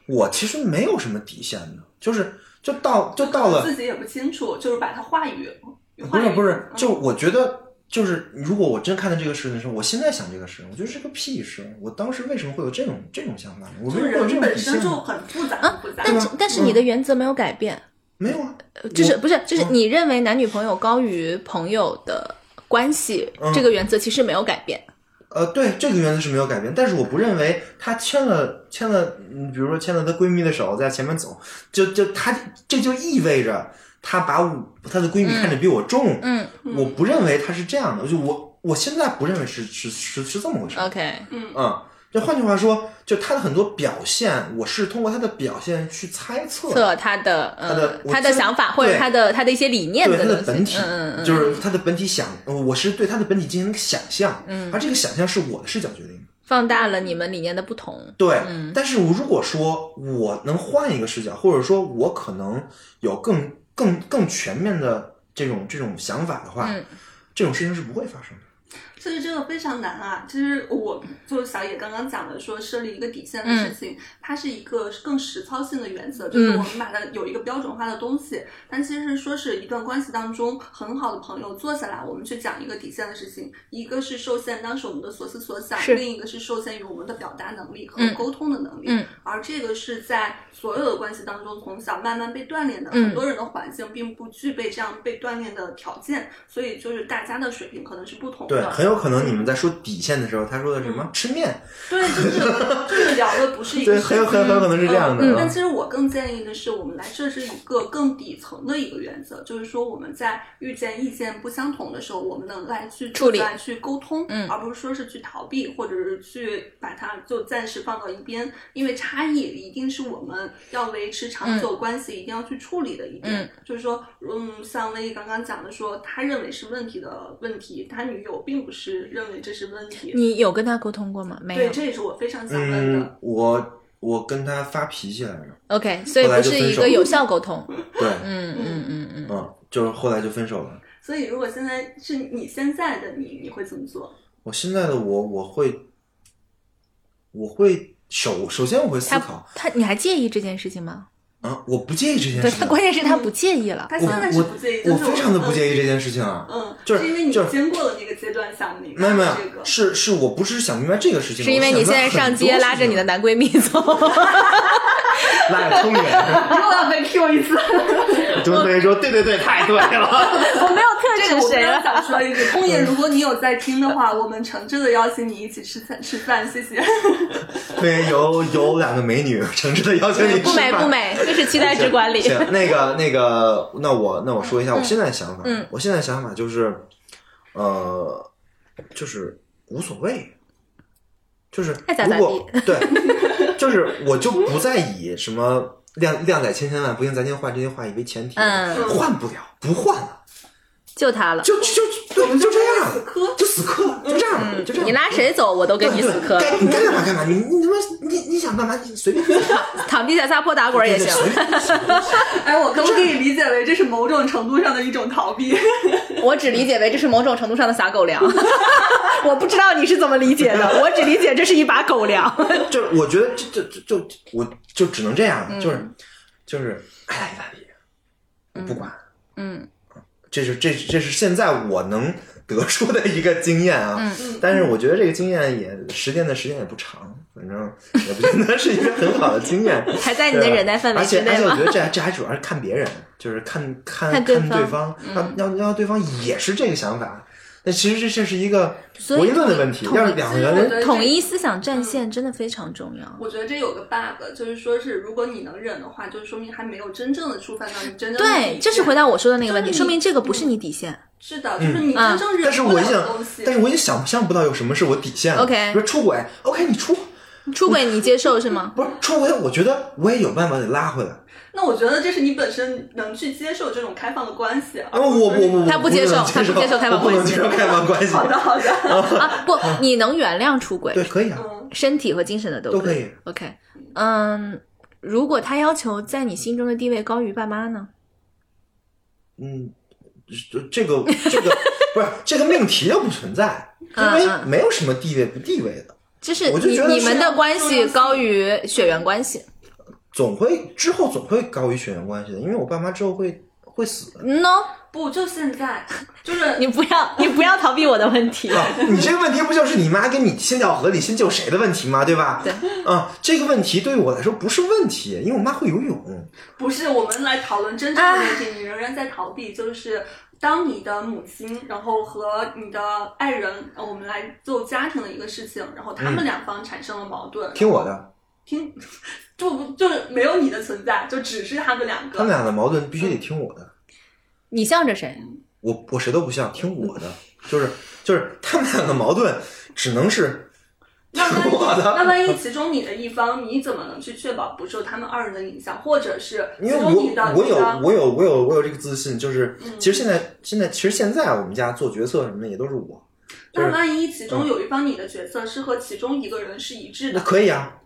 [SPEAKER 3] 我其实没有什么底线的，就是就到就到了
[SPEAKER 4] 自己也不清楚，就是把它话语
[SPEAKER 3] 不
[SPEAKER 4] 话
[SPEAKER 3] 是
[SPEAKER 4] 语
[SPEAKER 3] 不是，
[SPEAKER 4] 嗯
[SPEAKER 3] 就我觉得，就是如果我真看到这个事情的时候，我现在想这个事情，我觉得是个屁事。我当时为什么会有这种这种想法呢？我为
[SPEAKER 4] 就
[SPEAKER 3] 什么会有
[SPEAKER 4] 人
[SPEAKER 3] 这种
[SPEAKER 4] 本
[SPEAKER 3] 底线
[SPEAKER 4] 身就
[SPEAKER 3] 呢？
[SPEAKER 4] 很复杂，复杂。
[SPEAKER 3] 对
[SPEAKER 2] 嗯但
[SPEAKER 3] 吧
[SPEAKER 2] 是但是你的原则没有改变，
[SPEAKER 3] 没有啊，
[SPEAKER 4] 呃
[SPEAKER 2] 就是
[SPEAKER 3] 我
[SPEAKER 2] 不是就是
[SPEAKER 3] 嗯
[SPEAKER 2] 你认为男女朋友高于朋友的关系、
[SPEAKER 3] 嗯
[SPEAKER 2] 这个原则其实没有改变。
[SPEAKER 3] 呃，对这个原则是没有改变，但是我不认为她牵了牵了，嗯，比如说牵了她闺蜜的手在前面走，就就她这就意味着她把我她的闺蜜看着比我重，
[SPEAKER 2] 嗯
[SPEAKER 3] 我不认为她是这样的，就我我现在不认为是是是是这么回事。
[SPEAKER 2] OK，
[SPEAKER 3] 嗯，就换句话说，就他的很多表现，我是通过他的表现去猜测
[SPEAKER 2] 测他的
[SPEAKER 3] 他的
[SPEAKER 2] 呃
[SPEAKER 3] 我
[SPEAKER 2] 他的
[SPEAKER 3] 知道
[SPEAKER 2] 想法或者
[SPEAKER 3] 对
[SPEAKER 2] 他的他的一些理念
[SPEAKER 3] 对
[SPEAKER 2] 的
[SPEAKER 3] 他的
[SPEAKER 2] 东
[SPEAKER 3] 本
[SPEAKER 2] 西
[SPEAKER 3] 体，
[SPEAKER 2] 嗯嗯嗯，
[SPEAKER 3] 就是他的本体想，呃我是对他的本体进行想象，嗯，而这个想象是我的视角决定的。
[SPEAKER 2] 放大了你们理念的不同。
[SPEAKER 3] 对，
[SPEAKER 2] 嗯
[SPEAKER 3] 但是我如果说我能换一个视角，或者说我可能有更更更全面的这种这种想法的话，
[SPEAKER 2] 嗯
[SPEAKER 3] 这种事情是不会发生的。
[SPEAKER 4] 其实这个非常难啊！其实我就是小野刚刚讲的，说设立一个底线
[SPEAKER 2] 嗯
[SPEAKER 4] 的事情，它是一个更实操性的原则，就是我们把它有一个标准化的东西。但其实说是一段关系当中很好的朋友坐下来，我们去讲一个底线的事情，一个是受限当时我们的所思所想，
[SPEAKER 2] 是
[SPEAKER 4] 另一个是受限于我们的表达能力和
[SPEAKER 2] 嗯
[SPEAKER 4] 沟通的能力。
[SPEAKER 2] 嗯
[SPEAKER 4] 而这个是在所有的关系当中从小慢慢被锻炼的。
[SPEAKER 2] 嗯
[SPEAKER 4] 很多人的环境并不具备这样被锻炼的条件，所以就是大家的水平可能是不同的。
[SPEAKER 3] 对，很有可能你们在说底线的时候，他说的什么、
[SPEAKER 2] 嗯
[SPEAKER 3] 吃面，
[SPEAKER 4] 对，就是就是聊的不是一个
[SPEAKER 3] 对，很有很有很有可能是这样的。
[SPEAKER 4] 嗯
[SPEAKER 3] 嗯
[SPEAKER 4] 但其实我更建议的是，我们来设置一个更底层的一个原则，就是说我们在遇见意见不相同的时候，我们能来去
[SPEAKER 2] 处理
[SPEAKER 4] 来去沟通，
[SPEAKER 2] 嗯
[SPEAKER 4] 而不是说是去逃避，或者是去把它就暂时放到一边，因为差异一定是我们要维持长久关系、一定要去处理的一点。
[SPEAKER 2] 嗯
[SPEAKER 4] 就是说，嗯，像威刚刚讲的说，他认为是问题的问题，他女友并不是认为这是问题。
[SPEAKER 2] 你有跟他沟通过吗？没
[SPEAKER 4] 对，
[SPEAKER 2] 有。
[SPEAKER 4] 这也是我非常想问的。
[SPEAKER 3] 嗯，我我跟他发脾气来着，
[SPEAKER 2] OK，所以
[SPEAKER 3] 后来
[SPEAKER 2] 不
[SPEAKER 3] 就是分
[SPEAKER 2] 一
[SPEAKER 3] 手
[SPEAKER 2] 个有效沟通。
[SPEAKER 3] 对，
[SPEAKER 2] 嗯嗯嗯嗯。
[SPEAKER 3] 嗯，就是后来就分手了。
[SPEAKER 4] 所以，如果现在是你现在的你，你会怎么做？
[SPEAKER 3] 我现在的我，我会，我会首首先我会思
[SPEAKER 2] 他
[SPEAKER 3] 考，
[SPEAKER 2] 他你还介意这件事情吗？
[SPEAKER 3] 啊，我不介意这件
[SPEAKER 2] 对
[SPEAKER 3] 事
[SPEAKER 2] 他，
[SPEAKER 3] 情，嗯
[SPEAKER 2] 关键是他不介意了。嗯
[SPEAKER 4] 他
[SPEAKER 3] 我
[SPEAKER 4] 现在是不介意，
[SPEAKER 3] 我我非常的不
[SPEAKER 4] 意。
[SPEAKER 3] 介意这件事情啊，
[SPEAKER 4] 嗯，
[SPEAKER 3] 就是
[SPEAKER 4] 因为你
[SPEAKER 3] 就是
[SPEAKER 4] 经过了那个阶段，想明
[SPEAKER 3] 没有没有
[SPEAKER 4] 白这，个。
[SPEAKER 3] 是是我不是想明白这个事情，
[SPEAKER 2] 是因为你现在上街拉着你的
[SPEAKER 3] 男，
[SPEAKER 2] 男闺蜜走，
[SPEAKER 3] 拉着 通远，
[SPEAKER 4] 又要被 Q 一次，
[SPEAKER 3] 就所以说，对对对，太对 了，
[SPEAKER 2] 我没有特
[SPEAKER 4] 这个我刚刚想说一 个，空爷，如果你有在听的话，我们诚挚的邀请你一起吃饭吃饭，谢谢。
[SPEAKER 3] 对，有有两个美女诚挚的邀请你
[SPEAKER 2] 不美
[SPEAKER 3] 吃饭
[SPEAKER 2] 不美，这是期待值管理。
[SPEAKER 3] 行，那个那个，那我那我说一下我现在的想法。
[SPEAKER 2] 嗯
[SPEAKER 3] 我现在的想法就是，呃，就是无所谓，就是
[SPEAKER 2] 爱咋
[SPEAKER 3] 如
[SPEAKER 2] 咋
[SPEAKER 3] 果对，就是我就不再以什么靓靓仔千千万，不行咱先换这些话语为前提，
[SPEAKER 2] 嗯
[SPEAKER 3] 换不了，不换了，
[SPEAKER 2] 就他了，
[SPEAKER 3] 就就就对就这样
[SPEAKER 4] 死磕，
[SPEAKER 3] 就死磕，就这样，就这样。
[SPEAKER 2] 嗯你拉谁走我都
[SPEAKER 3] 对
[SPEAKER 2] 跟你
[SPEAKER 3] 对
[SPEAKER 2] 死磕，
[SPEAKER 3] 该你该干嘛干嘛，你你他妈你你想干嘛 你随便，
[SPEAKER 2] 躺地下撒泼打滚也
[SPEAKER 3] 对
[SPEAKER 2] 行。
[SPEAKER 3] 随便
[SPEAKER 4] 哎，我可不可以理解为这是某种程度上的一种逃避？
[SPEAKER 2] 我只理解为这是某种程度上的撒狗 粮，我不知道你是怎么理解的，我只理解这是一把狗粮。
[SPEAKER 3] 就是我觉得这这这就我就只能这样，
[SPEAKER 2] 嗯
[SPEAKER 3] 就是就是哎爱咋地咋地，我不管，啊
[SPEAKER 2] 嗯，
[SPEAKER 3] 这是这是这是现在我能得出的一个经验
[SPEAKER 2] 嗯
[SPEAKER 3] 啊。但是我觉得这个经验也实践的时间也不长，反正也不见得是一个很好的经验。
[SPEAKER 2] 还在你的忍耐范围之
[SPEAKER 3] 对
[SPEAKER 2] 内
[SPEAKER 3] 吧而且而且我
[SPEAKER 2] 吗
[SPEAKER 3] 觉？得这还这还主要是看别人，就是看看
[SPEAKER 2] 看
[SPEAKER 3] 对
[SPEAKER 2] 对
[SPEAKER 3] 方，
[SPEAKER 2] 方嗯
[SPEAKER 3] 要要要对方也是这个想法。那其实这这是一个
[SPEAKER 2] 所以
[SPEAKER 3] 博弈论的问题，
[SPEAKER 2] 统
[SPEAKER 3] 要是两个人
[SPEAKER 2] 统一思想战线真的非常重要。
[SPEAKER 3] 嗯
[SPEAKER 4] 我觉得这有个 bug，就是说是如果你能忍的话，就说明还没有真正的触犯到你真正的底
[SPEAKER 2] 对，
[SPEAKER 4] 线
[SPEAKER 2] 这是回答我说的那个问题，
[SPEAKER 4] 就是你
[SPEAKER 2] 说明这个不是你底线。
[SPEAKER 4] 是的，就是你
[SPEAKER 2] 嗯
[SPEAKER 4] 真正忍
[SPEAKER 3] 但是
[SPEAKER 4] 不
[SPEAKER 3] 我
[SPEAKER 4] 了
[SPEAKER 3] 已经
[SPEAKER 4] 的东西，。
[SPEAKER 3] 但是我已经想象不到有什么是我底线了。
[SPEAKER 2] OK
[SPEAKER 3] 比如出轨，OK，你出，
[SPEAKER 2] 出轨你接受是 吗？
[SPEAKER 3] 不是出轨，我觉得我也有办法得拉
[SPEAKER 2] 哦
[SPEAKER 3] 回来。
[SPEAKER 4] 那我觉得这是你本身能去接受这种开放的关系 啊
[SPEAKER 3] 啊，我我我我
[SPEAKER 2] 他不接受
[SPEAKER 3] 能
[SPEAKER 2] 他不接受开放
[SPEAKER 3] 我不能
[SPEAKER 2] 关系
[SPEAKER 3] 接受开放关系。
[SPEAKER 4] 好的，好 的。
[SPEAKER 3] 哦
[SPEAKER 2] 啊，不，你能原谅出轨，
[SPEAKER 3] 对，可以啊，
[SPEAKER 4] 嗯，
[SPEAKER 2] 身体和精神的都
[SPEAKER 3] 都
[SPEAKER 2] 可
[SPEAKER 3] 可以。
[SPEAKER 2] OK，嗯，如果他要求在你心中的地位高于爸妈呢？
[SPEAKER 3] 嗯，这这个这个不是这个命题又不存在，因为
[SPEAKER 2] 嗯嗯
[SPEAKER 3] 没有什么地位不地位的，
[SPEAKER 2] 就是
[SPEAKER 3] 我就
[SPEAKER 2] 你
[SPEAKER 3] 觉得
[SPEAKER 2] 你
[SPEAKER 3] 是
[SPEAKER 2] 们
[SPEAKER 3] 啊
[SPEAKER 2] 的关系高于血缘关系。
[SPEAKER 3] 总会之后总会高于血缘关系的，因为我爸妈之后会会死的。
[SPEAKER 2] No，
[SPEAKER 4] 不，就现在， 就是
[SPEAKER 2] 你不要你不要逃避我的问题。
[SPEAKER 3] 啊，你这个问题不就是你妈跟你先掉河里先救谁的问题吗？对吧？
[SPEAKER 2] 对。
[SPEAKER 3] 啊，这个问题对于我来说不是问题，因为我妈会游泳。
[SPEAKER 4] 不是我们来讨论真正的问题，你仍然在逃避，就是。当你的母亲，然后和你的爱人，呃我们来做家庭的一个事情，然后他
[SPEAKER 3] 嗯
[SPEAKER 4] 们两方产生了矛盾，
[SPEAKER 3] 听我的，
[SPEAKER 4] 听，就就是没有你的存在，就只是他们两
[SPEAKER 3] 他们
[SPEAKER 4] 个。
[SPEAKER 3] 俩的矛盾必须得听我的，
[SPEAKER 2] 你向着谁？
[SPEAKER 3] 我我谁都不像，听我的，就是就是他们俩的矛盾只能是听我
[SPEAKER 4] 那
[SPEAKER 3] 的，
[SPEAKER 4] 万一其中你的一方，你怎么能去确保不受他们二人的影响，或者是其
[SPEAKER 3] 因为
[SPEAKER 4] 中你嗯的
[SPEAKER 3] 我我
[SPEAKER 4] 你
[SPEAKER 3] 有
[SPEAKER 4] 的
[SPEAKER 3] 我有我有我有这个自信，就是其实现在现在其实现在我们家做决策什么的也都是我，就
[SPEAKER 4] 那
[SPEAKER 3] 是嗯
[SPEAKER 4] 万一其中有一方你的角色是和其中一个人是一致
[SPEAKER 3] 那
[SPEAKER 4] 的，
[SPEAKER 3] 可以啊，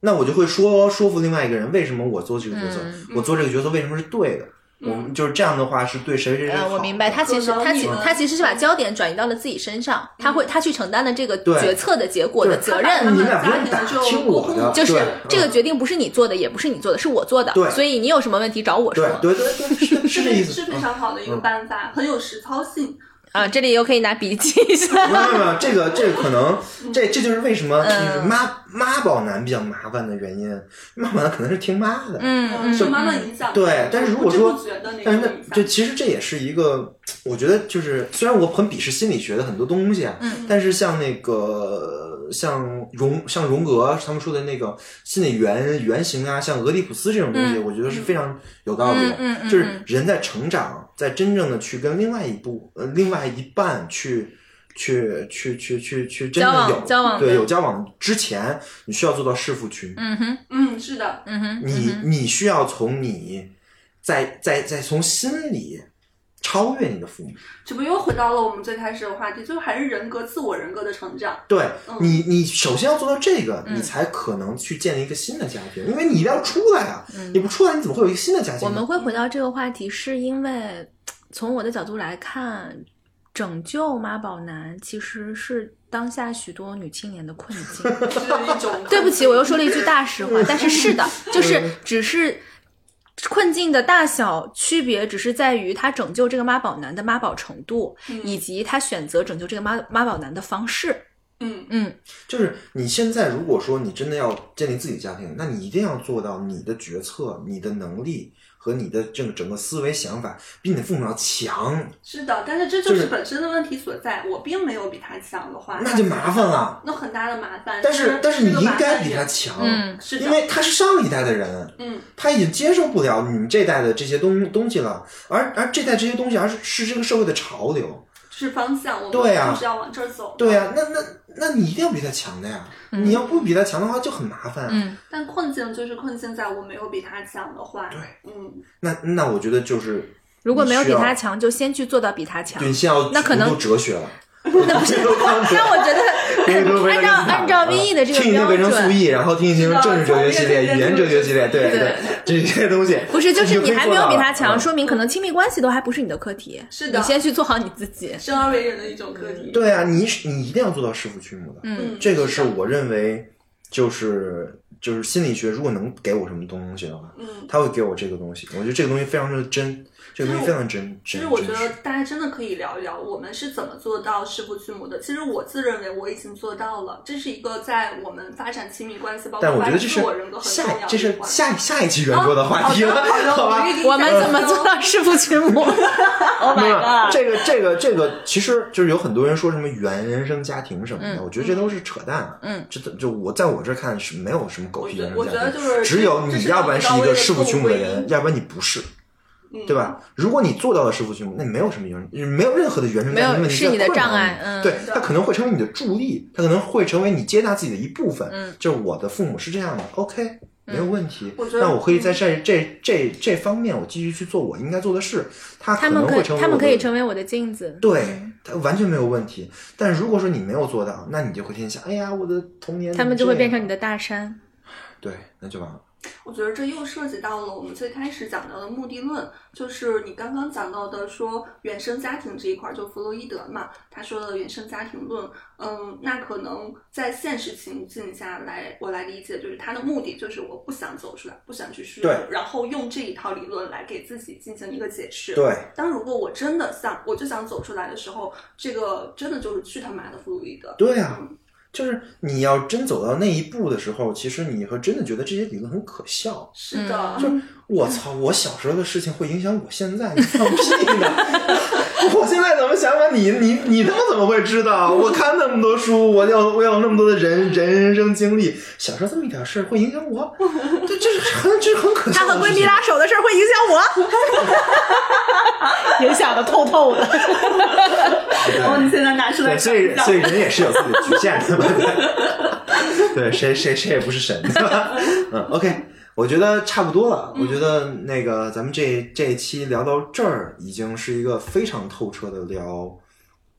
[SPEAKER 3] 那我就会说说服另外一个人，为什么我做这个角色，我做这个角色为什么是对的，
[SPEAKER 4] 嗯
[SPEAKER 3] 我们就是这样的话是对谁谁谁好
[SPEAKER 2] 呃，
[SPEAKER 3] 的。
[SPEAKER 2] 我明白，他其实
[SPEAKER 4] 可能
[SPEAKER 2] 他其
[SPEAKER 4] 你们
[SPEAKER 2] 他其实是把焦点转移到了自己身上，他会他去承担了这个
[SPEAKER 3] 嗯对
[SPEAKER 2] 决策的结果
[SPEAKER 3] 对
[SPEAKER 2] 的责
[SPEAKER 4] 他把
[SPEAKER 2] 任。
[SPEAKER 3] 你们俩不用
[SPEAKER 4] 家
[SPEAKER 3] 打，
[SPEAKER 4] 庭就
[SPEAKER 3] 听我的，
[SPEAKER 2] 就是
[SPEAKER 3] 对嗯
[SPEAKER 2] 这个决定不是你做的，也不是你做的，是我做的
[SPEAKER 3] 对，
[SPEAKER 2] 所以你有什么问题找我说
[SPEAKER 3] 对。对对对，是是这意思。嗯
[SPEAKER 4] 是非常好的一个办法，很有实操性。
[SPEAKER 2] 啊，这里又可以拿笔记一下。
[SPEAKER 3] 没有没有没有，这个这个可能，这这就是为什么就是妈妈宝男比较麻烦的原因。妈宝男可能是听妈的，
[SPEAKER 2] 嗯
[SPEAKER 4] 受
[SPEAKER 2] 嗯，
[SPEAKER 4] 妈妈影响。
[SPEAKER 3] 对。但是如果
[SPEAKER 4] 不
[SPEAKER 3] 说
[SPEAKER 4] 知不觉的，那
[SPEAKER 3] 但
[SPEAKER 4] 种
[SPEAKER 3] 是
[SPEAKER 4] 影
[SPEAKER 3] 那这
[SPEAKER 4] 响。
[SPEAKER 3] 其实这也是一个，我觉得就是虽然我很鄙视心理学的很多东西，嗯，但是像那个像荣像荣格啊他们说的那个心理原原型啊，像俄狄浦斯这种东西，我觉得是非常有道理的。
[SPEAKER 2] 嗯嗯嗯嗯
[SPEAKER 3] 就是人在成长，在真正的去跟另外一部呃另外一半去。去去去去去，真
[SPEAKER 2] 交
[SPEAKER 3] 的
[SPEAKER 2] 往
[SPEAKER 3] 有
[SPEAKER 2] 交往
[SPEAKER 3] 对有交往之前，你需要做到弑父群体
[SPEAKER 2] 嗯哼，
[SPEAKER 4] 嗯，是的，
[SPEAKER 2] 嗯哼，
[SPEAKER 3] 你你需要从你，再再再从心里超越你的父母。
[SPEAKER 4] 这不又回到了我们最开始的话题，就是还是人格、自我人格的成长。
[SPEAKER 3] 对
[SPEAKER 4] 嗯
[SPEAKER 3] 你，你首先要做到这个，
[SPEAKER 2] 嗯
[SPEAKER 3] 你才可能去建立一个新的家庭，因为你一定要出来啊！
[SPEAKER 4] 嗯
[SPEAKER 3] 你不出来，你怎么会有一个新的家庭
[SPEAKER 2] 我
[SPEAKER 3] 呢？
[SPEAKER 2] 们会回到这个话题，是因为从我的角度来看，拯救妈宝男其实是当下许多女青年的困境。
[SPEAKER 4] 是一种
[SPEAKER 2] 对不起，我又说了一句大实话，但是是的，
[SPEAKER 3] 嗯
[SPEAKER 2] 就是只是困境的大小区别，只是在于他拯救这个妈宝男的妈宝程度，
[SPEAKER 3] 嗯
[SPEAKER 2] 以及他选择拯救这个妈妈宝男的方式。
[SPEAKER 4] 嗯
[SPEAKER 2] 嗯，
[SPEAKER 3] 就是你现在如果说你真的要建立自己家庭，那你一定要做到你的决策、你的能力和你的这个整个思维想法比你的父母要强，
[SPEAKER 4] 是的，但是这
[SPEAKER 3] 就
[SPEAKER 4] 就是是本身的问题所在。我并没有比他强的话，
[SPEAKER 3] 那就麻烦了。
[SPEAKER 4] 那很大的麻烦。
[SPEAKER 3] 但是但是你
[SPEAKER 4] 啊嗯这个
[SPEAKER 3] 应
[SPEAKER 4] 麻
[SPEAKER 3] 该
[SPEAKER 4] 烦
[SPEAKER 3] 比
[SPEAKER 4] 也
[SPEAKER 3] 他强，
[SPEAKER 2] 嗯
[SPEAKER 4] 是的
[SPEAKER 3] 因为他是上一代的人，
[SPEAKER 4] 嗯，
[SPEAKER 3] 他已经接受不了你们这代的这些东东西了，而而这代这些东西而是是这个社会的潮流。
[SPEAKER 4] 是方向，我们
[SPEAKER 3] 对啊
[SPEAKER 4] 就是要往这儿走。
[SPEAKER 3] 对啊呀、那那那你一定要比他强的呀！你要不比他强的话就很麻烦。啊
[SPEAKER 2] 嗯
[SPEAKER 4] 但困境就是困境在我没有比他强的话，
[SPEAKER 3] 对，
[SPEAKER 4] 嗯，
[SPEAKER 3] 那那我觉得就是，
[SPEAKER 2] 如果没有比
[SPEAKER 3] 你需
[SPEAKER 2] 他
[SPEAKER 3] 要
[SPEAKER 2] 强，就先去做到比他强
[SPEAKER 3] 对，。你先要
[SPEAKER 2] 那可能
[SPEAKER 3] 读读哲学 了。
[SPEAKER 2] 那我觉得
[SPEAKER 3] 那
[SPEAKER 2] 按照按照 V E 的这个
[SPEAKER 3] 听一听
[SPEAKER 2] 标
[SPEAKER 3] 维生素
[SPEAKER 2] 准。
[SPEAKER 3] E，然后听一听政治哲学系列、语言哲学系列，对对，这些东西
[SPEAKER 2] 不是，就是你还没有比他强，
[SPEAKER 3] 嗯
[SPEAKER 2] 说明可能亲密关系都还不是你的课题。
[SPEAKER 4] 是的
[SPEAKER 2] 你先去做好你自己。
[SPEAKER 4] 生而为人的一种课题。
[SPEAKER 3] 对啊，你你一定要做到弑父娶母的。
[SPEAKER 2] 嗯
[SPEAKER 4] 嗯，
[SPEAKER 3] 这个是
[SPEAKER 4] 的
[SPEAKER 3] 我认为，就是就是心理学，如果能给我什么东西的话，
[SPEAKER 4] 嗯，
[SPEAKER 3] 他会给我这个东西。我觉得这个东西非常的真，这个东西非常真
[SPEAKER 4] 其
[SPEAKER 3] 真
[SPEAKER 4] 实我
[SPEAKER 3] 真
[SPEAKER 4] 觉
[SPEAKER 3] 实。
[SPEAKER 4] 得大家真的可以聊一聊，我们是怎么做到弑父娶母的。其实我自认为我已经做到了，这是一个在我们发展亲密关系，包括
[SPEAKER 3] 但我
[SPEAKER 4] 发
[SPEAKER 3] 觉
[SPEAKER 4] 展
[SPEAKER 3] 得这
[SPEAKER 4] 自
[SPEAKER 3] 是
[SPEAKER 4] 我人格很重
[SPEAKER 3] 下
[SPEAKER 4] 要的
[SPEAKER 3] 这
[SPEAKER 4] 一
[SPEAKER 3] 是
[SPEAKER 4] 环。哦
[SPEAKER 3] 下下一期圆桌的话题了，好吧？
[SPEAKER 2] 我们怎么做
[SPEAKER 4] 到？
[SPEAKER 2] 到弑父娶 母？
[SPEAKER 3] 没
[SPEAKER 4] ，Oh
[SPEAKER 3] 有这个这个这个，其实就是有很多人说什么原生家庭什么的，我觉得这都是扯淡。啊
[SPEAKER 2] 嗯，
[SPEAKER 3] 这都就我在我这儿看是没有什么狗屁原
[SPEAKER 4] 我
[SPEAKER 3] 生
[SPEAKER 4] 觉
[SPEAKER 3] 家
[SPEAKER 4] 得
[SPEAKER 3] 庭，
[SPEAKER 4] 我觉得就是
[SPEAKER 3] 只有
[SPEAKER 4] 这
[SPEAKER 3] 你
[SPEAKER 4] 是
[SPEAKER 3] 要不然是一个弑父娶母的
[SPEAKER 4] 这是一个
[SPEAKER 3] 人，要不然你不是。
[SPEAKER 4] 嗯
[SPEAKER 3] 对吧？如果你做到了弑父弑母，那没有什么原，没有任何的原生
[SPEAKER 2] 没有
[SPEAKER 3] 家庭问题
[SPEAKER 2] 是你的
[SPEAKER 3] 在困扰
[SPEAKER 2] 障碍嗯
[SPEAKER 3] 对，它可能会成为你的助力，它可能会成为你接纳自己的一部分。嗯，就是我的父母是这样的，OK，
[SPEAKER 2] 嗯
[SPEAKER 3] 没有问题。
[SPEAKER 4] 我觉得
[SPEAKER 3] 那我可以在这这这这方面，我继续去做我应该做的事。他
[SPEAKER 2] 他们
[SPEAKER 3] 可能
[SPEAKER 2] 可以
[SPEAKER 3] 会成为
[SPEAKER 2] 他们
[SPEAKER 3] 我的
[SPEAKER 2] 可以成嗯为我的镜子。
[SPEAKER 3] 对，他完全没有问题。但如果说你没有做到，那你就会天想，哎呀，我的童
[SPEAKER 9] 嗯
[SPEAKER 3] 年
[SPEAKER 2] 他们就
[SPEAKER 3] 这
[SPEAKER 2] 会变
[SPEAKER 3] 样
[SPEAKER 2] 成你的大山，
[SPEAKER 3] 对，那就完了。
[SPEAKER 4] 我觉得这又涉及到了我们最开始讲到的目的论，就是你刚刚讲到的说原生家庭这一块儿，就弗洛伊德嘛，他说的原生家庭论。嗯，那可能在现实情境下来，我来理解，就是他的目的就是我不想走出来，不想去适
[SPEAKER 3] 对
[SPEAKER 4] 应，然后用这一套理论来给自己进行一个解释。
[SPEAKER 3] 对，
[SPEAKER 4] 当如果我真的想，我就想走出来的时候，这个真的就是去他妈的弗洛伊德。
[SPEAKER 3] 对啊
[SPEAKER 4] 嗯
[SPEAKER 3] 就是你要真走到那一步的时候，其实你会真的觉得这些理论很可笑。
[SPEAKER 4] 是的，
[SPEAKER 3] 就是我操，我小时候的事情会影响我现在，你放屁呢！ 我现在怎么想法，你你你他妈怎么会知道？我看那么多书，我有我有那么多的人人生经历，小时候这么一点事儿会影响我，这这是很这是很可笑
[SPEAKER 9] 她
[SPEAKER 3] 的
[SPEAKER 9] 和
[SPEAKER 3] 事
[SPEAKER 9] 闺蜜
[SPEAKER 3] 情。
[SPEAKER 9] 拉手的事儿会影响 我，影响的透透的。
[SPEAKER 4] 哦，你现在拿出来
[SPEAKER 3] 对，所以
[SPEAKER 4] 讲
[SPEAKER 3] 所以人也是有自己的局限的嘛。对，谁谁谁也不是神，对吧？嗯，OK，我觉得差不多了。我觉得那个咱们这这一期聊到这儿，已经是一个非常透彻的聊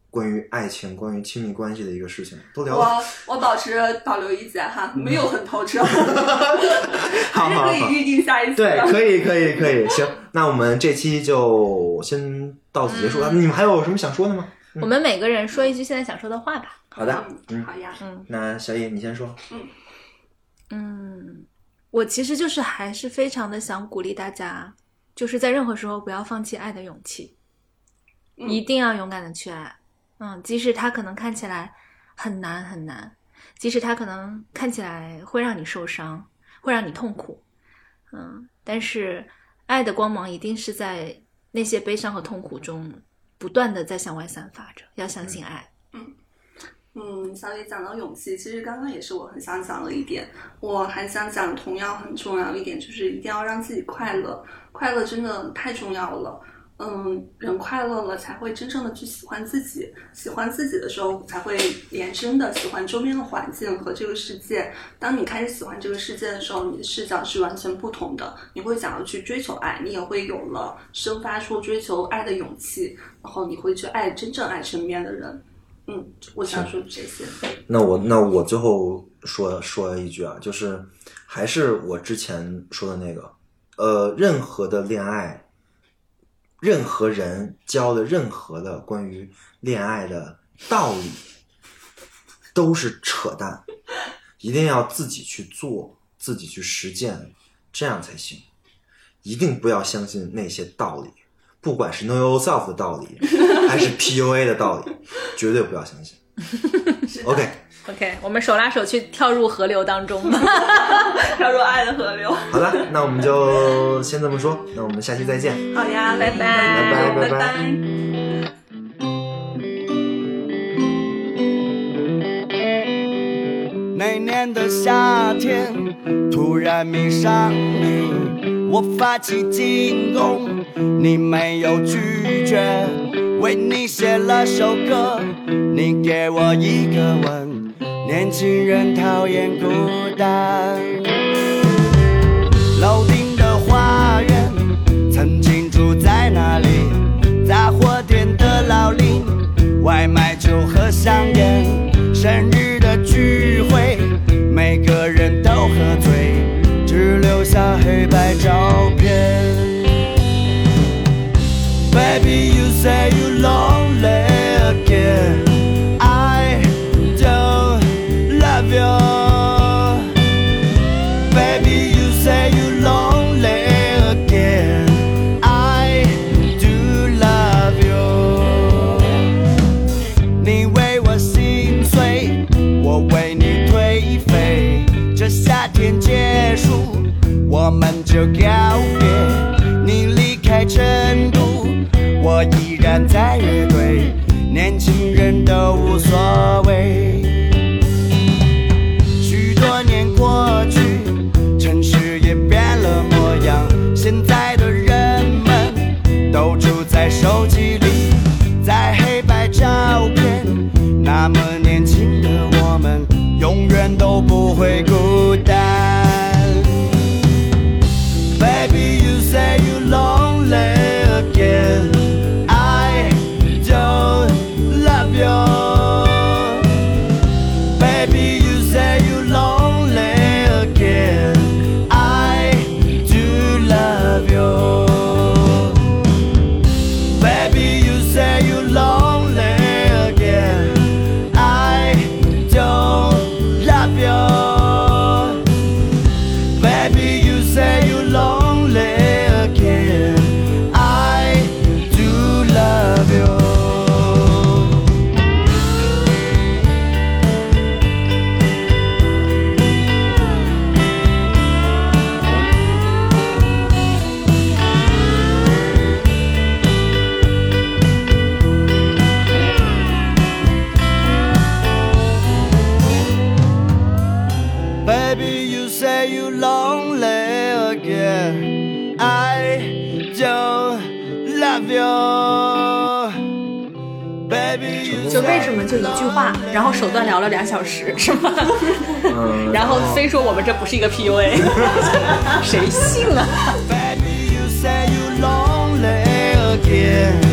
[SPEAKER 3] 关于爱情、关于亲密关系的一个事情，都聊了。
[SPEAKER 4] 我我保持保留意见哈，没有很透 彻，
[SPEAKER 3] 嗯 好好
[SPEAKER 4] 还是
[SPEAKER 3] 好
[SPEAKER 4] 可以预定下一次
[SPEAKER 3] 对
[SPEAKER 4] 的。，
[SPEAKER 3] 可以，可以，可以，行，那我们这期就先到此结束了。啊你们还有什么想说的吗？
[SPEAKER 9] 嗯
[SPEAKER 2] 我们每个人说一句现在想说的话吧。
[SPEAKER 3] 好的，
[SPEAKER 4] 嗯，
[SPEAKER 3] 嗯，
[SPEAKER 4] 好呀，
[SPEAKER 3] 那小野你先说。
[SPEAKER 2] 嗯，我其实就是还是非常的想鼓励大家，就是在任何时候不要放弃爱的勇气，
[SPEAKER 4] 嗯
[SPEAKER 2] 一定要勇敢的去爱。嗯，即使它可能看起来很难很难，即使它可能看起来会让你受伤，会让你痛苦，嗯，但是爱的光芒一定是在那些悲伤和痛苦中不断的在向外散发着。要相信爱。
[SPEAKER 4] 嗯，小李讲到勇气，其实刚刚也是我很想讲的一点。我还想讲同样很重要一点，就是一定要让自己快乐，快乐真的太重要了。嗯，人快乐了才会真正的去喜欢自己，喜欢自己的时候才会延伸的喜欢周边的环境和这个世界。当你开始喜欢这个世界的时候，你的视角是完全不同的，你会想要去追求爱，你也会有了生发出追求爱的勇气，然后你会去爱真正爱身边的人。嗯，我想说这些。
[SPEAKER 3] 那我那我最后说说一句啊，就是还是我之前说的那个，呃，任何的恋爱，任何人教的任何的关于恋爱的道理，都是扯淡，一定要自己去做，自己去实践，这样才行。一定不要相信那些道理，不管是 know yourself 的道理，还是 PUA 的道理，绝对不要相信。OK。
[SPEAKER 2] OK，我们手拉手去跳入河流当中吧。
[SPEAKER 4] 跳入爱的河流。
[SPEAKER 3] 好了，那我们就先这么说，那我们下期再见。
[SPEAKER 4] 好呀，拜拜，
[SPEAKER 3] 拜拜拜拜
[SPEAKER 4] 拜拜
[SPEAKER 1] 那年的夏天，突然迷上你，我发起进攻，你没有拒绝，为你写了首歌，你给我一个吻，年轻人讨厌孤单。楼顶的花园，曾经住在那里，杂货店的老林，外卖酒和香烟，生日的聚会，每个人都喝醉，只留下黑白照片。Baby, you say you lonely again. I don't love you. Baby, you say you lonely again. I do love you. 你为我心碎，我为你颓废。这夏天结束，我们就告别。你离开成都，我依然在乐队。会孤单。Baby, you say you lonely again. I don't love you. Baby, you say you lonely again. I do love you. Baby, you say you lonely again. I don't love you. Baby, you say you're lonely again. I do love you. ，Baby, you say you're lonely again. I don't love you. Baby, you
[SPEAKER 2] 就为什么就一句话，然后手段聊了俩小时，是吗？ 然后非说我们这不是一个 PUA，谁信啊？
[SPEAKER 1] Baby, you say you're lonely again.